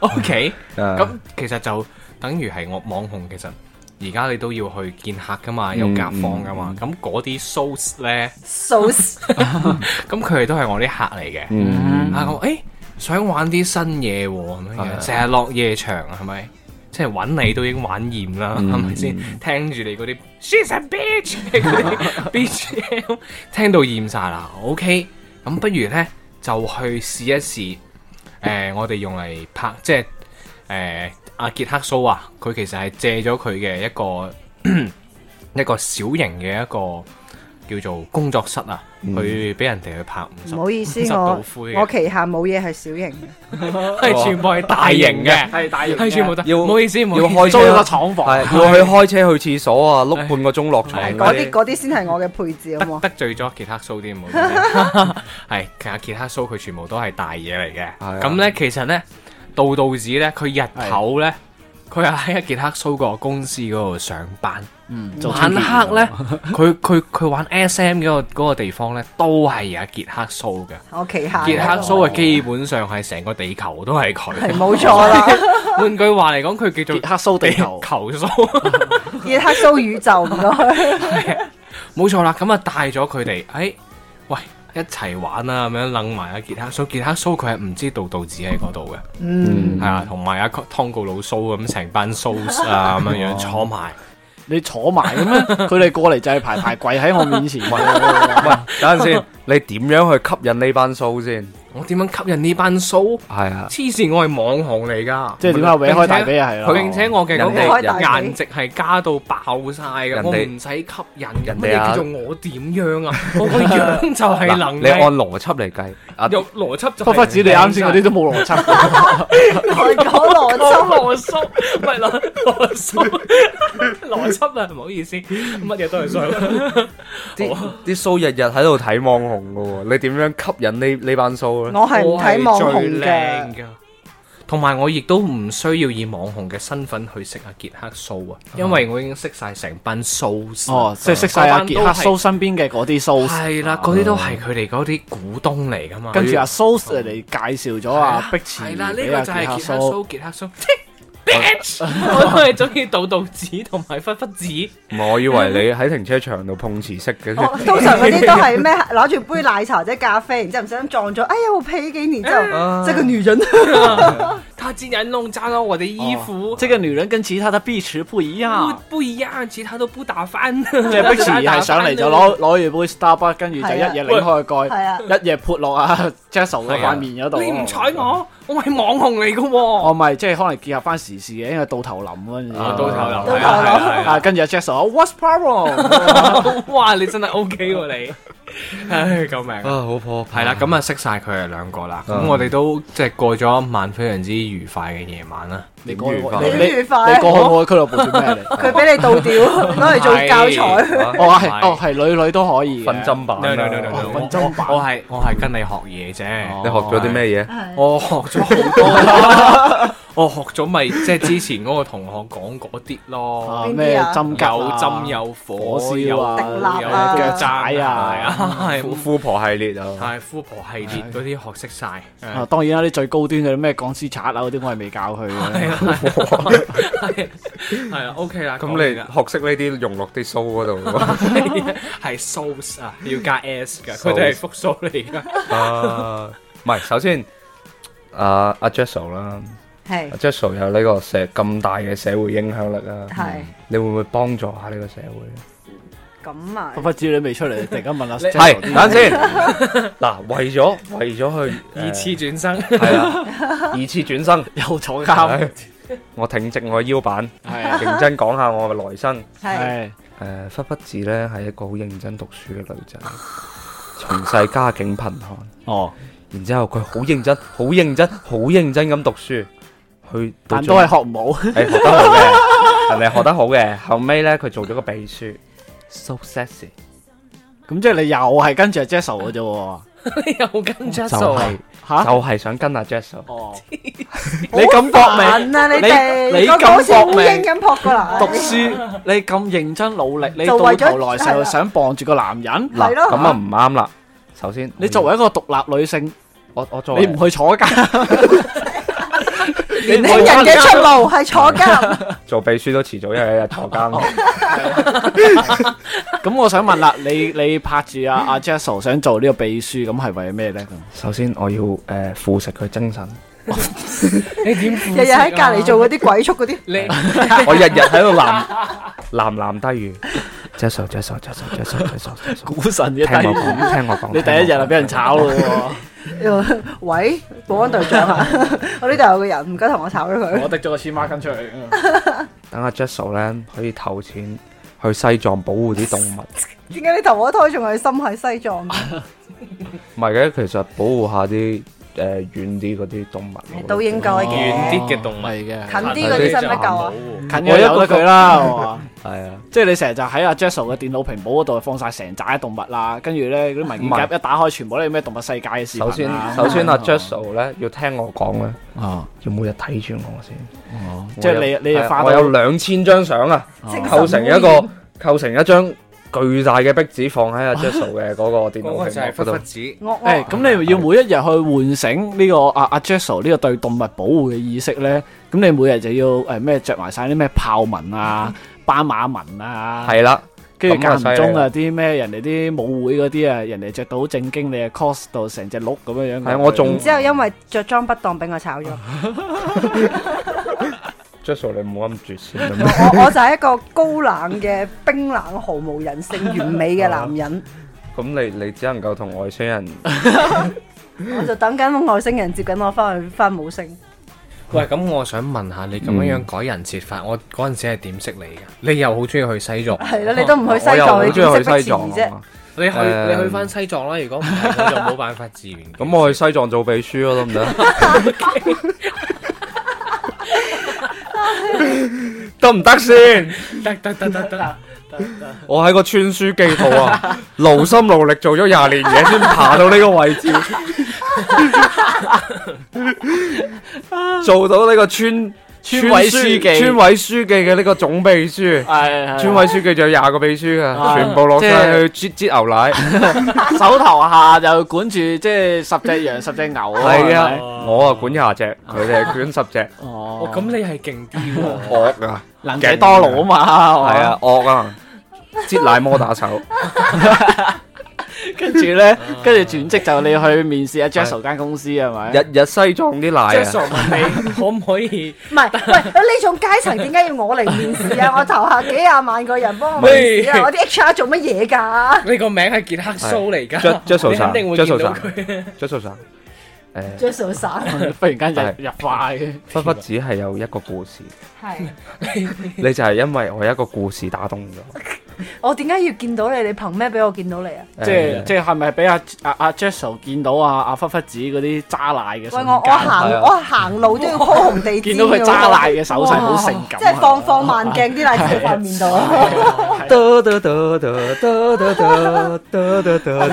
Speaker 2: O K。咁
Speaker 1: 咁
Speaker 2: 其實就等於係我網紅，其實而家你都要去見客噶嘛，有夾房噶嘛，咁嗰啲 shows 咧，
Speaker 4: 數
Speaker 2: 咁佢哋都係我啲客嚟嘅。
Speaker 1: 嗯
Speaker 2: 啊，我誒想玩啲新嘢喎，咁樣
Speaker 1: 係
Speaker 2: 樣成日落夜場係咪？即係揾你都已經玩厭啦，
Speaker 1: 嗯
Speaker 2: 係咪先？聽住你嗰啲 she's a bitch 嗰啲 BGM，聽到厭晒啦。OK，咁不如呢，就去試一試。誒、我哋用嚟拍，即係誒阿傑克蘇啊，佢其實係借咗佢嘅一個 *clears throat* 一個小型嘅一個叫做工作室啊，
Speaker 1: 嗯
Speaker 2: 去俾人哋去拍五十
Speaker 4: 唔好意思
Speaker 2: 五十，
Speaker 4: 我
Speaker 2: 度灰嘅
Speaker 4: 我旗下冇嘢係小型嘅，
Speaker 5: 係全部係大型嘅，
Speaker 3: 係大型嘅
Speaker 5: 係全部大。
Speaker 1: 要
Speaker 5: 唔好意思，唔好
Speaker 1: 要
Speaker 5: 意
Speaker 1: 開
Speaker 5: 思
Speaker 3: 租
Speaker 1: 車
Speaker 3: 咗個
Speaker 1: 啦
Speaker 3: 廠房。
Speaker 1: 係要去開車去廁所啊，碌半個鐘落床
Speaker 2: 係
Speaker 4: 嗰
Speaker 1: 嗰
Speaker 4: 啲
Speaker 1: 啲。
Speaker 4: 嗰啲先係我嘅配置好啊
Speaker 2: 得
Speaker 4: 冇？
Speaker 2: 得罪咗傑克蘇啲唔好意思，係其實傑克蘇佢全部都係大嘢嚟
Speaker 1: 啊
Speaker 2: 嘅。咁咧其實咧，道道子咧佢日頭咧，佢係喺傑克蘇個公司嗰度上班。
Speaker 3: 嗯做
Speaker 2: 晚黑咧，佢佢佢玩 S.M. 嗰、個嗰個地方咧，都係有傑克蘇嘅。
Speaker 4: 我旗下
Speaker 2: 傑克蘇嘅基本上係成個地球都係
Speaker 4: 係
Speaker 2: 佢。
Speaker 4: 冇錯
Speaker 2: *laughs*
Speaker 4: 啦，
Speaker 2: 換句話嚟講，佢叫做
Speaker 3: 傑克蘇地球 *laughs*
Speaker 2: 球蘇，
Speaker 4: 傑克蘇宇宙唔該。
Speaker 2: 冇錯啦。咁啊帶咗佢哋，誒、喂，一齊玩啊咁樣楞埋阿傑克蘇，傑克蘇佢係唔知道道子喺嗰度嘅，
Speaker 1: 嗯
Speaker 2: 係啊，同埋阿湯告老蘇咁成班蘇啊咁樣樣坐埋，
Speaker 3: 你坐埋咁咩？佢哋過嚟就係排排跪喺我面前。
Speaker 1: 啊等陣先， *laughs* 你點樣去吸引呢班 show
Speaker 2: *laughs*
Speaker 1: 先？
Speaker 2: 我點樣吸引呢班蘇？
Speaker 1: 係啊，
Speaker 2: 黐線，我係網紅嚟㗎，
Speaker 3: *laughs* 即係點解搲開大髀啊？係啦，
Speaker 2: 佢並且我嘅嗰
Speaker 1: 人
Speaker 2: 個
Speaker 1: 哋
Speaker 2: 顏值係加到爆晒嘅，
Speaker 1: 人哋
Speaker 2: 我唔使吸引嘅，
Speaker 1: 人
Speaker 2: 乜嘢
Speaker 1: 哋啊
Speaker 2: 叫做我點樣啊？我個樣就係
Speaker 1: 嗱，
Speaker 2: 能
Speaker 1: 你按
Speaker 2: 力，
Speaker 1: 邏輯嚟計，啊，
Speaker 2: 有邏輯就係
Speaker 3: 忽忽子你啱先嗰啲都冇邏輯。
Speaker 4: 我講邏
Speaker 5: 我
Speaker 4: 輯，
Speaker 5: 羅叔，唔係羅羅叔，
Speaker 2: *laughs*
Speaker 5: 邏輯啊，唔好意思，乜嘢都係想。
Speaker 1: 啲啲 show 日日喺度睇網紅噶喎，你點樣吸引呢呢班 show 咧？
Speaker 4: 我係唔睇網紅
Speaker 2: 最靚
Speaker 4: 嘅，
Speaker 2: 㗎同埋我亦都唔需要以網紅嘅身份去識阿傑克蘇啊，因為我已經識晒成班蘇。
Speaker 3: *laughs* 哦，即係識晒阿傑克蘇身邊嘅嗰啲蘇，
Speaker 2: 係啦，嗰啲都係佢哋嗰啲股東嚟噶嘛。
Speaker 3: 跟住阿蘇嚟介紹咗阿碧池
Speaker 2: 係啦，呢
Speaker 3: 俾
Speaker 2: 個
Speaker 3: 阿
Speaker 2: 就
Speaker 3: 傑
Speaker 2: 係
Speaker 3: 克
Speaker 2: 傑克
Speaker 3: 蘇。
Speaker 2: 蘇，傑克蘇。bitch，我都係中意道道子同埋忽忽子。
Speaker 1: 唔係我以為你喺停車場度碰瓷識 *laughs*
Speaker 2: *laughs*
Speaker 1: 嘅啫。
Speaker 4: 我 *laughs* 通常嗰啲都係咩攞住杯奶茶或者咖啡，然之後唔小心撞咗，哎呀我屁幾年之後，即係個女人。
Speaker 5: 他竟然弄脏了我的衣服，
Speaker 3: 哦這個女人跟其他的碧池不一樣。
Speaker 5: 不不一樣，其他都不打翻。
Speaker 3: 哦即係碧
Speaker 5: *laughs*
Speaker 3: 池係上嚟就攞攞住杯 Starbucks，跟住就一嘢擰開個
Speaker 4: 係啊
Speaker 3: 蓋，一嘢潑落阿 Jessel 嗰塊面嗰度。
Speaker 5: 你唔睬我，我係網紅嚟噶喎。
Speaker 3: 我咪即係可能結合翻時事嘅，因為到頭淋嗰陣時。
Speaker 2: 啊，到頭流
Speaker 4: 到頭
Speaker 2: 係啊係啊係啊
Speaker 3: 啊，跟住阿 Jessel，What's
Speaker 2: *laughs*
Speaker 3: problem？
Speaker 5: 哇，你真係 OK 喎你，唉救命！
Speaker 1: 啊，好破
Speaker 2: 係啦，咁啊識晒佢哋兩個啦，咁
Speaker 1: 嗯
Speaker 2: 我哋都即係過咗一晚非常之愉快嘅夜晚啦。
Speaker 3: 你過去
Speaker 1: 點愉快
Speaker 3: 你
Speaker 4: 點愉快
Speaker 3: 你過去我嘅俱樂部做咩嚟？
Speaker 4: *laughs* 佢俾你倒掉，攞嚟做教材。
Speaker 3: 哦係哦係女女都可以嘅。
Speaker 1: 分針版啊。
Speaker 2: Ờ. No no no no no，
Speaker 3: 分針版
Speaker 2: 我我係我係跟你學嘢
Speaker 1: 你
Speaker 2: 啫，
Speaker 1: 學咗啲咩嘢？
Speaker 2: 我學咗好多，我學咗咪即係之前嗰個同學講嗰啲咯
Speaker 3: 啊，
Speaker 4: 邊啲
Speaker 3: 咩
Speaker 4: 啊
Speaker 3: 針
Speaker 2: 有
Speaker 3: 灸啊
Speaker 2: 針有
Speaker 3: 火
Speaker 2: 火
Speaker 3: 燒啊
Speaker 4: 滴蠟
Speaker 2: 有
Speaker 4: 啊
Speaker 2: 腳
Speaker 3: 腳踩
Speaker 2: 踭
Speaker 3: 啊
Speaker 2: 啊，係
Speaker 1: 富
Speaker 2: 啊
Speaker 1: 富婆系列啊。
Speaker 2: 係富婆系列嗰啲學識晒。
Speaker 3: 啊，當然啦，啲最高端嘅咩鋼絲刷啊嗰啲，我係未教
Speaker 2: *laughs*
Speaker 3: 佢嘅。
Speaker 2: 係係啊，OK à, 啦，
Speaker 1: 咁
Speaker 2: 講完啦
Speaker 1: 你學識呢啲用落啲 show 嗰度喎
Speaker 2: 係 souls 啊，要加 s 噶，佢哋係複數嚟噶。
Speaker 1: 啊？唔係，首先啊阿 Jessel 啦，
Speaker 4: 係
Speaker 1: 阿 Jessel 有呢個社咁大嘅社會影響力啊，
Speaker 4: 係
Speaker 1: *laughs* 你會唔會幫助下呢個社會咧？
Speaker 4: 咁啊
Speaker 3: 不，不知你未出嚟，突然間問阿 Jessel
Speaker 1: 係，等
Speaker 3: 啲
Speaker 1: 陣先。 *laughs* 嗱，為咗為咗去
Speaker 2: 二次轉生，
Speaker 1: 係啦， *laughs* 二次轉生，
Speaker 3: 又坐監，
Speaker 1: 我挺直我腰板，
Speaker 3: 係啊
Speaker 1: 認真講下我嘅來生。
Speaker 4: 係
Speaker 3: 係
Speaker 1: *laughs* 誒，忽忽子咧係一個好認真讀書嘅女仔，從細家境貧寒。
Speaker 3: 哦，
Speaker 1: 然之後佢好認真、好認真、好認真咁讀書，去到
Speaker 3: 但都係學唔好。
Speaker 1: 最誒學得好嘅，人哋學得好嘅。後尾呢，佢做咗個秘書，so sexy，
Speaker 3: 咁即係你又係跟住阿 Jessel 嘅啫 *laughs* 喎。
Speaker 5: 你又跟
Speaker 1: 就
Speaker 5: Jessel
Speaker 1: 係就
Speaker 3: 吓，
Speaker 1: 係想跟阿啊 Jessel。
Speaker 3: 哦，你咁搏命
Speaker 4: 煩啊！你
Speaker 3: 你你
Speaker 4: 哋
Speaker 3: 咁
Speaker 4: 個個好似
Speaker 3: 搏
Speaker 4: 烏
Speaker 3: 命
Speaker 4: 蠅咁撲過
Speaker 3: 讀
Speaker 4: 嚟，
Speaker 3: 書，你咁認真努力，你
Speaker 4: 就
Speaker 3: 到
Speaker 4: 為咗
Speaker 3: 頭來就想傍住個男人。
Speaker 1: 嗱
Speaker 4: 係咯
Speaker 1: 咁啊唔啱啦。首先，
Speaker 3: 你作為一個獨立女性，
Speaker 1: 我我作
Speaker 3: 你唔
Speaker 1: 為
Speaker 3: 去坐 *laughs* 監，
Speaker 4: 年輕人嘅出路係坐監。
Speaker 1: 做秘書都遲早一日坐
Speaker 3: 哦
Speaker 1: 監，
Speaker 3: 咁我想問啦，你你拍住阿阿 Jessel 想做呢個秘書，咁係為咩咧？
Speaker 1: 首先我要誒腐蝕佢精
Speaker 3: *laughs*
Speaker 1: 神，
Speaker 5: 你點負責啊
Speaker 4: 日日喺隔離做嗰啲鬼畜嗰啲，
Speaker 5: 你
Speaker 1: 我日日喺度喃喃喃低語，Jessel 啊 Jessel Jessel Jessel Jessel Jessel，
Speaker 3: 股神嘅
Speaker 1: 啊聽
Speaker 3: 低
Speaker 1: 我講，聽我講，
Speaker 3: 你第一日
Speaker 1: 聽我
Speaker 3: 就
Speaker 1: 講
Speaker 3: 俾人炒咯喎！
Speaker 4: *laughs* 喂，保安隊長啊，我呢度有個人，唔該同我炒咗佢。
Speaker 3: *laughs* 我滴咗個黐孖筋出嚟。
Speaker 1: 等阿 Jessel 咧可以投錢去西藏保護啲動物，
Speaker 4: 點解你頭嗰胎仲係心喺西藏？
Speaker 1: 唔係嘅，其實保護下啲誒遠啲嗰啲動物。
Speaker 4: 都應該
Speaker 2: 遠
Speaker 4: 嘅。
Speaker 2: 啲嘅動物
Speaker 3: 係嘅，
Speaker 4: 近啲嗰啲使唔使救啊？
Speaker 3: 近嘅由得佢啦，係嘛
Speaker 1: 係啊，
Speaker 3: 即係你成日就喺阿 Jessel 嘅電腦屏保嗰度放晒成扎嘅動物啦，跟住咧嗰啲文件夾一打開，全部都係咩動物啊世界嘅視頻
Speaker 1: 首
Speaker 3: 啦
Speaker 1: 先首先啊阿 Jessel 咧要聽我講咧，
Speaker 3: 哦，
Speaker 1: 要每日睇住我先。
Speaker 3: 即係你你
Speaker 1: 係啊
Speaker 3: 又化
Speaker 1: 哦我
Speaker 3: 到
Speaker 1: 有兩千張相啊，
Speaker 4: 精神
Speaker 1: 構成一個構成一張巨大嘅壁紙放喺阿 Jessel 嘅嗰個電
Speaker 2: 嗰
Speaker 1: 腦
Speaker 2: 個就
Speaker 1: 屏
Speaker 2: 係
Speaker 1: 幕
Speaker 2: 忽
Speaker 1: 嗰度
Speaker 2: 忽。子。
Speaker 4: 我我
Speaker 3: 誒，咁你要每一日去喚醒呢個阿阿 Jessel 呢個對動物保護嘅意識咧，咁你每日就要誒咩着埋晒啲咩豹紋啊、斑馬紋啊，
Speaker 1: 嗯係啦，
Speaker 3: 跟住
Speaker 1: 咁
Speaker 3: 間
Speaker 1: 啊
Speaker 3: 唔中啊啲咩人哋啲舞會嗰啲啊，人哋着到好正經，你啊 cos 到成隻鹿咁樣樣。
Speaker 1: 係我仲
Speaker 4: 然之後因為着裝不當俾我炒咗，
Speaker 1: j u s 你唔好咁絕先
Speaker 4: *laughs*
Speaker 1: 啦。
Speaker 4: 我我就係一個高冷嘅冰冷毫無人性完美嘅男人，
Speaker 1: 咁你你只能夠同外星人
Speaker 4: 我就等緊外星人接緊我翻去翻母星。
Speaker 2: 喂，咁我想問下你咁樣樣改人設法，我嗰陣時係點識你嘅？你又好中意去西藏，
Speaker 4: 係啦，你都唔去西
Speaker 1: 我又
Speaker 4: 藏，
Speaker 1: 好
Speaker 4: 你
Speaker 1: 中意去
Speaker 4: 點
Speaker 1: 西
Speaker 4: 識乜
Speaker 1: 藏
Speaker 4: 詞啫
Speaker 1: 啊？嘛
Speaker 2: 你去
Speaker 1: 誒
Speaker 2: 你去翻西藏啦。如果唔係，我就冇辦法自圓。
Speaker 1: 咁我去西藏做秘書咯，得
Speaker 5: *laughs*
Speaker 1: 唔得？得唔得先？
Speaker 5: 得得得得得，
Speaker 1: 我喺個村書記度
Speaker 5: *laughs*
Speaker 1: 啊，勞心勞力做咗廿年嘢，先爬到呢個位置，做到呢個村
Speaker 3: 村委書記
Speaker 1: 村委書記嘅呢個總秘書。
Speaker 5: 啊
Speaker 3: 係
Speaker 1: 村委書記就有廿個秘書
Speaker 3: 啊
Speaker 1: 噶，全部落晒去擠擠牛奶。
Speaker 3: 手頭下就管住即係十隻羊、十隻牛啊。
Speaker 1: 係
Speaker 3: 係咪
Speaker 1: 啊，我啊管廿隻，佢哋係管十隻，
Speaker 3: 哦
Speaker 2: 哦，咁你係勁啲喎。
Speaker 1: 惡啊！
Speaker 3: 能者多勞啊嘛。
Speaker 1: 係啊，惡啊！擠奶摩打手，
Speaker 3: 係嘛，跟住咧，跟住全職就你去面試阿 Jessel 間公司啊係咪？
Speaker 1: 日日西藏啲奶
Speaker 5: 即係
Speaker 1: 啊！
Speaker 5: 傻問你可唔可以？
Speaker 4: 唔係，喂，呢種階層點解要我嚟面試
Speaker 1: *laughs*
Speaker 4: 啊？我投下幾廿萬個人幫我面試啊！
Speaker 5: 喂
Speaker 4: 我啲 HR 做乜嘢㗎？
Speaker 5: 你個名係傑克蘇嚟㗎，
Speaker 1: Ju- Jusso
Speaker 5: 你肯定會見到
Speaker 1: *laughs* Sir，Jusso j u s
Speaker 5: 佢。
Speaker 1: 生，誒，
Speaker 4: j u s
Speaker 3: 忽然間
Speaker 1: 係
Speaker 3: 入入化嘅。
Speaker 1: 不不只係有一個故事，
Speaker 4: 係，
Speaker 1: 你就係因為我有一個故事打動咗，
Speaker 4: 我點解要見到你？你憑咩俾我見到你啊？
Speaker 3: 即係即係係咪俾阿阿阿 Jessel 見到啊阿忽忽子嗰啲渣奶嘅
Speaker 4: 喂，
Speaker 3: 瞬
Speaker 4: 我我
Speaker 3: 間，
Speaker 4: 行我行路都要鋪紅地氈
Speaker 3: 啊見到佢
Speaker 4: 㗎喎
Speaker 3: 渣奶嘅手勢好
Speaker 4: 哇
Speaker 3: 性感啊，
Speaker 4: 即係放放慢鏡啲奶喺塊面度
Speaker 3: *laughs*
Speaker 4: 啊！
Speaker 1: 得得得得得得得得得得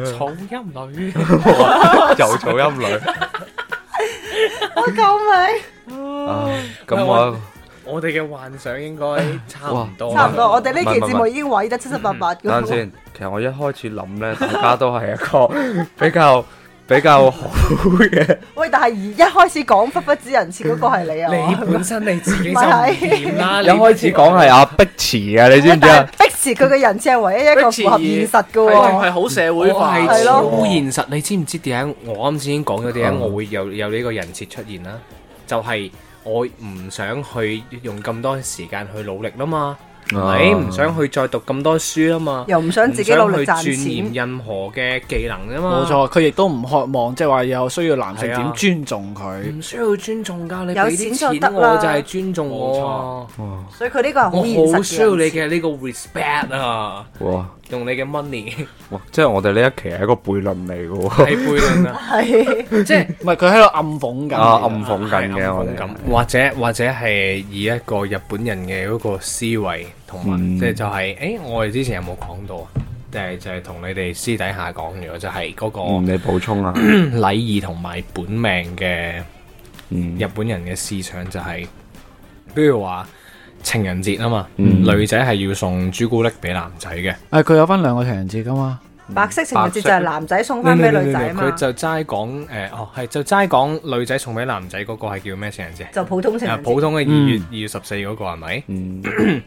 Speaker 1: 得，
Speaker 5: 草音女，
Speaker 1: *laughs* 又做音女
Speaker 4: 我救命！
Speaker 1: 啊！咁我
Speaker 5: 我哋嘅幻想應該差唔多。
Speaker 4: 差唔多，我哋呢期節
Speaker 1: 唔係唔
Speaker 4: 目
Speaker 1: 係
Speaker 4: 已經毀得七七八
Speaker 2: 嗯
Speaker 4: 八㗎
Speaker 1: 等陣
Speaker 4: 啦。
Speaker 1: 先，其實我一開始諗咧，大家都係一個比較比較好嘅，
Speaker 4: 喂，但係而一開始講忽忽指人設嗰個係你啊？
Speaker 5: 你本身你自己就唔掂啦。
Speaker 1: 一開始講係阿碧池啊，你知唔知
Speaker 4: 但
Speaker 1: 啊？
Speaker 4: 係逼時佢嘅人設係唯一一個符合現實㗎喎。
Speaker 3: 係好社
Speaker 2: 我
Speaker 3: 會化，
Speaker 2: 係
Speaker 4: 係
Speaker 2: 超
Speaker 4: 咯
Speaker 2: 現實，你知唔知點解我啱先講咗點解我會有有呢個人設出現啦？就係我唔想去用咁多時間去努力啦嘛，係咪
Speaker 1: 啊
Speaker 2: 唔想去再讀咁多書啦嘛，
Speaker 4: 又唔想自己努
Speaker 2: 唔
Speaker 4: 力賺
Speaker 2: 想去鑽研
Speaker 4: 錢，
Speaker 2: 任何嘅技能啊嘛，
Speaker 3: 冇，錯，佢亦都唔渴望，即係話有需要男性
Speaker 2: 係啊
Speaker 3: 點尊重佢。
Speaker 2: 唔需要尊重㗎，你俾
Speaker 4: 有
Speaker 2: 啲
Speaker 4: 錢就
Speaker 2: 錢
Speaker 4: 得
Speaker 2: 我
Speaker 4: 啦
Speaker 2: 就係尊重我，
Speaker 4: 所以佢呢個係好現
Speaker 2: 我好
Speaker 4: 實
Speaker 2: 需要你
Speaker 4: 嘅人
Speaker 2: 嘅
Speaker 4: 設。
Speaker 2: 呢個 respect à. 啊，
Speaker 1: 哇
Speaker 2: 用你嘅 money *laughs*
Speaker 1: 哇！即係我哋呢一期係一個悖論嚟嘅喎，
Speaker 2: 係背論啊。
Speaker 4: 係
Speaker 2: 即係
Speaker 3: 唔係佢喺度暗諷緊。
Speaker 1: 啊暗諷緊
Speaker 2: 係
Speaker 1: 嘅
Speaker 2: 暗
Speaker 1: 我
Speaker 2: 諷
Speaker 1: 哋
Speaker 2: 緊或者或者係以一個日本人嘅嗰個思維，同埋
Speaker 1: 嗯
Speaker 2: 即係就係、誒，我哋之前有冇講到啊？即係就係同你哋私底下講咗，就係、嗰
Speaker 1: 嗯，
Speaker 2: 個
Speaker 1: 你補充啊，
Speaker 2: 禮儀同埋本命嘅
Speaker 1: 嗯
Speaker 2: 日本人嘅思想就係、比如話情人節啊嘛，
Speaker 1: 嗯
Speaker 2: 女仔係要送朱古力俾男仔嘅。
Speaker 3: 誒，佢有分兩個情人節噶嘛？
Speaker 4: 白色情人節就係男仔送翻
Speaker 2: 唔
Speaker 4: 俾
Speaker 2: 唔唔
Speaker 4: 女仔
Speaker 2: 唔
Speaker 4: 嘛
Speaker 2: 佢，就齋講誒，哦係就齋講女仔送俾男仔嗰個係叫咩情人節？
Speaker 4: 就普通情
Speaker 2: 啊
Speaker 3: *laughs*
Speaker 4: 人節
Speaker 2: 普。通嘅二月
Speaker 1: 嗯
Speaker 2: 二月十四嗰個係咪？
Speaker 1: 嗯
Speaker 2: *clears throat*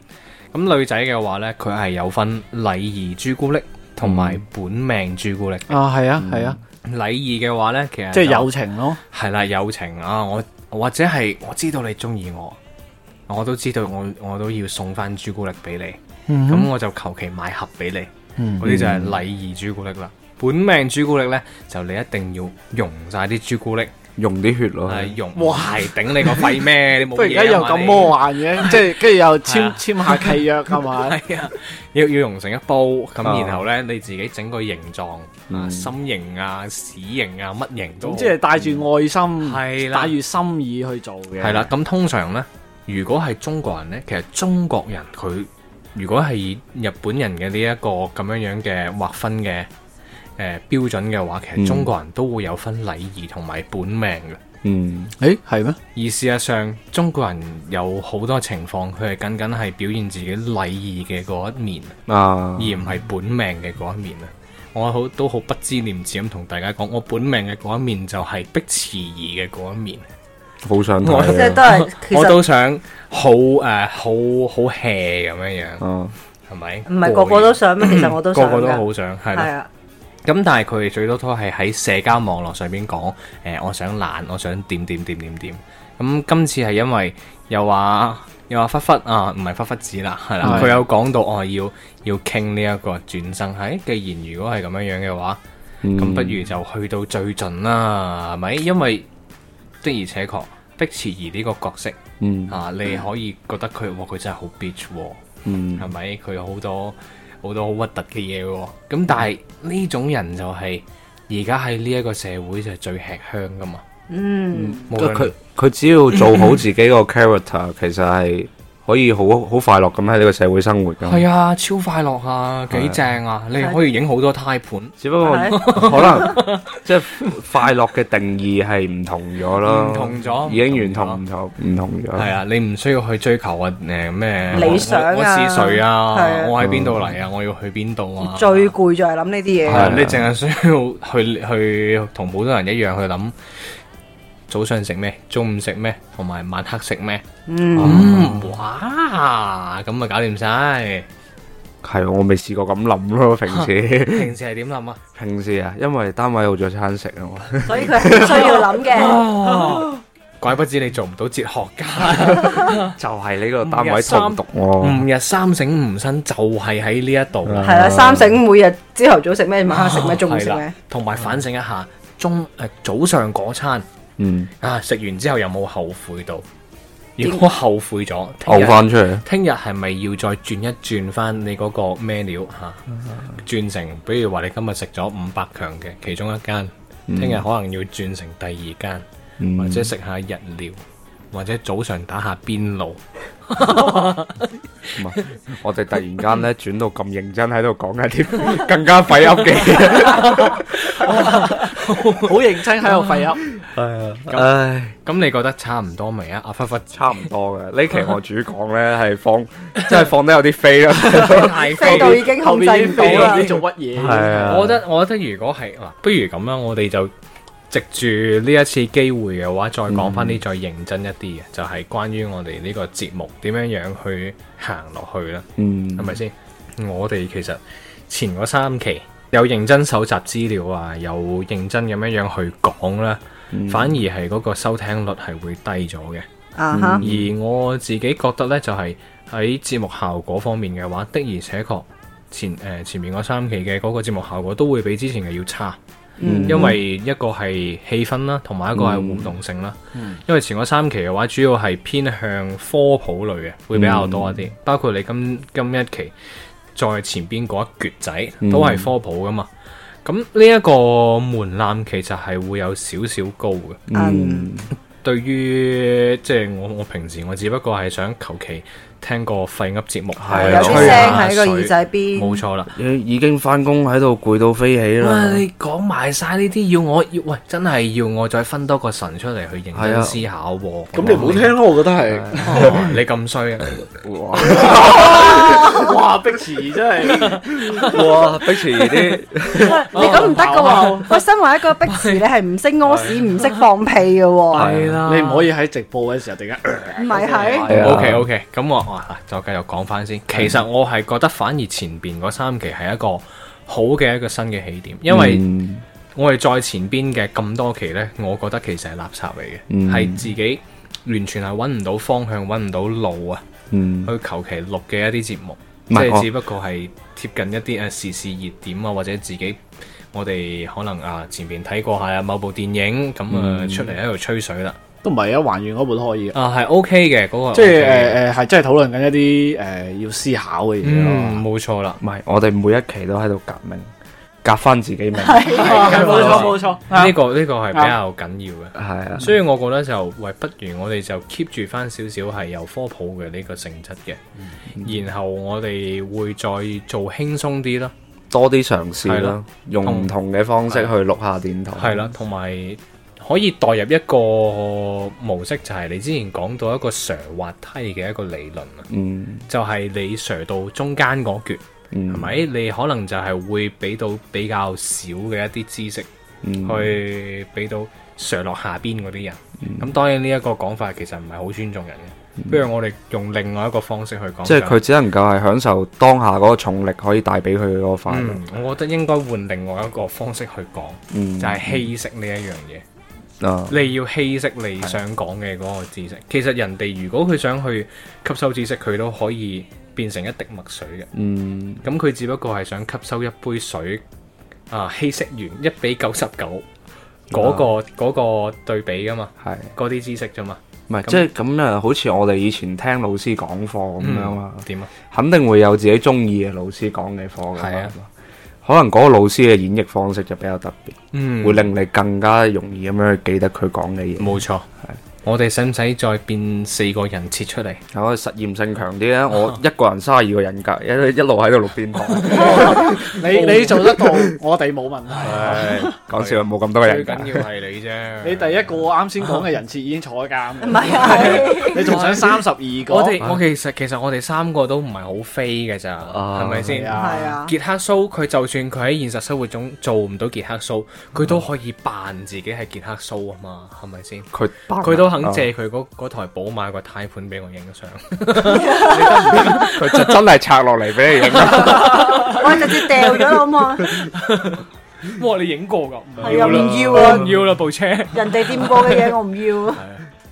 Speaker 2: 咁女仔嘅話呢，佢係有分禮儀朱古力同埋
Speaker 3: 嗯
Speaker 2: 本命朱古力。
Speaker 3: 啊，係啊，係
Speaker 1: 嗯
Speaker 3: 啊，
Speaker 2: 禮儀嘅話呢，其實
Speaker 3: 即係
Speaker 2: 就
Speaker 3: 友情咯。
Speaker 2: 係啦，友情啊，我或者係我知道你中意我，我都知道我我都要送翻朱古力俾你，咁、
Speaker 3: 咁
Speaker 2: 我就求其買盒俾你，
Speaker 3: 嗯
Speaker 2: 嗰啲就係禮儀朱古力啦。本命朱古力呢，就你一定要溶晒啲朱古力，
Speaker 1: 用啲血咯，
Speaker 2: 係溶哇，頂你個肺咩？你冇
Speaker 3: *laughs* 不過而
Speaker 2: 嘢
Speaker 3: 家
Speaker 2: 啊
Speaker 3: 又
Speaker 2: 嘛
Speaker 3: 咁
Speaker 2: 你
Speaker 3: 魔幻
Speaker 2: *laughs*
Speaker 3: 嘅，即係跟住又
Speaker 2: 係啊
Speaker 3: 簽簽下契約 *laughs*
Speaker 2: *laughs*
Speaker 3: 係嘛？
Speaker 2: 系啊，要要融成一煲，咁
Speaker 1: 啊
Speaker 2: 然後咧你自己整個形狀，啊
Speaker 1: 嗯
Speaker 2: 心形啊、屎形啊、乜形都好，
Speaker 3: 總之係帶住愛心，
Speaker 2: 係啦
Speaker 3: 帶住心意去做嘅。
Speaker 2: 係啦。咁通常咧，如果係中國人咧，其實中國人佢如果係以日本人嘅呢一個咁樣樣嘅劃分嘅誒標準嘅話，其實
Speaker 1: 嗯
Speaker 2: 中國人都會有分禮儀同埋本命嘅。
Speaker 1: 嗯
Speaker 3: 誒係咩？
Speaker 2: 而事實上，中國人有好多情況，佢係僅僅係表現自己禮儀嘅嗰一面。
Speaker 1: 啊
Speaker 2: 而，唔係本命嘅嗰一面啊！我好都好不知廉恥咁同大家講，我本命嘅嗰一面就係逼遲疑嘅嗰一面，
Speaker 1: 好想
Speaker 4: 即係
Speaker 1: 睇啊
Speaker 4: 都係，其
Speaker 2: 我
Speaker 4: 實
Speaker 2: 都想好誒、呃好好 hea 咁樣樣，
Speaker 1: 啊，啊
Speaker 2: 係咪？
Speaker 4: 唔係個個都想咩？其實我都
Speaker 2: 個
Speaker 4: 想
Speaker 2: 個都
Speaker 4: 㗎，
Speaker 2: 好想係
Speaker 4: 係
Speaker 2: 咯。
Speaker 4: 啊，
Speaker 2: 咁但係佢哋最多都係喺社交網絡上邊講，誒、呃我想懶，我想點點點點點。咁今次係因為又話又話忽忽啊，唔係忽忽子啦，係啦，
Speaker 3: 係
Speaker 2: 佢有講到我要要傾呢一個轉生，係、既然如果係咁樣樣嘅話，咁、
Speaker 1: 嗯
Speaker 2: 不如就去到最盡啦，係咪？因為的而且確，碧池兒呢個角色
Speaker 1: 嗯
Speaker 2: 啊，你可以覺得佢哇，佢真係好 bitch 喎、
Speaker 1: 嗯
Speaker 2: 係咪？佢有好多好多好核突嘅嘢喎。咁
Speaker 1: 嗯
Speaker 2: 但係呢種人就係而家喺呢一個社會就係最吃香噶嘛。
Speaker 4: 嗯，
Speaker 2: 無論
Speaker 1: 佢佢只要做好自己個 character，其 *laughs* 實係可以好好快樂咁喺呢個社會生活噶。
Speaker 2: 係啊，超快樂啊，幾正啊！你可以影好多胎盤，
Speaker 1: 只不過
Speaker 4: 係
Speaker 1: 可能 *laughs* 即係快樂嘅定義係唔同咗咯，
Speaker 2: 唔同咗
Speaker 1: 已經
Speaker 2: 唔
Speaker 1: 完同唔
Speaker 2: 同咗
Speaker 1: 同唔同咗。
Speaker 2: 係啊，你唔需要去追求啊誒咩
Speaker 4: 理想啊
Speaker 2: 我我是誰
Speaker 4: 係啊
Speaker 2: 啊？我喺邊度嚟啊？我要去邊度啊？
Speaker 4: 最攰就係諗呢啲嘢
Speaker 2: 係
Speaker 1: 係
Speaker 2: 啊
Speaker 1: 啊
Speaker 2: 你淨係需要去 *laughs* 去同普通人一樣去諗早上食咩，中午食咩，同埋晚黑食咩。嗯，哇，咁啊搞掂晒。
Speaker 1: 係啊我未試過咁諗咯，平時
Speaker 2: *laughs* 平時係點諗啊？
Speaker 1: 平時啊，因為單位有早餐食啊嘛。
Speaker 4: 所以佢係需要諗
Speaker 2: *laughs*
Speaker 4: 嘅。
Speaker 2: 哦，怪不知你做唔到哲學 *laughs* 家。
Speaker 1: 就係呢個單位荼毒嗯我。
Speaker 2: 吾日三省吾身就係喺呢一度啦。
Speaker 4: 係啦，三省每日朝頭早食咩，晚黑食咩，中午食
Speaker 2: 係
Speaker 4: 咩
Speaker 2: 啦，同埋反省一下中誒早上嗰餐
Speaker 1: 嗯，
Speaker 2: 啊食完之後有冇後悔到？如果後悔咗，聽
Speaker 1: 嘔
Speaker 2: 日
Speaker 1: 翻出嚟。
Speaker 2: 聽日係咪要再轉一轉翻你嗰個 menu 嚇、轉成，比如話你今日食咗五百強嘅其中一間，聽日可能要轉成第二間，
Speaker 1: 嗯
Speaker 2: 或者食下日料，或者早上打下邊爐，
Speaker 1: 唔係我哋突然間咧轉到咁認真喺度講緊 *laughs* 啲更加廢噏嘅嘢。
Speaker 3: 好認真喺度廢 *laughs* 噏，
Speaker 1: 唉，
Speaker 2: 咁你覺得差唔多未啊？阿忽忽
Speaker 1: 差唔多嘅。呢期我主講咧係放， *laughs* 真係放得有啲飛啦。
Speaker 2: 太
Speaker 4: 飛到已經控制唔到
Speaker 3: 飛
Speaker 4: 啦
Speaker 3: 唔。知做乜嘢。
Speaker 1: 係啊，
Speaker 2: 我覺得我覺得如果係嗱，不如咁啦，我哋就藉住呢一次機會嘅話，再講
Speaker 1: 嗯
Speaker 2: 翻啲再認真一啲嘅，就係關於我哋呢個節目點樣樣去行落去啦。
Speaker 1: 嗯
Speaker 2: 係咪先？我哋其實前嗰三期有認真搜集資料啊，有認真咁樣樣去講啦，反而係嗰個收聽率係會低咗嘅。
Speaker 4: 啊哈，
Speaker 2: 而我自己覺得呢，就係、喺節目效果方面嘅話，的而且確前誒、呃前面嗰三期嘅嗰個節目效果都會比之前嘅要差，因為一個係氣氛啦，同埋一個係互動性啦。因為前嗰三期嘅話，主要係偏向科普類嘅，會比較多一啲，包括你今今一期再前邊嗰一橛仔都係科普噶嘛。咁呢一個門檻其實係會有少少高嘅。
Speaker 1: 嗯
Speaker 2: 對於即係我我平時我只不過係想求其聽個廢噏節目，
Speaker 1: 係
Speaker 4: 有
Speaker 1: 啊
Speaker 4: 啲
Speaker 1: 吹
Speaker 4: 聲
Speaker 2: 下
Speaker 4: 喺個耳仔
Speaker 2: 水，冇
Speaker 4: 邊，
Speaker 2: 錯啦。
Speaker 1: 已已經翻工喺度攰到飛起啦。
Speaker 2: 喂，你講埋晒呢啲，要我要喂，真係要我再分多個神出嚟去認
Speaker 1: 係啊
Speaker 2: 真思考喎。
Speaker 6: 咁你唔好聽咯，我覺得係。
Speaker 3: *laughs*
Speaker 2: 哦，你咁衰啊！
Speaker 1: 哇
Speaker 6: 哇！碧池真
Speaker 2: *laughs*
Speaker 6: 係，
Speaker 1: 哇，碧池啲
Speaker 4: 你咁唔得噶喎！我身為一個逼士，你係唔識屙屎，唔識放屁嘅喎，
Speaker 2: 係啦
Speaker 3: *laughs* 你唔可以喺直播嘅時候突然間， *clears throat*
Speaker 4: 唔係係？
Speaker 1: 係啊
Speaker 2: O K O K，咁我啊，就繼續講翻先。其實我係覺得反而前邊嗰三期係一個好嘅一個新嘅起點，因為
Speaker 1: 嗯
Speaker 2: 我哋再前邊嘅咁多期呢，我覺得其實係垃圾嚟嘅，
Speaker 1: 嗯
Speaker 2: 係、自己完全係揾唔到方向、揾唔到路啊，
Speaker 1: 嗯
Speaker 2: 去求其錄嘅一啲節目，
Speaker 1: 唔
Speaker 2: 即
Speaker 1: 係我
Speaker 2: 係只不過係貼近一啲誒呃時事熱點啊，或者自己我哋可能啊前邊睇過下啊某部電影，咁啊、出嚟喺度吹水啦，
Speaker 3: 都唔係啊，還原嗰本可以嘅，
Speaker 2: 啊係 OK 嘅嗰、個，
Speaker 3: 即係誒誒係真係討論緊一啲誒要思考嘅嘢
Speaker 2: 嗯
Speaker 3: 咯。
Speaker 2: 冇錯啦。
Speaker 1: *laughs* 唔係，我哋每一期都喺度革命，革翻自己命。
Speaker 3: 係冇錯冇錯，
Speaker 2: 呢個呢個係比較緊要嘅，
Speaker 1: 係啊，
Speaker 2: 所以我覺得就喂，不如我哋就 keep 住翻少少係有科普嘅呢個性質嘅，然後我哋會再做輕鬆啲啦，
Speaker 1: 多啲嘗試
Speaker 2: 係
Speaker 1: 啦
Speaker 2: 咯，
Speaker 1: 用唔同嘅方式去錄下電台。
Speaker 2: 係啦，同埋可以代入一個模式，就係你之前講到一個斜滑梯嘅一個理論啊，
Speaker 1: 嗯，
Speaker 2: 就係你斜到中間嗰橛，
Speaker 1: 嗯
Speaker 2: 係咪？你可能就係會俾到比較少嘅一啲知識。
Speaker 1: 嗯嗯
Speaker 2: 去俾到上落下邊嗰啲人。咁、當然呢一個講法其實唔係好尊重人嘅，不如我哋用另外一個方式去講。
Speaker 1: 即係佢只能夠係享受當下嗰個重力可以帶俾佢嘅嗰個快樂。
Speaker 2: 嗯，我覺得應該換另外一個方式去講，
Speaker 1: 嗯，
Speaker 2: 就係稀釋呢一樣嘢。
Speaker 1: 啊，
Speaker 2: 你要稀釋你想講嘅嗰個知識。其實人哋如果佢想去吸收知識，佢都可以變成一滴墨水嘅。
Speaker 1: 嗯，
Speaker 2: 咁佢只不過係想吸收一杯水啊，稀釋完一比九十九嗰個嗰個對比噶嘛，
Speaker 1: 係，
Speaker 2: 嗰啲知識啫嘛。
Speaker 1: 唔係
Speaker 2: 咁
Speaker 1: 即係咁啊？好似我哋以前聽老師講課咁樣啊
Speaker 2: 嗯，點啊？
Speaker 1: 肯定會有自己中意嘅老師講嘅課嘅。
Speaker 2: 係啊
Speaker 1: 可能嗰個老師嘅演繹方式就比較特別，
Speaker 2: 嗯
Speaker 1: 會令你更加容易咁樣去記得佢講嘅嘢。
Speaker 2: 冇錯。我哋使唔使再變四個人切出嚟？
Speaker 1: 係可以實驗性強啲啊！我一個人卅二個人格，一一路喺度錄電
Speaker 2: *laughs*
Speaker 1: 台，
Speaker 3: 你你做得到，我哋冇問題。
Speaker 1: 講笑啊冇咁多個人
Speaker 2: 最
Speaker 1: 格。
Speaker 2: 緊要係你啫。
Speaker 3: *laughs* 你第一個啱先講嘅人設已經坐咗監，
Speaker 4: 唔係啊，
Speaker 3: *laughs* 你仲想三十二個？
Speaker 2: 我哋我其實其實我哋三個都唔係好飛嘅咋，
Speaker 1: 啊
Speaker 2: 係咪先
Speaker 3: 係？
Speaker 4: 係啊，
Speaker 2: 傑克蘇佢就算佢喺現實生活中做唔到傑克蘇，佢都可以扮自己係傑克蘇啊嘛，係咪先？
Speaker 1: 佢
Speaker 2: 佢都肯
Speaker 1: 啊
Speaker 2: 借佢嗰嗰台寶馬個軚盤俾我影相，
Speaker 1: *laughs* 佢就真係拆落嚟俾你影。
Speaker 4: 我直接掉咗啦，好唔好啊？
Speaker 2: 哇！你影過㗎？
Speaker 4: 係啊，唔要
Speaker 2: 我唔
Speaker 4: 啊，
Speaker 2: 要啦部車。係
Speaker 4: 人哋掂過嘅嘢我唔要啊。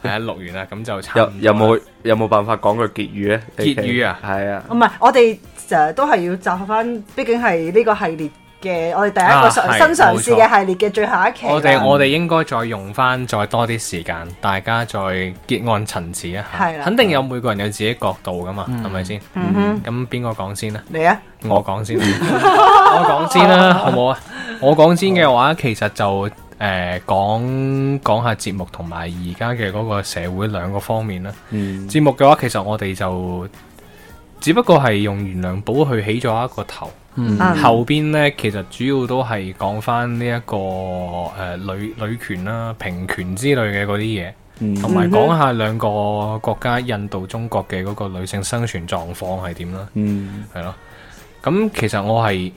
Speaker 2: 啊，錄完啦，咁就差
Speaker 1: 有
Speaker 2: 唔多啦
Speaker 1: 有冇有冇辦法講句結語咧？
Speaker 2: 結語啊
Speaker 1: 係啊，
Speaker 4: 唔係，我哋誒都係要集合翻，畢竟係呢個系列嘅，我哋第一
Speaker 2: 啊
Speaker 4: 個嘗
Speaker 2: 係
Speaker 4: 新嘗試
Speaker 2: 冇
Speaker 4: 嘅系列嘅最後一期啦
Speaker 2: 我哋我哋應該再用翻再多啲時間，大家再結案陳詞一
Speaker 4: 係
Speaker 2: 下。
Speaker 4: 啦
Speaker 2: 肯定有每個人有自己角度噶嘛，係咪先？
Speaker 4: 嗯哼，
Speaker 2: 咁邊個講先呢？
Speaker 4: 你啊，
Speaker 2: 我講先，我講先啦，好唔好啊？我講先嘅話，其實就誒講講下節目同埋而家嘅嗰個社會兩個方面啦。
Speaker 1: 嗯
Speaker 2: 節目嘅話，其實我哋就只不過係用袁良寶去起咗一個頭，
Speaker 4: 嗯
Speaker 2: 後邊呢，其實主要都係講翻呢一個誒、呃女女權啦、平權之類嘅嗰啲嘢，
Speaker 1: 嗯
Speaker 2: 同埋講下兩個國家印度、中國嘅嗰個女性生存狀況係點啦，
Speaker 1: 嗯
Speaker 2: 係咯。咁其實我係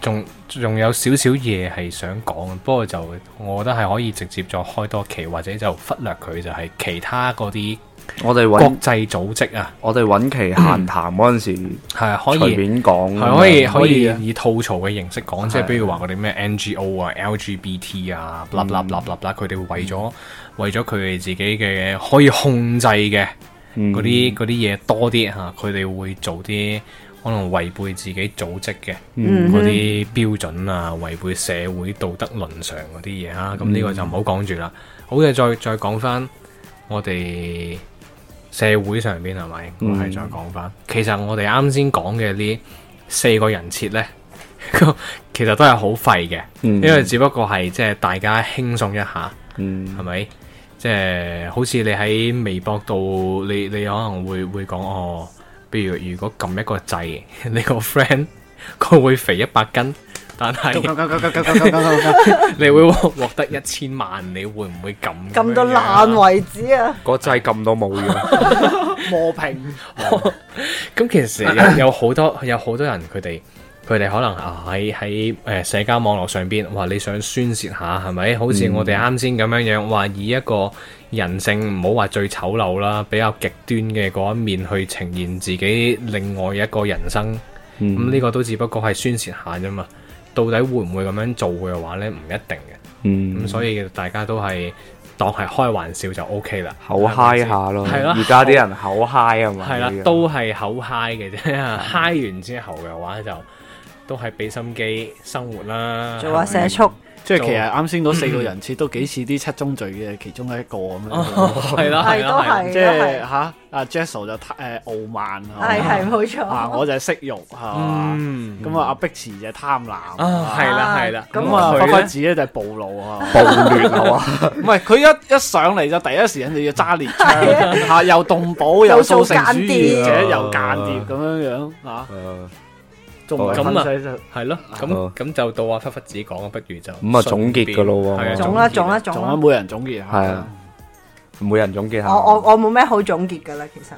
Speaker 2: 仲仲有少少嘢係想講嘅，不過就我覺得係可以直接再開多期，或者就忽略佢就係其他嗰啲
Speaker 1: 我哋
Speaker 2: 國
Speaker 1: 揾
Speaker 2: 際組織啊，
Speaker 1: 我哋揾 *clears throat* 期閒談嗰陣時，
Speaker 2: 係啊可
Speaker 1: 隨
Speaker 2: 以。
Speaker 1: 便講，呃
Speaker 2: 係可以可
Speaker 3: 可
Speaker 1: 啊
Speaker 3: 以嘅
Speaker 2: 以以吐槽嘅形式講，即係比如話嗰啲咩 NGO 啊、LGBT 啊、啦
Speaker 1: 嗯
Speaker 2: 啦啦啦啦，佢哋為咗為咗佢哋自己嘅可以控制嘅
Speaker 1: 嗯
Speaker 2: 嗰啲嗰啲嘢多啲嚇，佢哋會做啲可能違背自己組織嘅
Speaker 1: 嗯
Speaker 2: 嗰啲標準啊，違背社會道德倫常嗰啲嘢啊，
Speaker 1: 嗯
Speaker 2: 咁呢個就唔好講住啦。好嘅，再再講翻我哋社會上邊係咪？我
Speaker 1: 嗯
Speaker 2: 係再講翻，其實我哋啱先講嘅呢四個人設呢， *laughs* 個其實都係好廢嘅，
Speaker 1: 嗯
Speaker 2: 因為只不過係即係大家輕鬆一下，
Speaker 1: 嗯
Speaker 2: 係咪？即係好似你喺微博度，你你可能會會講哦，譬如如果撳一個掣， *laughs* 你個 friend 佢會肥一百斤，但係你會獲獲得一千萬，你會唔會撳樣啊
Speaker 4: 撳到
Speaker 2: 樣
Speaker 4: 爛為止啊！
Speaker 1: 個掣撳到冇嘅，
Speaker 2: *laughs*
Speaker 3: 磨平，
Speaker 2: 咁其實
Speaker 1: *laughs*
Speaker 2: 有有好多有好多人佢哋佢哋可能啊喺喺誒社交網絡上邊，哇！你想宣泄下係咪？好
Speaker 1: 嗯
Speaker 2: 似我哋啱先咁樣樣，話以一個人性唔好話最醜陋啦，比較極端嘅嗰一面去呈現自己另外一個人生。
Speaker 1: 嗯
Speaker 2: 咁呢、個都只不過係宣泄下啫嘛。到底會唔會咁樣做嘅話呢？唔一定嘅。咁
Speaker 1: 嗯，
Speaker 2: 所以大家都係當係開玩笑就 O K 啦。
Speaker 1: 口嗨啊下咯，
Speaker 2: 係啦
Speaker 1: 而家啲人口嗨啊嘛，
Speaker 2: 係啦
Speaker 1: 呢，個
Speaker 2: 都係口嗨嘅啫。嗨完之後嘅話就都係俾心機生活啦。
Speaker 4: 做下社畜，
Speaker 3: 即係其實啱先嗰四個人設都幾似啲七宗罪嘅其中一個咁
Speaker 2: 嗯
Speaker 3: 樣。
Speaker 2: 係啦，係
Speaker 4: 係都
Speaker 2: 啦，哦啊係啦。
Speaker 4: 係
Speaker 3: 即
Speaker 4: 都
Speaker 3: 係
Speaker 4: 係，
Speaker 3: 吓，阿 Jessel 就太誒傲慢
Speaker 4: 係
Speaker 3: 係
Speaker 4: 係冇
Speaker 3: 啊，
Speaker 4: 錯。
Speaker 3: 我就係色慾係嘛，
Speaker 2: 嗯，
Speaker 3: 咁啊阿碧池就係貪婪
Speaker 2: 啊，係啦，係啦。
Speaker 4: 咁
Speaker 3: 咁啊，花
Speaker 2: 佢
Speaker 3: 花
Speaker 2: 咧
Speaker 3: 子咧就係暴露啊，
Speaker 1: 暴亂係 *laughs*
Speaker 2: *laughs*
Speaker 1: 嘛，
Speaker 3: 唔係佢一一上嚟就第一時間就要揸獵
Speaker 2: 啊
Speaker 3: 槍，嚇又動保又
Speaker 4: 又
Speaker 3: 掃
Speaker 4: 做
Speaker 3: 城主義
Speaker 1: 間
Speaker 3: 者
Speaker 1: 諜
Speaker 3: 又間諜咁樣樣啊嚇，
Speaker 1: 誒
Speaker 3: 仲唔係
Speaker 2: 咁啊
Speaker 3: 分細
Speaker 2: 係咯，
Speaker 1: 哦
Speaker 2: 咁咁就到阿忽忽子講，不如就
Speaker 1: 咁啊總結㗎咯喎
Speaker 2: 係啊
Speaker 4: *laughs* 總啦總啦，
Speaker 3: 就
Speaker 4: 總
Speaker 3: 仲有
Speaker 4: 啦，
Speaker 3: 每人總結下。
Speaker 1: 係啊，每人總結
Speaker 4: 我
Speaker 1: 下，
Speaker 4: 我我冇咩好總結㗎啦，其實。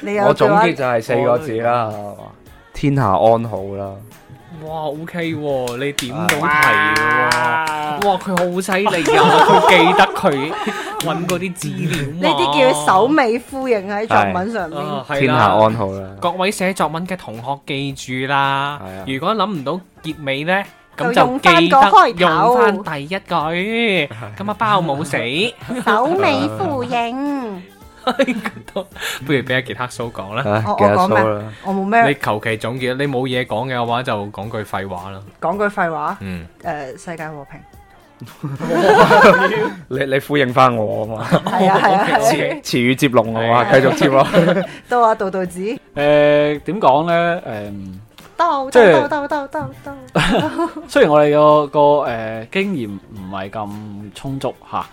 Speaker 4: 你有
Speaker 1: 我總
Speaker 4: 嘅話
Speaker 1: 結就係四個字啦，係嘛天下安好啦，
Speaker 2: 哇，OK 喎，你點到題喎？
Speaker 3: 哇！
Speaker 2: 哇！佢好犀利啊！佢記得佢，
Speaker 5: 揾嗰啲資
Speaker 4: 呢
Speaker 5: 料嘛
Speaker 4: 啲叫首尾呼應喺作文上面。
Speaker 5: 啊，係啦
Speaker 1: 天下安好
Speaker 2: *laughs*
Speaker 1: 啦。
Speaker 5: 各位寫作文嘅同學記住啦
Speaker 1: 係啊，
Speaker 5: 如果諗唔到結尾呢，
Speaker 4: 就
Speaker 5: 咁就
Speaker 4: 用返
Speaker 5: 記
Speaker 4: 個開
Speaker 5: 得
Speaker 4: 頭
Speaker 5: 用翻第一句，咁啊包
Speaker 1: *laughs*
Speaker 5: 冇死，
Speaker 4: 首尾呼應，
Speaker 5: *laughs* 不如俾阿傑克蘇講啦。
Speaker 1: 唉
Speaker 4: 我我
Speaker 1: 記得
Speaker 4: 講咩
Speaker 1: 蘇啦，
Speaker 4: 我冇咩
Speaker 2: 你求其總結，你冇嘢講嘅話就講句廢話啦。
Speaker 4: 講句廢話。
Speaker 2: 嗯，
Speaker 4: 誒，世界和平。
Speaker 1: 你你呼應翻我啊
Speaker 2: *laughs*
Speaker 1: 嘛，
Speaker 4: 係啊係啊係啊
Speaker 1: 詞，詞語接龍我話繼續接落去。
Speaker 4: 到啊道道子，
Speaker 3: 诶，点讲咧？诶，
Speaker 4: 到
Speaker 3: 即係
Speaker 4: 到到到到到。
Speaker 3: *laughs* 虽然我哋個個诶经验唔係咁充足吓，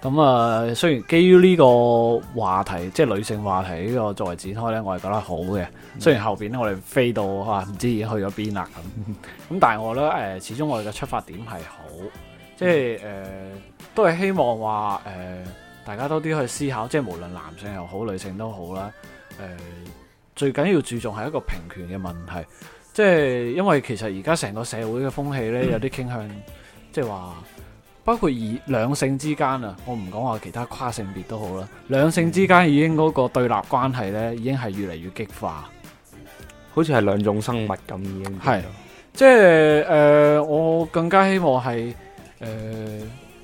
Speaker 3: 咁啊，雖然基於呢個話題，即係女性話題呢個作為展開咧，我係覺得好嘅。雖然後邊咧我哋飛到啊唔知已經去咗邊啦咁，咁但係我覺得诶，始終我哋嘅出發點係好，即係诶都係希望話诶大家多啲去思考，即係無論男性又好，女性都好啦，呃诶最緊要注重係一個平權嘅問題。即係因為其實而家成個社會嘅風氣咧，有啲傾向即係話，包括以兩性之間啊，我唔講話其他跨性別都好啦，兩性之間已經嗰個對立關係咧，已經係越嚟越激化。
Speaker 1: 好似係兩種生物咁已經。
Speaker 3: 係即係誒、呃我更加希望係誒、呃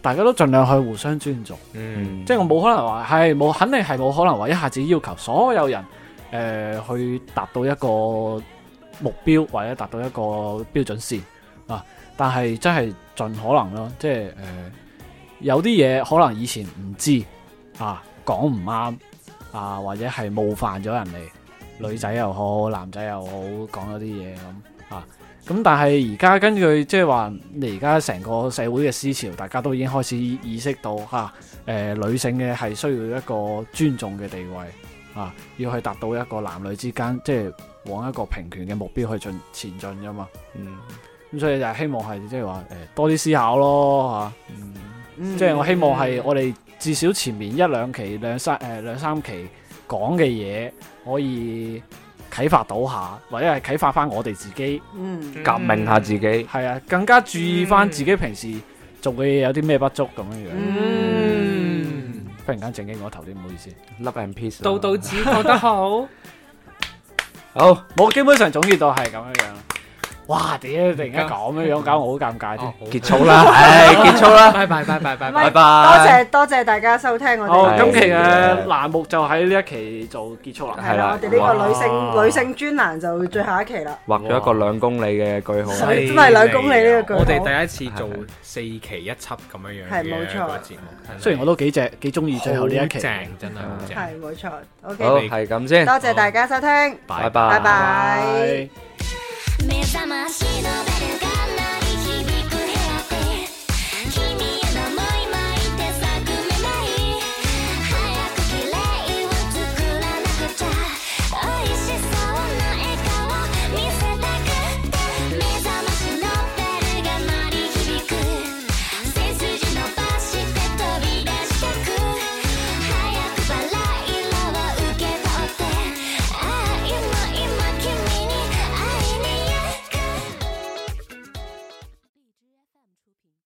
Speaker 3: 大家都盡量去互相尊重。
Speaker 1: 嗯，
Speaker 3: 即係我冇可能話係冇，肯定係冇可能話一下子要求所有人誒、呃去達到一個目標或者達到一個標準線啊，但係真係盡可能咯，即係誒、呃有啲嘢可能以前唔知啊，講唔啱啊，或者係冒犯咗人哋，女仔又好，男仔又好，講咗啲嘢咁啊。咁但係而家根據即係話，你而家成個社會嘅思潮，大家都已經開始意識到啊嚇。誒、呃女性嘅係需要一個尊重嘅地位啊，要去達到一個男女之間即係往一個平權嘅目標去進前進噶嘛。
Speaker 1: 嗯，
Speaker 3: 咁所以就係希望係即係話誒呃多啲思考咯嚇、啊
Speaker 4: 嗯
Speaker 3: 即係我希望係我哋至少前面一兩期兩三誒、呃兩三期講嘅嘢可以啟發到下，或者係啟發翻我哋自己，
Speaker 4: 嗯
Speaker 1: 革命下自己。
Speaker 3: 係啊，更加注意翻自己平時做嘅嘢有啲咩不足咁樣樣。
Speaker 4: 嗯，
Speaker 3: 忽然間正經我頭啲，唔好意思。
Speaker 1: Love and peace 啊。
Speaker 5: 到到子講得好，
Speaker 1: 好，
Speaker 3: 我基本上總結到係咁樣樣。哇！屌，突然間咁樣樣，搞我好尷尬
Speaker 2: 哦
Speaker 3: 添。
Speaker 1: 結束
Speaker 4: *laughs*
Speaker 1: 啦，唉，結束啦，
Speaker 5: 拜拜拜拜拜
Speaker 1: 拜。
Speaker 4: 喂
Speaker 5: 拜
Speaker 4: 多
Speaker 1: 拜。
Speaker 4: 謝多謝大家收聽我
Speaker 3: 好，
Speaker 4: 哋。
Speaker 1: 係
Speaker 3: 今期嘅欄目就喺呢一期就結束啦。
Speaker 4: 係啦，我哋呢個女性
Speaker 3: 哇
Speaker 4: 女性專欄就最後一期啦。
Speaker 1: 畫咗一個兩公里嘅句號啊。
Speaker 4: 所以真係兩公里呢個句號
Speaker 2: 我哋第一次做四期一輯咁樣樣
Speaker 4: 係冇
Speaker 2: 嘅
Speaker 4: 錯
Speaker 2: 一個節目，真係
Speaker 3: 雖然我都幾正幾中意最後呢一期
Speaker 2: 好。正真係好正。
Speaker 4: 係冇錯，OK，
Speaker 1: 好，係咁先，
Speaker 4: 多謝大家收聽，
Speaker 1: 拜拜。
Speaker 4: 拜拜。
Speaker 7: 目覚ましのベルが